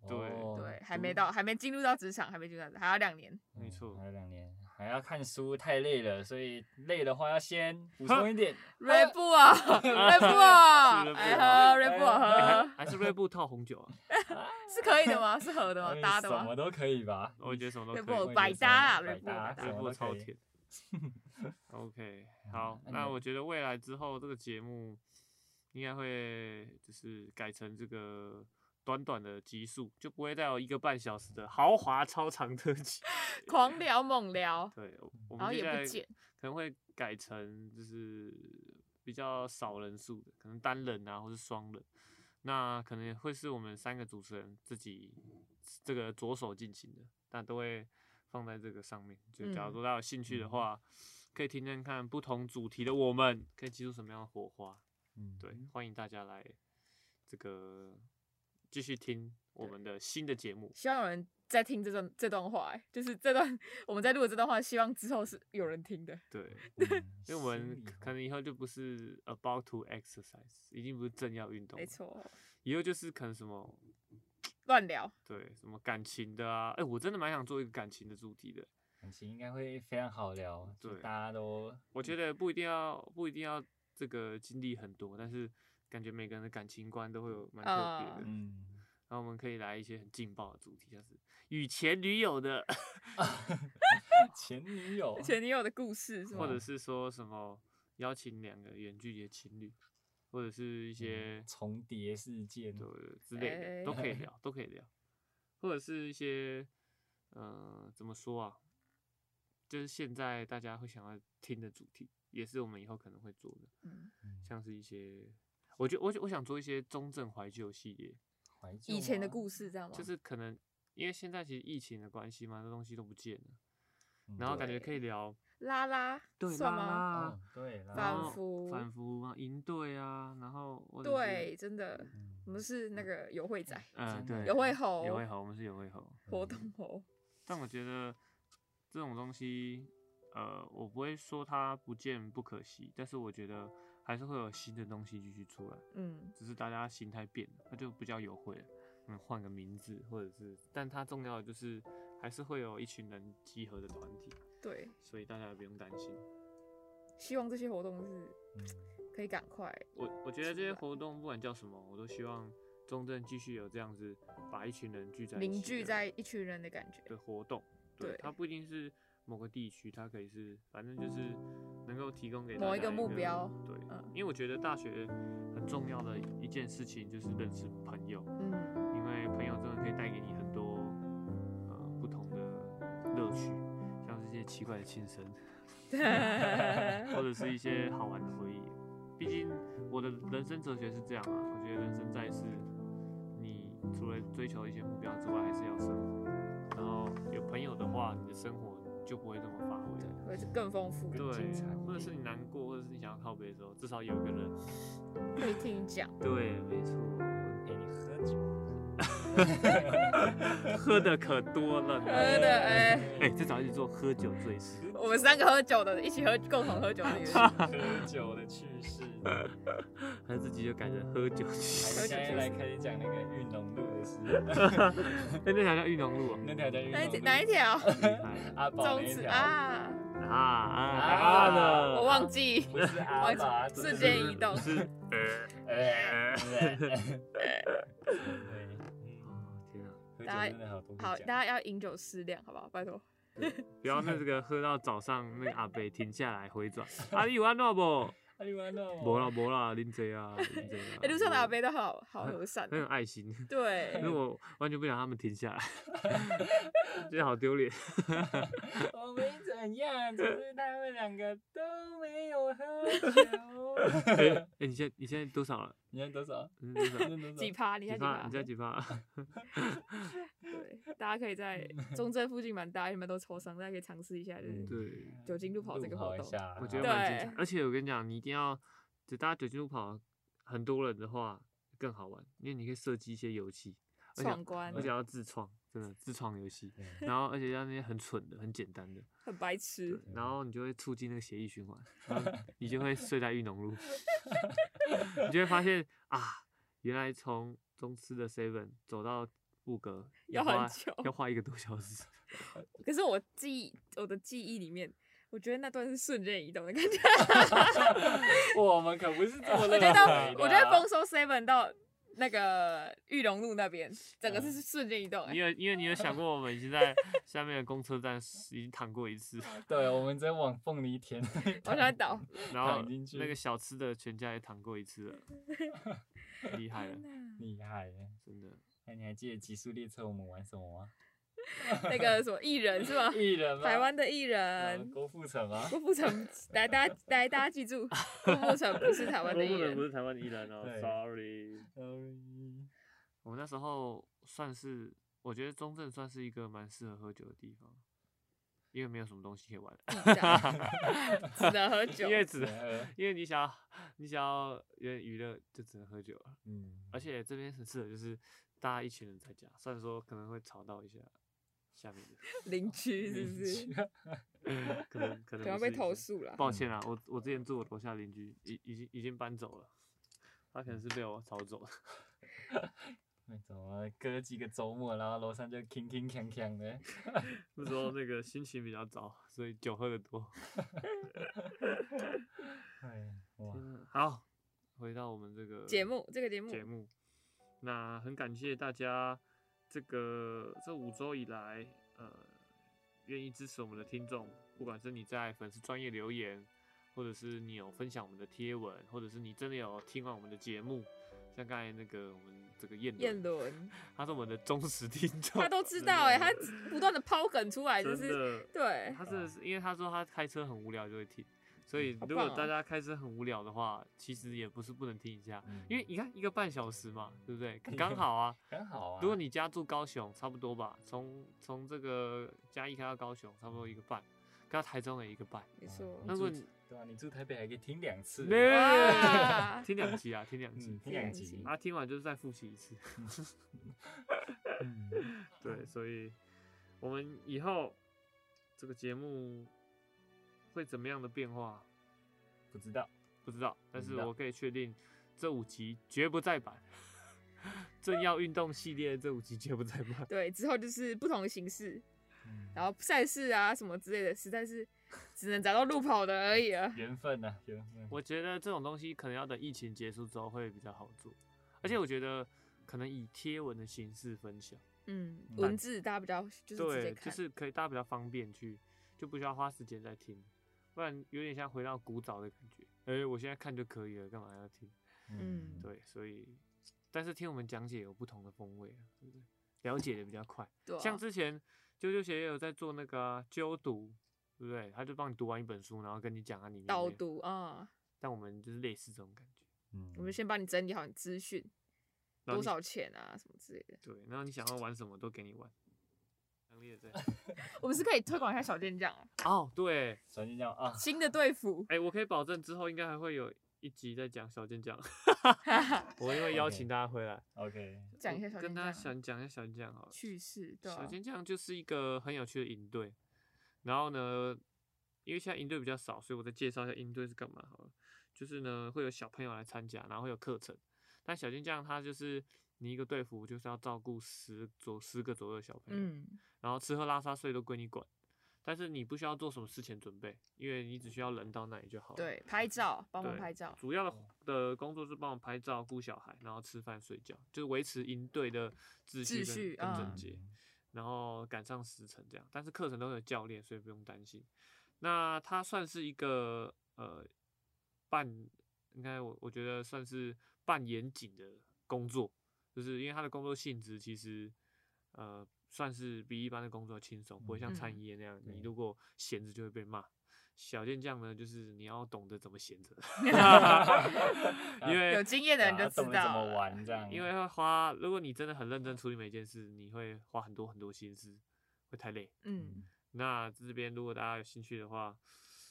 Speaker 1: 对
Speaker 2: 哦
Speaker 3: 对，还没到，还没进入到职场，还没进入到职，还要两年。
Speaker 1: 没错
Speaker 2: 嗯还有两年，还要看书，太累了，所以累的话要先 补充一 点。
Speaker 1: 哦
Speaker 3: 锐步啊，锐步啊，
Speaker 1: 是锐步
Speaker 3: 哎喝锐步
Speaker 1: 哎
Speaker 3: 啊
Speaker 1: 还，还是锐步套红酒啊？
Speaker 3: 是可以的吗？是合的吗？
Speaker 2: 哎
Speaker 3: 啊搭的
Speaker 2: 什么
Speaker 3: 吗？
Speaker 2: 都可以吧？
Speaker 1: 我觉得什么
Speaker 3: 锐
Speaker 1: 都
Speaker 3: 步
Speaker 1: 可以，
Speaker 3: 百搭啊，
Speaker 2: 我
Speaker 3: 锐
Speaker 2: 觉得
Speaker 3: 步
Speaker 2: 百搭
Speaker 3: 百搭
Speaker 1: 锐
Speaker 2: 什么
Speaker 1: 步
Speaker 2: 都
Speaker 1: 超
Speaker 2: 可以 嗯
Speaker 1: 甜。OK，好，
Speaker 2: 那你
Speaker 1: 那
Speaker 2: 呢
Speaker 1: 我觉得未来之后这个节目应该会就是改成这个短短的集数，就不会再有一个半小时的豪华超长特辑。
Speaker 3: 狂聊猛聊，
Speaker 1: 对，我我
Speaker 3: 然后
Speaker 1: 们
Speaker 3: 也
Speaker 1: 接
Speaker 3: 不
Speaker 1: 下来
Speaker 3: 剪
Speaker 1: 可能会改成就是比较少人数的，可能单人啊，或是双人。那可能也会是我们三个主持人自己这个着手进行的，但都会放在这个上面。就假如
Speaker 3: 嗯
Speaker 1: 说大家有兴趣的话，可以听听看不同主题的我们可以激出什么样的火花。
Speaker 2: 嗯，
Speaker 1: 对，欢迎大家来这个继续听我们的新的节目。
Speaker 3: 希望有人在听这段这段话、哎就是这段我们在录的这段话，希望之后是有人听的。
Speaker 1: 对，
Speaker 2: 嗯，
Speaker 1: 因为我们
Speaker 2: 心里哦
Speaker 1: 可
Speaker 2: 话
Speaker 1: 可能以后就不是 about to exercise，已经不是正要运动，
Speaker 3: 没，错，
Speaker 1: 以后就是可能什么
Speaker 3: 乱聊，
Speaker 1: 对什么感情的啊，哎、我真的蛮想做一个感情的主题的，
Speaker 2: 感情应该会非常好聊，就
Speaker 1: 对
Speaker 2: 大家都
Speaker 1: 我觉得不一定要不一定要这个经历很多，但是感觉每个人的感情观都会有蛮特别的，
Speaker 3: 呃
Speaker 2: 嗯，
Speaker 1: 然后我们可以来一些很劲爆的主题，像是与前女友的，
Speaker 2: 前女友，
Speaker 3: 前女友的故事是
Speaker 1: 哦
Speaker 3: 吗？
Speaker 1: 或者
Speaker 2: 哇
Speaker 1: 是说什么邀请两个远距离的情侣，或者是一些
Speaker 2: 嗯重叠事件，
Speaker 1: 对
Speaker 3: 嗯
Speaker 1: 之类的都可
Speaker 3: 哎
Speaker 1: 以聊，都可以聊，或者是一些呃怎么说啊，就是现在大家会想要听的主题，也是我们以后可能会做的，
Speaker 3: 嗯
Speaker 2: 嗯
Speaker 1: 像是一些，我觉得我我想做一些中正怀旧系列，
Speaker 2: 怀旧
Speaker 3: 以前的
Speaker 2: 吗
Speaker 3: 故，事，这样吗？
Speaker 1: 就是可能因为现在其实疫情的关系嘛，这东西都不见了，
Speaker 2: 嗯
Speaker 1: 然后感觉
Speaker 3: 对
Speaker 1: 可以聊
Speaker 3: 拉拉，算
Speaker 1: 啦
Speaker 3: 吗？
Speaker 1: 啦
Speaker 2: 哦，对啦，
Speaker 1: 然
Speaker 3: 反
Speaker 1: 后
Speaker 3: 夫
Speaker 1: 反服啊，营队啊，然后或者是
Speaker 3: 对，，真的，
Speaker 2: 嗯
Speaker 3: 我们是那个有会仔、
Speaker 1: 嗯
Speaker 2: 真的
Speaker 1: 对，
Speaker 3: 有会猴、
Speaker 1: 有会猴，我们是有会猴。
Speaker 3: 活动哦猴，
Speaker 1: 但我觉得这种东西，呃，我不会说它不见不可惜，但是我觉得还是会有新的东西继续出来，
Speaker 3: 嗯，
Speaker 1: 只是大家心态变了，它就比较有会了。嗯，换个名字，或者是，但它重要的就是还是会有一群人集合的团体，
Speaker 3: 对，
Speaker 1: 所以大家也不用担心。
Speaker 3: 希望这些活动是
Speaker 1: 嗯
Speaker 3: 可以赶快，
Speaker 1: 我我觉得这
Speaker 3: 出
Speaker 1: 些
Speaker 3: 来
Speaker 1: 活动不管叫什么，我都希望中正继续有这样子把一群人聚在一起
Speaker 3: 凝聚
Speaker 1: 的
Speaker 3: 在一群人的感觉，
Speaker 1: 的活动，对，
Speaker 3: 对
Speaker 1: 它不一定是某个地区，它可以是反正就是能够提供给大
Speaker 3: 某
Speaker 1: 家
Speaker 3: 一个目标，
Speaker 1: 对，
Speaker 3: 嗯
Speaker 1: 因为我觉得大学很重要的一件事情就是认识朋友，
Speaker 3: 嗯，
Speaker 1: 因为朋友真的可以带给你很多呃不同的乐趣，像是一些奇怪的庆生，
Speaker 3: 嗯
Speaker 1: 或者是一些好玩的回忆。毕竟我的人生哲学是这样啊，我觉得人生在世，你除了追求一些目标之外，还是要生活。然后有朋友的话，你的生活就不会这么发挥了。
Speaker 3: 会是更丰富，
Speaker 2: 更精彩
Speaker 1: 对，或者是你难过，或者是你想要靠背的时候，至少有一个 人。
Speaker 3: 可以听你讲，
Speaker 1: 对，没 错，
Speaker 2: 陪你喝酒，
Speaker 1: 喝的可多了
Speaker 3: 喝
Speaker 1: 呢。
Speaker 3: 的哎。
Speaker 1: 哎、再找一起做喝酒醉事。
Speaker 3: 我们三个喝酒的，一起喝，共同喝酒的游戏，
Speaker 1: 哎
Speaker 2: 喝酒的趣 事，
Speaker 1: 还是自己就改成喝酒
Speaker 2: 还
Speaker 1: 去。
Speaker 2: 是现在来开始讲那个运农路的事，
Speaker 1: 哎、那条叫玉农路、
Speaker 2: 那条叫运
Speaker 3: 哪一
Speaker 2: 农
Speaker 3: 条
Speaker 2: 路，
Speaker 3: 哪一条？
Speaker 1: 哦，
Speaker 2: 阿宝
Speaker 3: 宗
Speaker 2: 那一
Speaker 3: 旨
Speaker 2: 条，
Speaker 3: 啊，
Speaker 1: 啊啊啊呢？
Speaker 3: 我 忘记，
Speaker 1: 嗯
Speaker 2: 不是阿爸，
Speaker 3: 哦瞬间移动，
Speaker 1: 是。呃
Speaker 2: 哎， 嗯
Speaker 1: 天啊！
Speaker 2: 大家真的好多可以
Speaker 3: 好，
Speaker 2: 讲
Speaker 3: 大家要饮酒适量，好不好？拜托。
Speaker 1: 不要那这个喝到早上，那个阿伯停下来回转。 啊，你有安怎不？
Speaker 2: 啊你玩到
Speaker 1: 无啦无啦，恁这啊，恁这 啊。
Speaker 3: 哎、路上的阿伯都好好
Speaker 1: 很
Speaker 3: 和善
Speaker 1: 很有
Speaker 3: 哦，
Speaker 1: 爱 心，
Speaker 3: 对
Speaker 1: 因为，我完全不想他们停下 来，觉得好丢 脸。
Speaker 2: 我哦没怎样，只是他们两个都没有喝
Speaker 1: 哎、
Speaker 2: 酒
Speaker 1: 哎。你现在你现在多少了？
Speaker 2: 你看多少？
Speaker 1: 嗯，多 少？
Speaker 3: 几趴，你
Speaker 1: 几
Speaker 3: 看
Speaker 1: 趴？
Speaker 3: 趴，
Speaker 1: 你现在几趴？
Speaker 3: 对，大家可以在 中正附近蛮大，你们都抽伤，大家可以尝试一下，就是
Speaker 2: 嗯
Speaker 1: 对，
Speaker 3: 酒精路跑这个活
Speaker 2: 一
Speaker 3: 动。
Speaker 2: 下，啊
Speaker 1: 我觉得
Speaker 3: 对
Speaker 1: 蛮精彩。而且我跟你讲，你一定要，就大家酒精路跑，很多人的话，更好玩，因为你可以设计一些游戏，而且
Speaker 6: 闯关
Speaker 1: 而且要自创，真的自创游戏，然后而且要那些很蠢的、很简单的，
Speaker 6: 很白痴，
Speaker 1: 然后你就会促进那个血液循环，然后你就会睡在玉农 路，你就会发现啊，原来从中吃的 seven 走到布格
Speaker 6: 要很
Speaker 1: 花
Speaker 6: 久
Speaker 1: 要花一个多小 时。
Speaker 6: 可是我记忆我的记忆里面，我觉得那段是瞬间移动的感觉。
Speaker 2: 我们可不是这么
Speaker 3: 我
Speaker 2: 认
Speaker 3: 觉
Speaker 2: 为
Speaker 3: 得
Speaker 2: 的
Speaker 3: 到
Speaker 2: 啊。
Speaker 3: 我觉得丰收 seven 到那个玉龙路那边，整个是瞬间移动、
Speaker 1: 哦你
Speaker 3: 欸。
Speaker 1: 有，因为你有想过，我们已经在下面的公车站已经躺过一次，
Speaker 2: 对，我们在往凤梨田。
Speaker 3: 我想倒，
Speaker 1: 然后
Speaker 2: 躺进去
Speaker 1: 那个小吃的全家也躺过一次了， 厉害了，
Speaker 2: 厉害耶！
Speaker 1: 真的。
Speaker 2: 那你还记得极速列车我们玩什么吗？
Speaker 6: 那个什么艺人是 吗？
Speaker 2: 艺
Speaker 1: 啊
Speaker 2: 人吗？
Speaker 6: 台湾的艺
Speaker 2: 呃
Speaker 6: 人
Speaker 2: 郭富城啊。
Speaker 6: 郭富 城，来大家来大家记住，郭富城不是台湾的艺 人，
Speaker 1: 是台湾的艺人哦
Speaker 2: 对
Speaker 1: ，sorry。
Speaker 2: Sorry
Speaker 1: 我们那时候算是，我觉得中正算是一个蛮适合喝酒的地方，因为没有什么东西可以玩，
Speaker 6: 只能喝酒
Speaker 1: 因。为只能，
Speaker 2: 呃
Speaker 1: 因为你想要你想要有点娱乐，就只能喝酒了。
Speaker 2: 嗯，
Speaker 1: 而且这边很适合就是大家一群人在家，虽然说可能会吵到一下下面的人。
Speaker 6: 邻居是不
Speaker 2: 邻
Speaker 6: 是？
Speaker 2: 居
Speaker 1: 可能可能
Speaker 6: 可
Speaker 1: 不
Speaker 6: 能被
Speaker 1: 是一
Speaker 6: 投
Speaker 1: 个
Speaker 6: 诉了。
Speaker 1: 抱歉啊，我我之前住我楼下邻居已已经已经搬走了，他可能是被我吵走了。
Speaker 2: 那怎么隔几个周末，然后楼上就铿铿锵锵的，
Speaker 1: 那时候那个心情比较糟，所以酒喝的多。
Speaker 2: 哎，哇，
Speaker 1: 嗯好，回到我们这个
Speaker 6: 节目这个节目
Speaker 1: 节目，那很感谢大家这个这五周以来呃愿意支持我们的听众，不管是你在粉丝专业留言，或者是你有分享我们的贴文，或者是你真的有听完我们的节目，像刚才那个我们这个燕伦
Speaker 6: 燕伦，
Speaker 1: 他是我们的忠实听众，
Speaker 6: 他都知道哎、他
Speaker 1: 真的
Speaker 6: 不断的抛梗出来，就
Speaker 1: 真
Speaker 6: 是
Speaker 1: 的，
Speaker 6: 对啊
Speaker 1: 他真的是因为他说他开车很无聊就会听，所以如
Speaker 6: 棒哦
Speaker 1: 果大家开车很无聊的话，其实也不是不能听一下，
Speaker 2: 嗯
Speaker 1: 因为你看一个半小时嘛，对不 对？刚好啊。
Speaker 2: 刚好啊。
Speaker 1: 如果你家住高雄，差不多吧，从从这个嘉义开到高雄，差不多一个半，开到台中也一个半，
Speaker 6: 没错
Speaker 2: 啊。
Speaker 1: 那如果
Speaker 2: 你住对啊，你住台北还可以听两次，
Speaker 6: 哇
Speaker 1: 听两集啊，听两
Speaker 2: 嗯，
Speaker 1: 集，
Speaker 2: 听两集，
Speaker 1: 啊，听完就是再复习一 次。
Speaker 2: 嗯，
Speaker 1: 对，所以我们以后这个节目会怎么样的变化
Speaker 2: 不知道，
Speaker 1: 不知道，但
Speaker 2: 不
Speaker 1: 是
Speaker 2: 知道
Speaker 1: 我可以确定这五集绝不再版。 正要运动系列这五集绝不再版，
Speaker 6: 对，之后就是不同的形式，
Speaker 2: 嗯
Speaker 6: 然后赛事啊什么之类的，实在是只能找到路跑的而已啊了。
Speaker 2: 缘分呐，缘 分。
Speaker 1: 我觉得这种东西可能要等疫情结束之后会比较好做，而且我觉得可能以贴文的形式分享，
Speaker 6: 嗯，
Speaker 2: 嗯
Speaker 6: 文字大家比较就是直接
Speaker 1: 对，就
Speaker 6: 看，
Speaker 1: 是可以大家比较方便去，就不需要花时间在听，不然有点像回到古早的感觉。哎、我现在看就可以了，干嘛要听？
Speaker 6: 嗯
Speaker 1: 对，所以但是听我们讲解有不同的风味啊，对不对？了解的比较快。
Speaker 6: 对啊
Speaker 1: 像之前啾啾鞋也有在做那个啊纠、读，对不对？他就帮你读完一本书，然后跟你讲他里面的
Speaker 6: 导
Speaker 1: 内容。
Speaker 6: 读啊、
Speaker 1: 但我们就是类似这种感觉。
Speaker 2: 嗯
Speaker 6: 我们先帮你整理好你资讯，
Speaker 1: 然
Speaker 6: 多
Speaker 1: 后你
Speaker 6: 少钱啊什么之类的。
Speaker 1: 对，然后你想要玩什么都给你玩。强 烈在
Speaker 6: 我们是可以推广一下小健将啊，
Speaker 1: 哦，对，
Speaker 2: 首先叫啊，
Speaker 6: 新的队服，
Speaker 1: 哎、我可以保证之后应该还会有一集在讲小健将，我 也会邀请
Speaker 2: OK
Speaker 1: 大家回来
Speaker 2: OK，
Speaker 6: 讲一下
Speaker 1: 我
Speaker 6: 小
Speaker 1: 跟
Speaker 6: 健
Speaker 1: 大家
Speaker 6: 将
Speaker 1: 想讲一下小健将好了。
Speaker 6: 趣事，对
Speaker 1: 小
Speaker 6: 啊，
Speaker 1: 尖将就是一个很有趣的营队，然后呢，因为现在营队比较少，所以我再介绍一下营队是干嘛好了。就是呢，会有小朋友来参加，然后会有课程。但小尖将他就是你一个队服，就是要照顾十左十个左右的小朋友，
Speaker 6: 嗯，
Speaker 1: 然后吃喝拉撒睡都归你管，但是你不需要做什么事前准备，因为你只需要人到那里就好了。
Speaker 6: 对，拍照，帮忙
Speaker 1: 哦对
Speaker 6: 拍照，
Speaker 1: 主要的的工作是帮我拍照、顾小孩，然后吃饭、睡觉，就是维持营队的秩序
Speaker 6: 秩
Speaker 1: 跟
Speaker 6: 序
Speaker 1: 跟
Speaker 6: 嗯
Speaker 1: 整洁。然后赶上时辰这样。但是课程都有教练，所以不用担心。那它算是一个呃半，应该我我觉得算是半严谨的工作，就是因为他的工作性质其实呃算是比一般的工作轻松，不会像餐
Speaker 6: 嗯
Speaker 1: 饮业那样，你
Speaker 2: 对
Speaker 1: 如果闲着就会被骂。小健将呢，就是你要懂得怎么闲着，因 为
Speaker 3: 有经验的人就
Speaker 2: 啊
Speaker 3: 知
Speaker 2: 懂得怎
Speaker 3: 道
Speaker 2: 么
Speaker 3: 了。
Speaker 2: 玩这样，
Speaker 1: 因为会花，如果你真的很认真处理每件事，你会花很多很多心思，会太累。
Speaker 6: 嗯，
Speaker 1: 那这边如果大家有兴趣的话，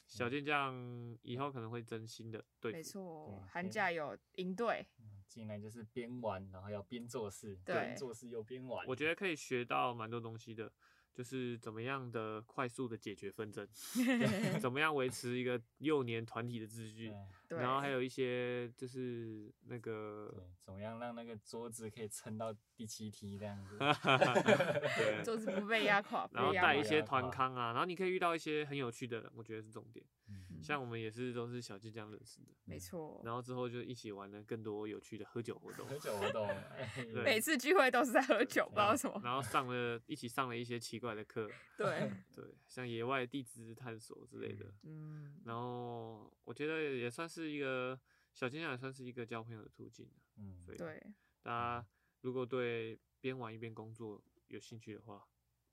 Speaker 1: 小健将以后可能会真心的对付
Speaker 3: 嗯没错
Speaker 2: 对，
Speaker 3: 寒
Speaker 2: 对
Speaker 3: 假有营队，
Speaker 2: 嗯进来就是边玩，然后要边做事，
Speaker 3: 对
Speaker 2: 边做事又边玩。
Speaker 1: 我觉得可以学到蛮多东西的，就是怎么样的快速的解决纷争， 怎么样维持一个幼年团体的秩序，
Speaker 2: 对
Speaker 3: 嗯对，
Speaker 1: 然后还有一些就是那个
Speaker 2: 对，怎么样让那个桌子可以撑到第七梯这样子？
Speaker 1: 对
Speaker 3: 就是不被 压垮，
Speaker 1: 然后
Speaker 3: 被压
Speaker 1: 带一
Speaker 3: 垮
Speaker 1: 些团康啊，然后你可以遇到一些很有趣的人，我觉得是重点。
Speaker 2: 嗯
Speaker 1: 像我们也是都是小健将认识的，
Speaker 3: 没错，
Speaker 1: 然后之后就一起玩了更多有趣的喝酒活动，
Speaker 2: 喝酒活动，哎
Speaker 1: 对
Speaker 3: 每次聚会都是在喝酒，不知道为什 么，
Speaker 1: 然后上了一起上了一些奇怪的课，
Speaker 3: 对，
Speaker 1: 对，像野外地质探索之类的。
Speaker 3: 嗯，
Speaker 1: 然后我觉得也算是一个小健将，也算是一个交朋友的途径啊
Speaker 2: 嗯，
Speaker 1: 所以
Speaker 3: 对，
Speaker 1: 大家如果对边玩一边工作有兴趣的话，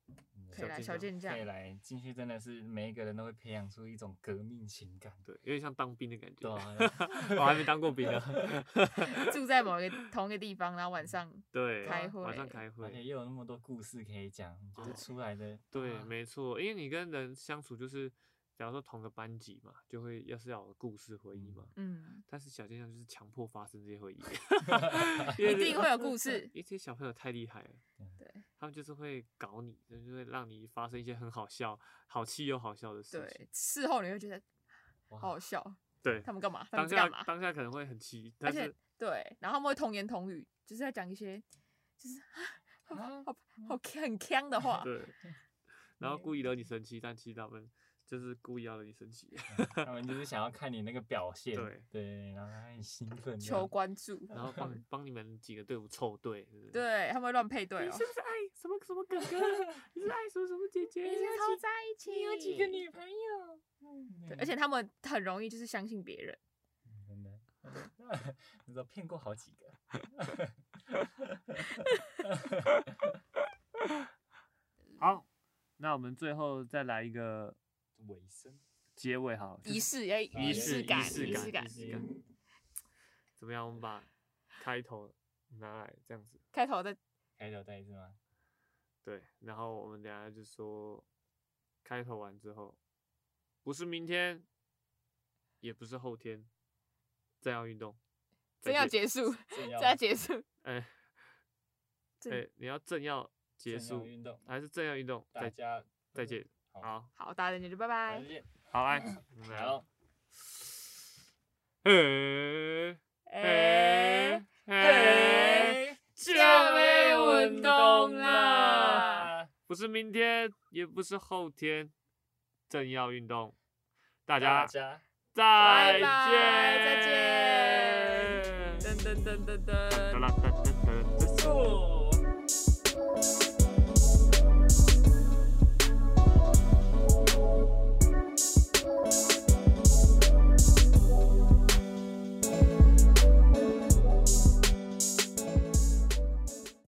Speaker 2: 嗯
Speaker 3: 可以来
Speaker 1: 小
Speaker 3: 小
Speaker 1: 健
Speaker 3: 健将
Speaker 2: 可以，来进去，真的是每一个人都会培养出一种革命情感。
Speaker 1: 对，有点像当兵的感觉。
Speaker 2: 对
Speaker 1: 我
Speaker 2: 啊，
Speaker 1: 还没当过兵呢。啊
Speaker 3: 住在某一个同一个地方，然后晚上
Speaker 1: 对，
Speaker 3: 开
Speaker 1: 晚上
Speaker 3: 会
Speaker 1: 开
Speaker 2: 而且
Speaker 1: 会。
Speaker 2: 又有那么多故事可以讲，就是出来的。
Speaker 1: 哦对，
Speaker 2: 啊
Speaker 1: 没错，因为你跟人相处就是，假如说同个班级嘛，就会要是要有故事回忆嘛。
Speaker 3: 嗯，
Speaker 1: 但是小健将就是强迫发生这些 回忆，
Speaker 3: 一定会有故事
Speaker 1: 因为这些小朋友太厉害了，
Speaker 3: 对
Speaker 1: 他们就是会搞你，就是会让你发生一些很好笑、好气又好笑的事情
Speaker 3: 对。，事后你会觉得
Speaker 2: 哇
Speaker 3: 好好笑，
Speaker 1: 对，
Speaker 3: 他们干嘛？他
Speaker 1: 当
Speaker 3: 们在
Speaker 1: 下
Speaker 3: 干嘛？
Speaker 1: 当下可能会很气，
Speaker 3: 而
Speaker 1: 但
Speaker 3: 且
Speaker 1: 是
Speaker 3: 对，然后他们会童言童语，就是在讲一些就是啊好好好很呛的话，
Speaker 1: 对，然后故意惹你生气，但其实他们就是故意要惹你生 气，
Speaker 2: 他们就是想要看你那个表现，
Speaker 1: 对
Speaker 2: 然后他很兴奋这样，
Speaker 3: 求关注，
Speaker 1: 然后帮帮你们几个队伍凑对，是不是，
Speaker 3: 对，他们会乱配对
Speaker 1: 你
Speaker 3: 哦
Speaker 1: 是，不是爱什么什么哥哥？你是爱什么什么姐姐？
Speaker 3: 超在一起，
Speaker 2: 有几个女朋友，嗯
Speaker 3: 对，而且他们很容易就是相信别人，
Speaker 2: 嗯真的， 你说骗过好几个，
Speaker 1: 好，那我们最后再来一个
Speaker 2: 尾声，
Speaker 1: 结尾好了，就
Speaker 3: 仪
Speaker 1: 是
Speaker 3: 式哎，
Speaker 2: 啊
Speaker 3: 仪
Speaker 2: 有
Speaker 3: 式
Speaker 2: 点
Speaker 3: 感，
Speaker 1: 仪式
Speaker 3: 仪
Speaker 1: 感
Speaker 3: 式感
Speaker 1: 仪。式感怎么样？我们把开头拿来这样子，
Speaker 3: 开头的
Speaker 2: 开头再一次吗？
Speaker 1: 对，然后我们等一下就说开头完之后，不是明天，也不是后天，再要运动，再
Speaker 3: 真要
Speaker 1: 见
Speaker 3: 结束，
Speaker 2: 正
Speaker 3: 真要结束，
Speaker 1: 哎
Speaker 3: 正
Speaker 1: 哎，你要正要结
Speaker 2: 正要
Speaker 1: 束
Speaker 2: 运动，
Speaker 1: 还是正要运动？
Speaker 2: 大
Speaker 1: 再
Speaker 2: 家
Speaker 1: 再见，
Speaker 2: 好，
Speaker 1: 好
Speaker 3: 好，大家再见，拜拜
Speaker 2: 再。见，
Speaker 1: 好来，
Speaker 2: 好。
Speaker 1: 嘿，
Speaker 3: 哎，
Speaker 1: 嘿，
Speaker 3: 这
Speaker 1: 哎
Speaker 3: 要运动啦！
Speaker 1: 不是明天，也不是后天，正要运动，大
Speaker 2: 大
Speaker 1: 家
Speaker 2: 家
Speaker 1: 再
Speaker 3: 拜拜
Speaker 1: 见，
Speaker 3: 再见噔噔噔噔噔。
Speaker 1: 哒啦哒哒哒哒
Speaker 2: 做。